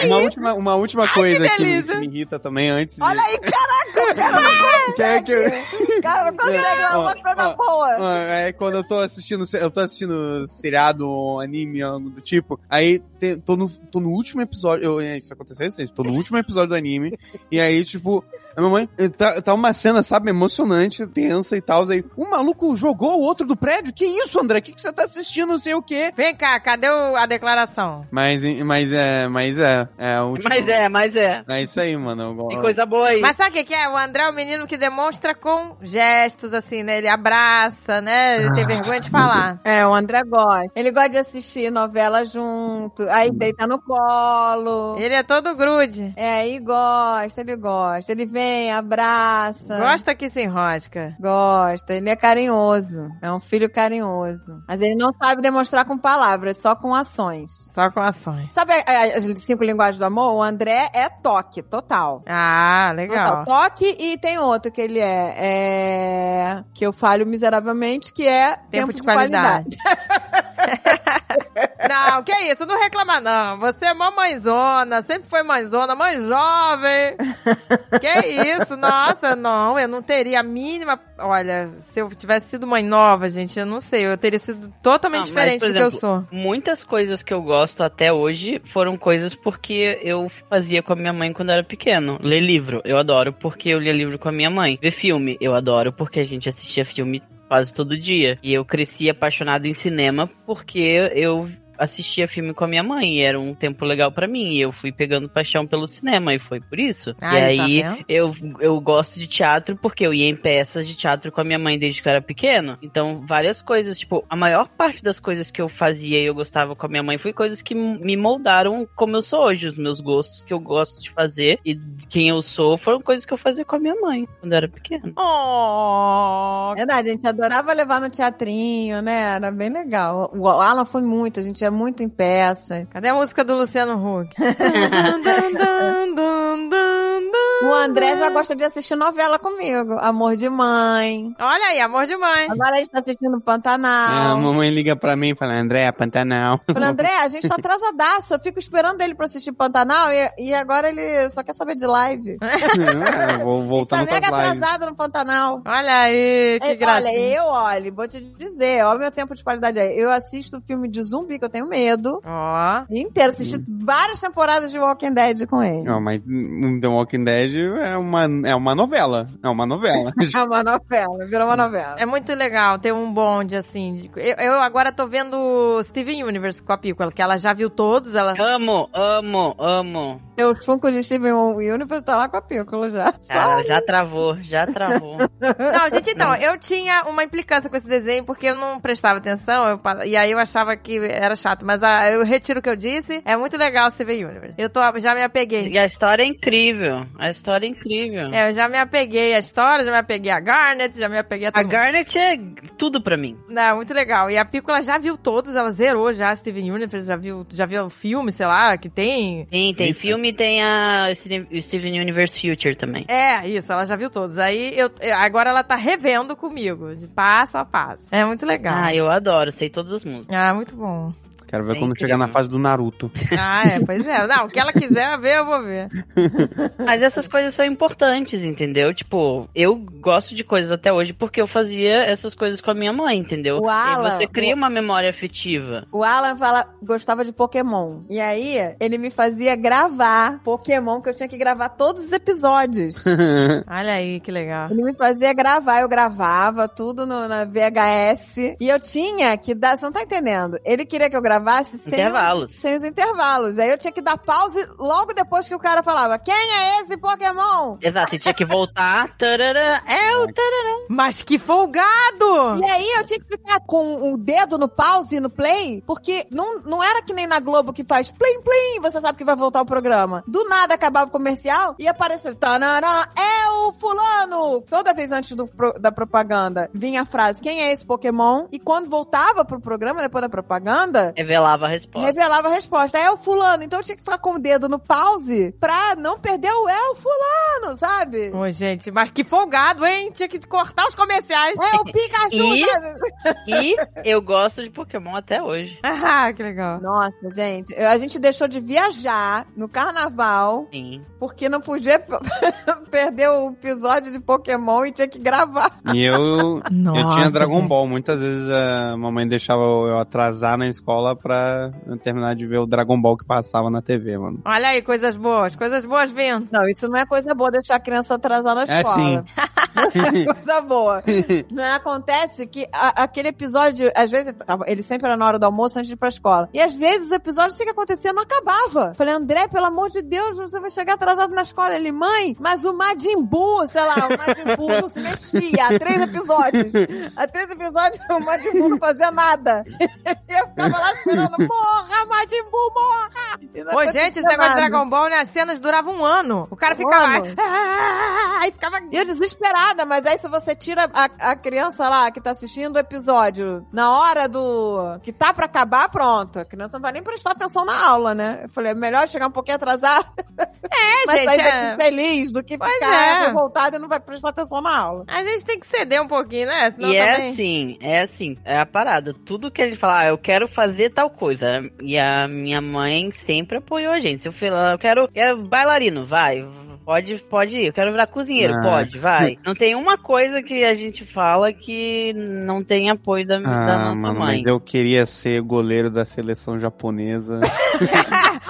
uma última, uma última coisa que, me-
delícia.
que me irrita também antes de.
Olha aí, caraca, o cara não
que é que eu-
consegue, cara não consegue
É,
é,
ó,
uma coisa
ó,
boa.
É quando eu tô assistindo, eu tô assistindo seriado, ou anime, algo do tipo. Aí te- tô, no, tô no último episódio. Eu, é, isso aconteceu recente, tô no último episódio do anime. e aí, tipo, a minha mãe. Tá, tá uma cena, sabe, emocionante, tensa e tal. Aí, um maluco jogou o outro do prédio? Que isso, André? O que, que você tá assistindo? Não sei o quê.
Vem cá, cadê o- a declaração?
Mas, mas é, mas é. É, o último-
Mas é, mas é.
é isso aí, mano. Eu,
Tem coisa boa aí.
Mas sabe o que, que é? O André é o menino que demonstra com gestos, assim, né? Ele abraça, né? Ele tem vergonha de falar.
É, o André gosta. Ele gosta de assistir novela junto, aí deita no colo.
Ele é todo grude.
É, aí gosta, ele gosta. Ele vem, abraça.
Gosta que se enrosca.
Gosta, ele é carinhoso. É um filho carinhoso. Mas ele não sabe demonstrar com palavras, só com ações.
Só com ações.
Sabe a- a- as cinco linguagens do amor? O André é toque, total.
Ah,
Total.
legal.
Toque e tem outro que ele é, é- que eu falho miseravelmente, que é tempo, de, qualidade.
Não, que isso, não reclama não. Você é mó mãezona, sempre foi mãezona, mãe jovem. Que isso, nossa, não, eu não teria a mínima. Olha, se eu tivesse sido mãe nova, gente, eu não sei, eu teria sido totalmente
Ah, mas,
diferente
por
do que eu
exemplo,
sou.
Muitas coisas que eu gosto até hoje foram coisas porque eu fazia com a minha mãe quando eu era pequeno. Ler livro, eu adoro porque eu lia livro com a minha mãe. Ver filme, eu adoro porque a gente assistia filme quase todo dia. E eu cresci apaixonado em cinema porque eu assistia filme com a minha mãe e era um tempo legal pra mim. E eu fui pegando paixão pelo cinema e foi por isso.
Ah,
e
tá
aí
vendo?
eu, eu gosto de teatro porque eu ia em peças de teatro com a minha mãe desde que eu era pequeno. Então, várias coisas, tipo, a maior parte das coisas que eu fazia e eu gostava com a minha mãe foi coisas que m- me moldaram como eu sou hoje, os meus gostos que eu gosto de fazer e quem eu sou foram coisas que eu fazia com a minha mãe quando eu era pequeno.
Oh,
Verdade, a gente adorava levar no teatrinho, né? Era bem legal. O Alan foi muito, a gente é muito em peça.
cadê a música do Luciano Huck? Dun, dun, dun, dun, dun.
O André já gosta de assistir novela comigo. Amor de mãe.
Olha aí, amor de mãe.
Agora a gente tá assistindo
a
Pantanal.
mamãe liga pra mim e fala: André, Pantanal.
Falei, André, a gente tá atrasadaço. Eu fico esperando ele pra assistir Pantanal e, e agora ele só quer saber de live.
É, vou voltar
tá
no
mega
lives.
atrasado no Pantanal.
Olha aí, que
Ele-
graça.
Olha, eu, olha, vou te dizer, olha o meu tempo de qualidade aí. Eu assisto filme de zumbi que eu tenho medo.
Ó,
Uhum.
Inteiro, assisti várias temporadas de Walking Dead com ele.
Não, mas um The Walking Dead hoje é uma, é uma novela. É uma novela.
É uma novela, virou uma novela.
É muito legal ter um bonde, assim. de- Eu, eu agora tô vendo Steven Universe com a Piccolo, que ela já viu todos, ela...
Amo, amo, amo.
Teu um funko de Steven Universe tá lá com a Piccolo já. Só.
Cara, Ah, já travou, já travou.
Não, gente, então, eu tinha uma implicância com esse desenho, porque eu não prestava atenção, eu pa- e aí eu achava que era chato. Mas ah, eu retiro o que eu disse, é muito legal Steven Universe. Eu tô, já me apeguei.
E a história é incrível. A história é incrível.
É, eu já me apeguei à história, já me apeguei a Garnet, já me apeguei a
A
tudo.
Garnet é tudo pra mim.
Não, é muito legal. E a Piccola já viu todos, ela zerou já Steven Universe, já viu, já viu o filme, sei lá, que tem.
Sim, tem
Eita.
filme e tem a Steven Steven Universe Future também.
É, isso, ela já viu todos. Aí eu eu- agora ela tá revendo comigo, de passo a passo. É muito legal.
Ah, eu adoro, sei todas as músicas.
Ah, muito bom.
Quero ver
É
quando
incrível.
chegar na fase do Naruto.
Ah, é, pois é. Não, o que ela quiser ver, eu vou ver.
Mas essas coisas são importantes, entendeu? Tipo, eu gosto de coisas até hoje porque eu fazia essas coisas com a minha mãe, entendeu?
O Alan-
e você cria uma memória afetiva.
O Alan fala, gostava de Pokémon. E aí, ele me fazia gravar Pokémon, que eu tinha que gravar todos os episódios.
Olha aí, que legal.
Ele me fazia gravar, eu gravava tudo no- na VHS. E eu tinha que dar. Você não tá entendendo? Ele queria que eu gravasse sem,
Intervalos.
sem os intervalos. Aí eu tinha que dar pause logo depois que o cara falava: Quem é esse Pokémon?
Exato, você tinha que voltar. Tarará, é o tarará.
Mas que folgado!
E aí eu tinha que ficar com o dedo no pause e no play, porque não, não era que nem na Globo que faz plim plim, você sabe que vai voltar o programa. Do nada acabava o comercial e apareceu tananã, é o fulano! Toda vez antes do pro- da propaganda vinha a frase, quem é esse Pokémon? E quando voltava pro programa, depois da propaganda,
Revelava a resposta.
revelava a resposta, é o fulano. Então eu tinha que ficar com o dedo no pause pra não perder o é o fulano, sabe?
Ô, gente, mas que folgado, hein? Tinha que cortar os comerciais.
É o Pikachu,
E-
sabe?
E eu gosto de Pokémon até hoje.
Ah, que legal.
Nossa, gente, eu- a gente deixou de viajar no carnaval
Sim.
porque não podia p- perder o episódio de Pokémon e tinha que gravar.
E eu,
Nossa,
eu tinha Dragon
gente.
Ball. Muitas vezes a mamãe deixava eu atrasar na escola pra eu terminar de ver o Dragon Ball que passava na TV, mano.
Olha aí, coisas boas, coisas boas vindo.
Não, isso não é coisa boa deixar a criança atrasar na
É
escola. Não é coisa boa. Não acontece que a- aquele episódio, às vezes, tava- ele sempre era na hora do almoço antes de ir pra escola. E às vezes o episódio, sei que acontecia, não acabava. Falei, André, pelo amor de Deus, você vai chegar atrasado na escola. Ele, mãe, mas o Majin Buu, sei lá, o Majin Buu não se mexia há três episódios. Há três episódios o Majin Buu não fazia nada. E eu ficava lá esperando, morra, Majin Buu, morra! E não
Ô, gente, esse
acontecia
negócio de
nada.
Dragon Ball, né? As cenas duravam um ano. O cara
Um
ficava.
ano?
"Ah", Aí ficava.
E eu desesperada, mas aí se você tira a, a criança lá que tá assistindo o episódio na hora do. que tá pra acabar, pronto. A criança não vai nem prestar atenção na aula, né? Eu falei, é melhor chegar um pouquinho atrasada,
É,
mas
gente.
sair
é-
daqui feliz do que
Pois
ficar
é.
revoltada e não vai prestar atenção na aula.
A gente tem que ceder um pouquinho, né? Senão
e é
também.
assim, é assim, é a parada. Tudo que ele fala, ah, eu quero fazer tal coisa. E a minha mãe sempre apoiou a gente. Se eu falar, eu quero, quero bailarino, vai. Pode, pode ir. Eu quero virar cozinheiro,
Ah.
pode, vai. Não tem uma coisa que a gente fala que não tem apoio da, da
Ah,
nossa
mano,
mãe.
mas eu queria ser goleiro da seleção japonesa.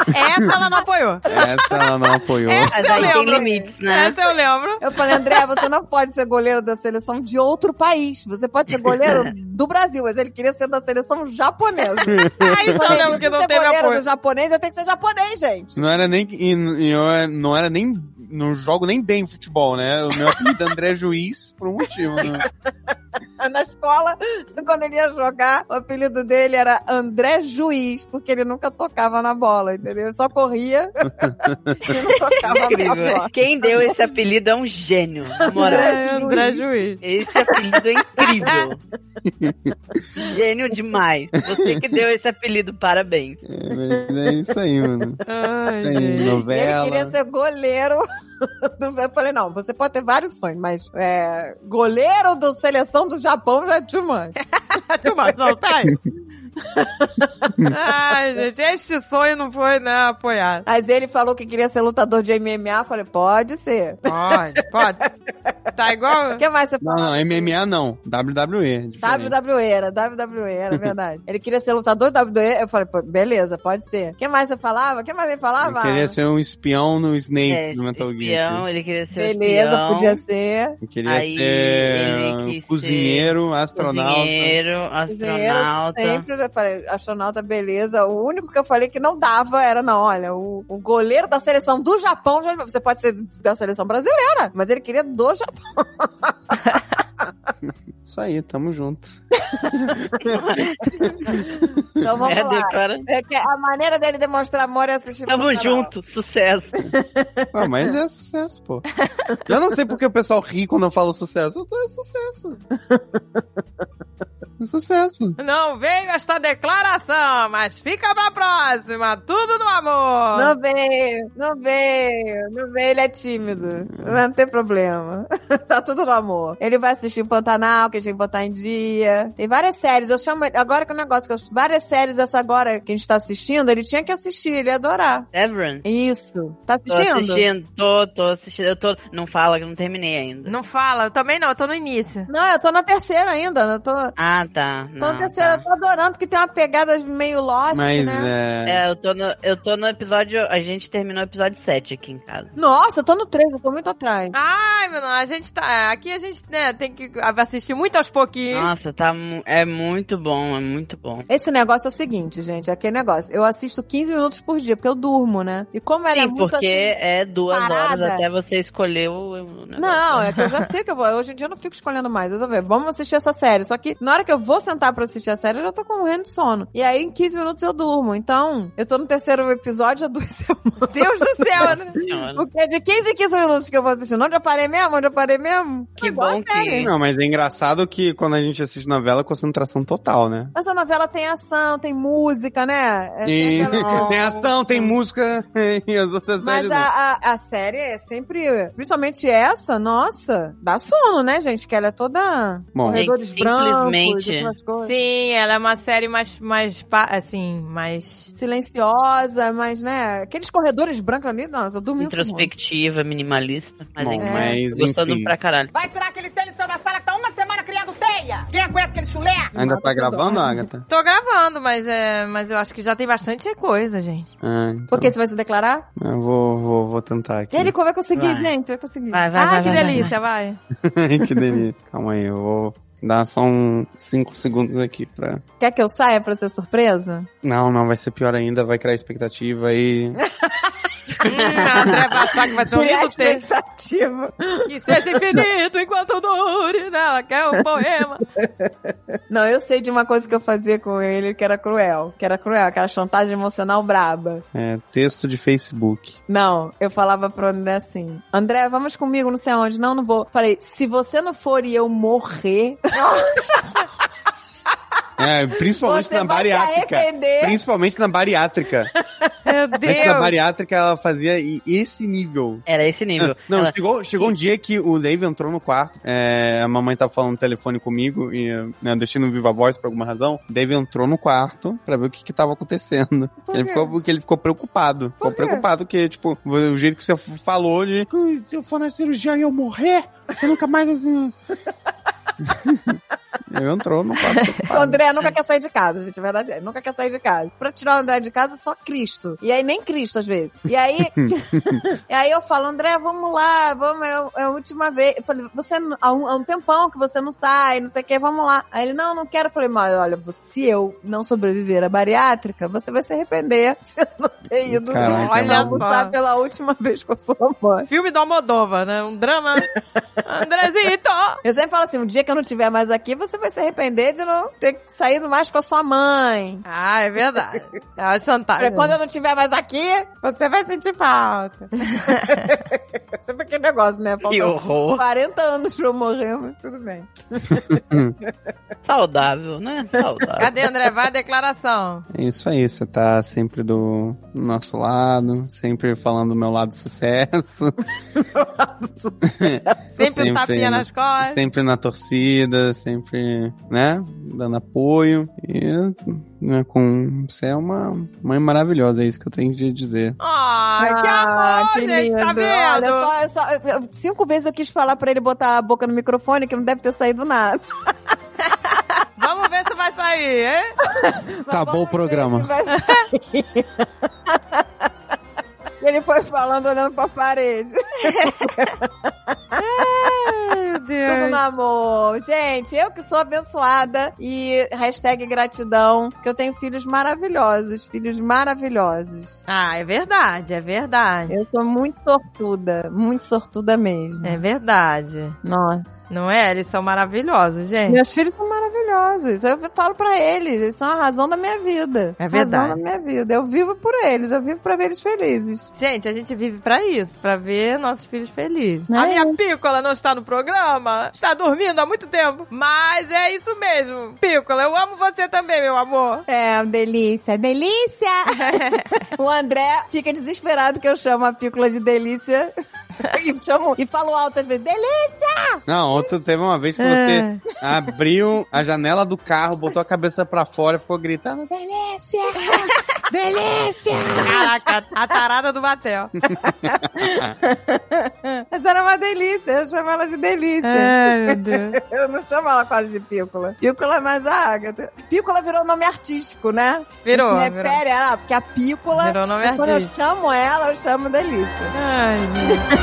Essa ela não apoiou.
Essa ela não apoiou.
Mas
eu
aí tem
lembro.
limites, né?
Essa eu lembro.
Eu falei, André, você não pode ser goleiro da seleção de outro país. Você pode ser goleiro do Brasil, mas ele queria ser da seleção japonesa.
Aí
Eu
eu
falei,
lembro que é Ah,
se
então não
ser
teve
goleiro
apoio.
do japonês, eu tenho que ser japonês, gente.
Não era nem. e n- Eu é- não era nem. Não jogo nem bem futebol, né? O meu apelido é André Juiz por um motivo, né?
na escola, quando ele ia jogar, o apelido dele era André Juiz, porque ele nunca tocava na bola, entendeu? Ele só corria e não tocava na
Incrível.
bola.
Quem deu esse apelido é um gênio, na moral.
É, André Juiz.
Esse apelido é incrível. Gênio demais. Você que deu esse apelido, parabéns.
É, é isso aí, mano.
Ai,
Tem
gente.
E Ele
novela.
queria ser goleiro. do- Eu falei, não, você pode ter vários sonhos, mas é, goleiro da seleção do Japão já te manda.
Too much, não, tá aí. Ai, gente, este sonho não foi, né, apoiado.
Mas ele falou que queria ser lutador de MMA, eu falei, pode ser.
Pode, pode. Tá igual?
O que mais você
Não, não, MMA não. WWE. é diferente.
WWE era, WWE era, é verdade. Ele queria ser lutador WWE, eu falei, pô, beleza, pode ser. O que mais você falava? O que mais ele falava?
Eu queria ser um espião no Snake
tá É,
do Metal
espião,
Gear.
ele queria ser
Beleza,
espião,
podia ser.
Eu queria
Aí,
ter
ele quis
cozinheiro, astronauta.
cozinheiro,
Cozinheiro,
astronauta.
Sempre eu falei, astronauta, beleza. O único que eu falei que não dava era, não, olha, o, o goleiro da seleção do Japão, já- você pode ser da seleção brasileira, mas ele queria do Japão.
Isso aí, tamo junto.
Então vamos
É,
lá.
declara.
É que a maneira dele demonstrar amor é assistir.
Tamo
futebol.
junto, sucesso.
Ah, mas é sucesso, pô. Eu não sei porque o pessoal ri quando eu falo sucesso. Eu tô- É sucesso. É sucesso.
Não veio esta declaração, mas fica pra próxima. Tudo no amor.
Não veio, não veio, não veio, ele é tímido. Mas não tem problema. tá tudo no amor. Ele vai assistir Pantanal, que a gente tem que botar em dia. Tem várias séries, eu chamo ele- agora que é um negócio que eu, várias séries essa agora que a gente tá assistindo, ele tinha que assistir, ele ia adorar.
Severance.
Isso. Tá
Tô
assistindo?
assistindo, tô, tô assistindo. Eu tô. Não fala que eu não terminei ainda.
Não fala, eu também não, eu tô no início.
Não, eu tô na terceira ainda, eu tô Tô
Ah, tá.
na
não,
terceira,
tá.
eu tô adorando, porque tem uma pegada meio lost,
Mas
né?
é.
É, eu tô, no, eu tô no episódio. A gente terminou o episódio 7 aqui em casa.
Nossa, eu tô no 3, eu tô muito atrás.
Ai, meu, a gente tá. Aqui a gente né, tem que assistir muito aos pouquinhos.
Nossa, tá, mu- é muito bom, é muito bom.
Esse negócio é o seguinte, gente, é aquele negócio. Eu assisto 15 minutos por dia, porque eu durmo, né? E como ela é
Sim,
muito
porque
assim-
é duas
parada.
horas até você escolher o. o negócio.
Não, é que eu já sei que eu vou. Hoje em dia eu não fico escolhendo mais. Eu tô vendo, vamos assistir essa série. Só que na hora que eu vou sentar pra assistir a série, eu já tô um morrendo de sono. E aí, em 15 minutos, eu durmo. Então, eu tô no terceiro episódio há duas semanas.
Deus do céu, né?
Senhora,
Porque é de 15 em 15 minutos que eu vou assistindo. Onde eu parei mesmo? Onde eu parei mesmo?
Que
Igual a
bom
série.
que.
Não, mas é engraçado que quando a gente assiste novela, é concentração total, né?
Essa novela tem ação, tem música, né? É, tem
E-
aquela-
tem ação, tem música e as outras
Mas
séries. não.
a, a, a série é sempre. Principalmente essa, nossa, dá sono, né, gente? Que ela é toda.
Bom,
Gente,
corredores brancos,
simplesmente.
aquelas coisas.
Sim, ela é uma série mais, mais pa- assim, mais.
Silenciosa, mas, né? Aqueles corredores brancos ali, nossa, eu dormi um segundo.
Introspectiva, minimalista. Mas,
Bom,
enfim,
mas,
tô gostando
enfim.
pra caralho.
Vai tirar aquele tênis seu da sala que tá uma semana criando teia. Quem aguenta aquele chulé?
ainda tá
Nada, adoro.
gravando, Agatha?
Tô gravando, mas, é, mas eu acho que já tem bastante coisa, gente.
Ah, então.
Por que você vai se declarar?
Eu vou, vou, vou tentar aqui.
Ele como é vai conseguir,
Vai.
gente? Vai conseguir.
Vai, vai,
ah,
vai.
que
vai, vai,
delícia, vai.
que delícia. Calma aí, eu vou dar só uns 5 segundos aqui pra.
Quer que eu saia pra ser surpresa?
Não, não, vai ser pior ainda, vai criar expectativa e.
Hum, a André vai achar que vai
Então,
ser um
Criar
lindo texto.
expectativa.
Que seja infinito enquanto dure, né? Ela quer um poema.
Não, eu sei de uma coisa que eu fazia com ele que era cruel. Que era cruel, aquela chantagem emocional braba.
É, texto de Facebook.
Não, eu falava pro André assim: André, vamos comigo, não sei aonde. Não, não vou. Falei: se você não for e eu morrer,
É, principalmente
você
na
vai se
bariátrica.
arrepender.
Principalmente na bariátrica.
Meu
Antes da
Deus.
bariátrica ela fazia e- esse nível.
Era esse nível.
Não,
Ela-
chegou, chegou um dia que o Dave entrou no quarto. é, a mamãe tava falando no telefone comigo e né, eu deixei no Viva Voz por alguma razão. Dave entrou no quarto pra ver o que que tava acontecendo.
Por
Ele
quê?
ficou, porque ele ficou preocupado. Ficou
quê?
preocupado que, tipo, o jeito que você falou de "Ui, se eu for na cirurgia e eu morrer, você nunca mais assim... Ele entrou no
O
quarto. preocupado.
André nunca quer sair de casa, gente. A verdade é, nunca quer sair de casa. Pra tirar o André de casa, só Cristo. E aí, nem Cristo, às vezes. E aí, e aí eu falo, André, vamos lá, vamos, é, o- é a última vez. Eu falei, você, não- há um, há um tempão que você não sai, não sei o que, vamos lá. Aí ele, não, não quero. Eu falei, mas olha, se eu não sobreviver à bariátrica, você vai se arrepender de não ter ido.
Caraca,
Olha
mano.
almoçar
só.
pela última vez com a sua mãe.
Filme do Almodóvar, né? Um drama. Andrezito!
Eu sempre falo assim, um dia que eu não estiver mais aqui, você vai se arrepender de não ter saído mais com a sua mãe.
Ah, é verdade. É uma
Porque
chantagem.
Quando eu não estiver mais aqui, você vai sentir falta. sempre aquele negócio, né?
Que
um
Faltam
horror.
40 anos pra eu morrer, mas tudo bem.
Saudável, né? Saudável.
Cadê, André? Vai a declaração.
É isso aí, você tá sempre do nosso lado, sempre falando do meu lado sucesso,
Sempre um
Sempre.
tapinha nas costas.
sempre na torcida, sempre sempre, né, dando apoio. E né, com, você é uma mãe maravilhosa, é isso que eu tenho de dizer.
Ai, que
Ah,
amor,
que
gente, tá
lindo.
vendo?
Olha, só, eu só- eu- cinco vezes eu quis falar pra ele botar a boca no microfone, que não deve ter saído nada.
Vamos ver se vai sair, hein?
Mas
Acabou
vamos
o programa.
ver se vai sair. Ele foi falando, olhando pra parede.
Meu
Tudo no
Deus.
amor. Gente, eu que sou abençoada. E hashtag gratidão, que eu tenho filhos maravilhosos. Filhos maravilhosos.
Ah, é verdade, é verdade.
Eu sou muito sortuda. Muito sortuda mesmo.
É É. verdade.
Nossa.
Não é? Eles são maravilhosos, gente.
Meus filhos são maravilhosos. Eu falo pra eles, eles são a razão da minha vida.
É verdade.
Razão da minha vida. Eu vivo por eles, eu vivo pra ver eles felizes.
Gente, a gente vive pra isso, pra ver nossos filhos felizes.
É
a minha
isso.
Pícola não está no programa, está dormindo há muito tempo. Mas é isso mesmo. Pícola, eu amo você também, meu amor.
É, delícia, delícia! o André fica desesperado que eu chamo a pícola de delícia. e, chamo, e falo alto às vezes, delícia!
Não, outra, teve uma vez que você abriu a janela do carro, botou a cabeça pra fora e ficou gritando.
Caraca, a tarada do Batel.
É. Essa era uma delícia, eu chamo ela de delícia.
Ai, meu Deus.
Eu não chamo ela quase de pícola. Pícola é mais a Ágata. Pícola virou nome artístico, né?
Virou,
Se
virou.
refere a ela, porque a pícola,
Virou nome
quando eu
artístico.
chamo ela, eu chamo delícia.
Ai, gente.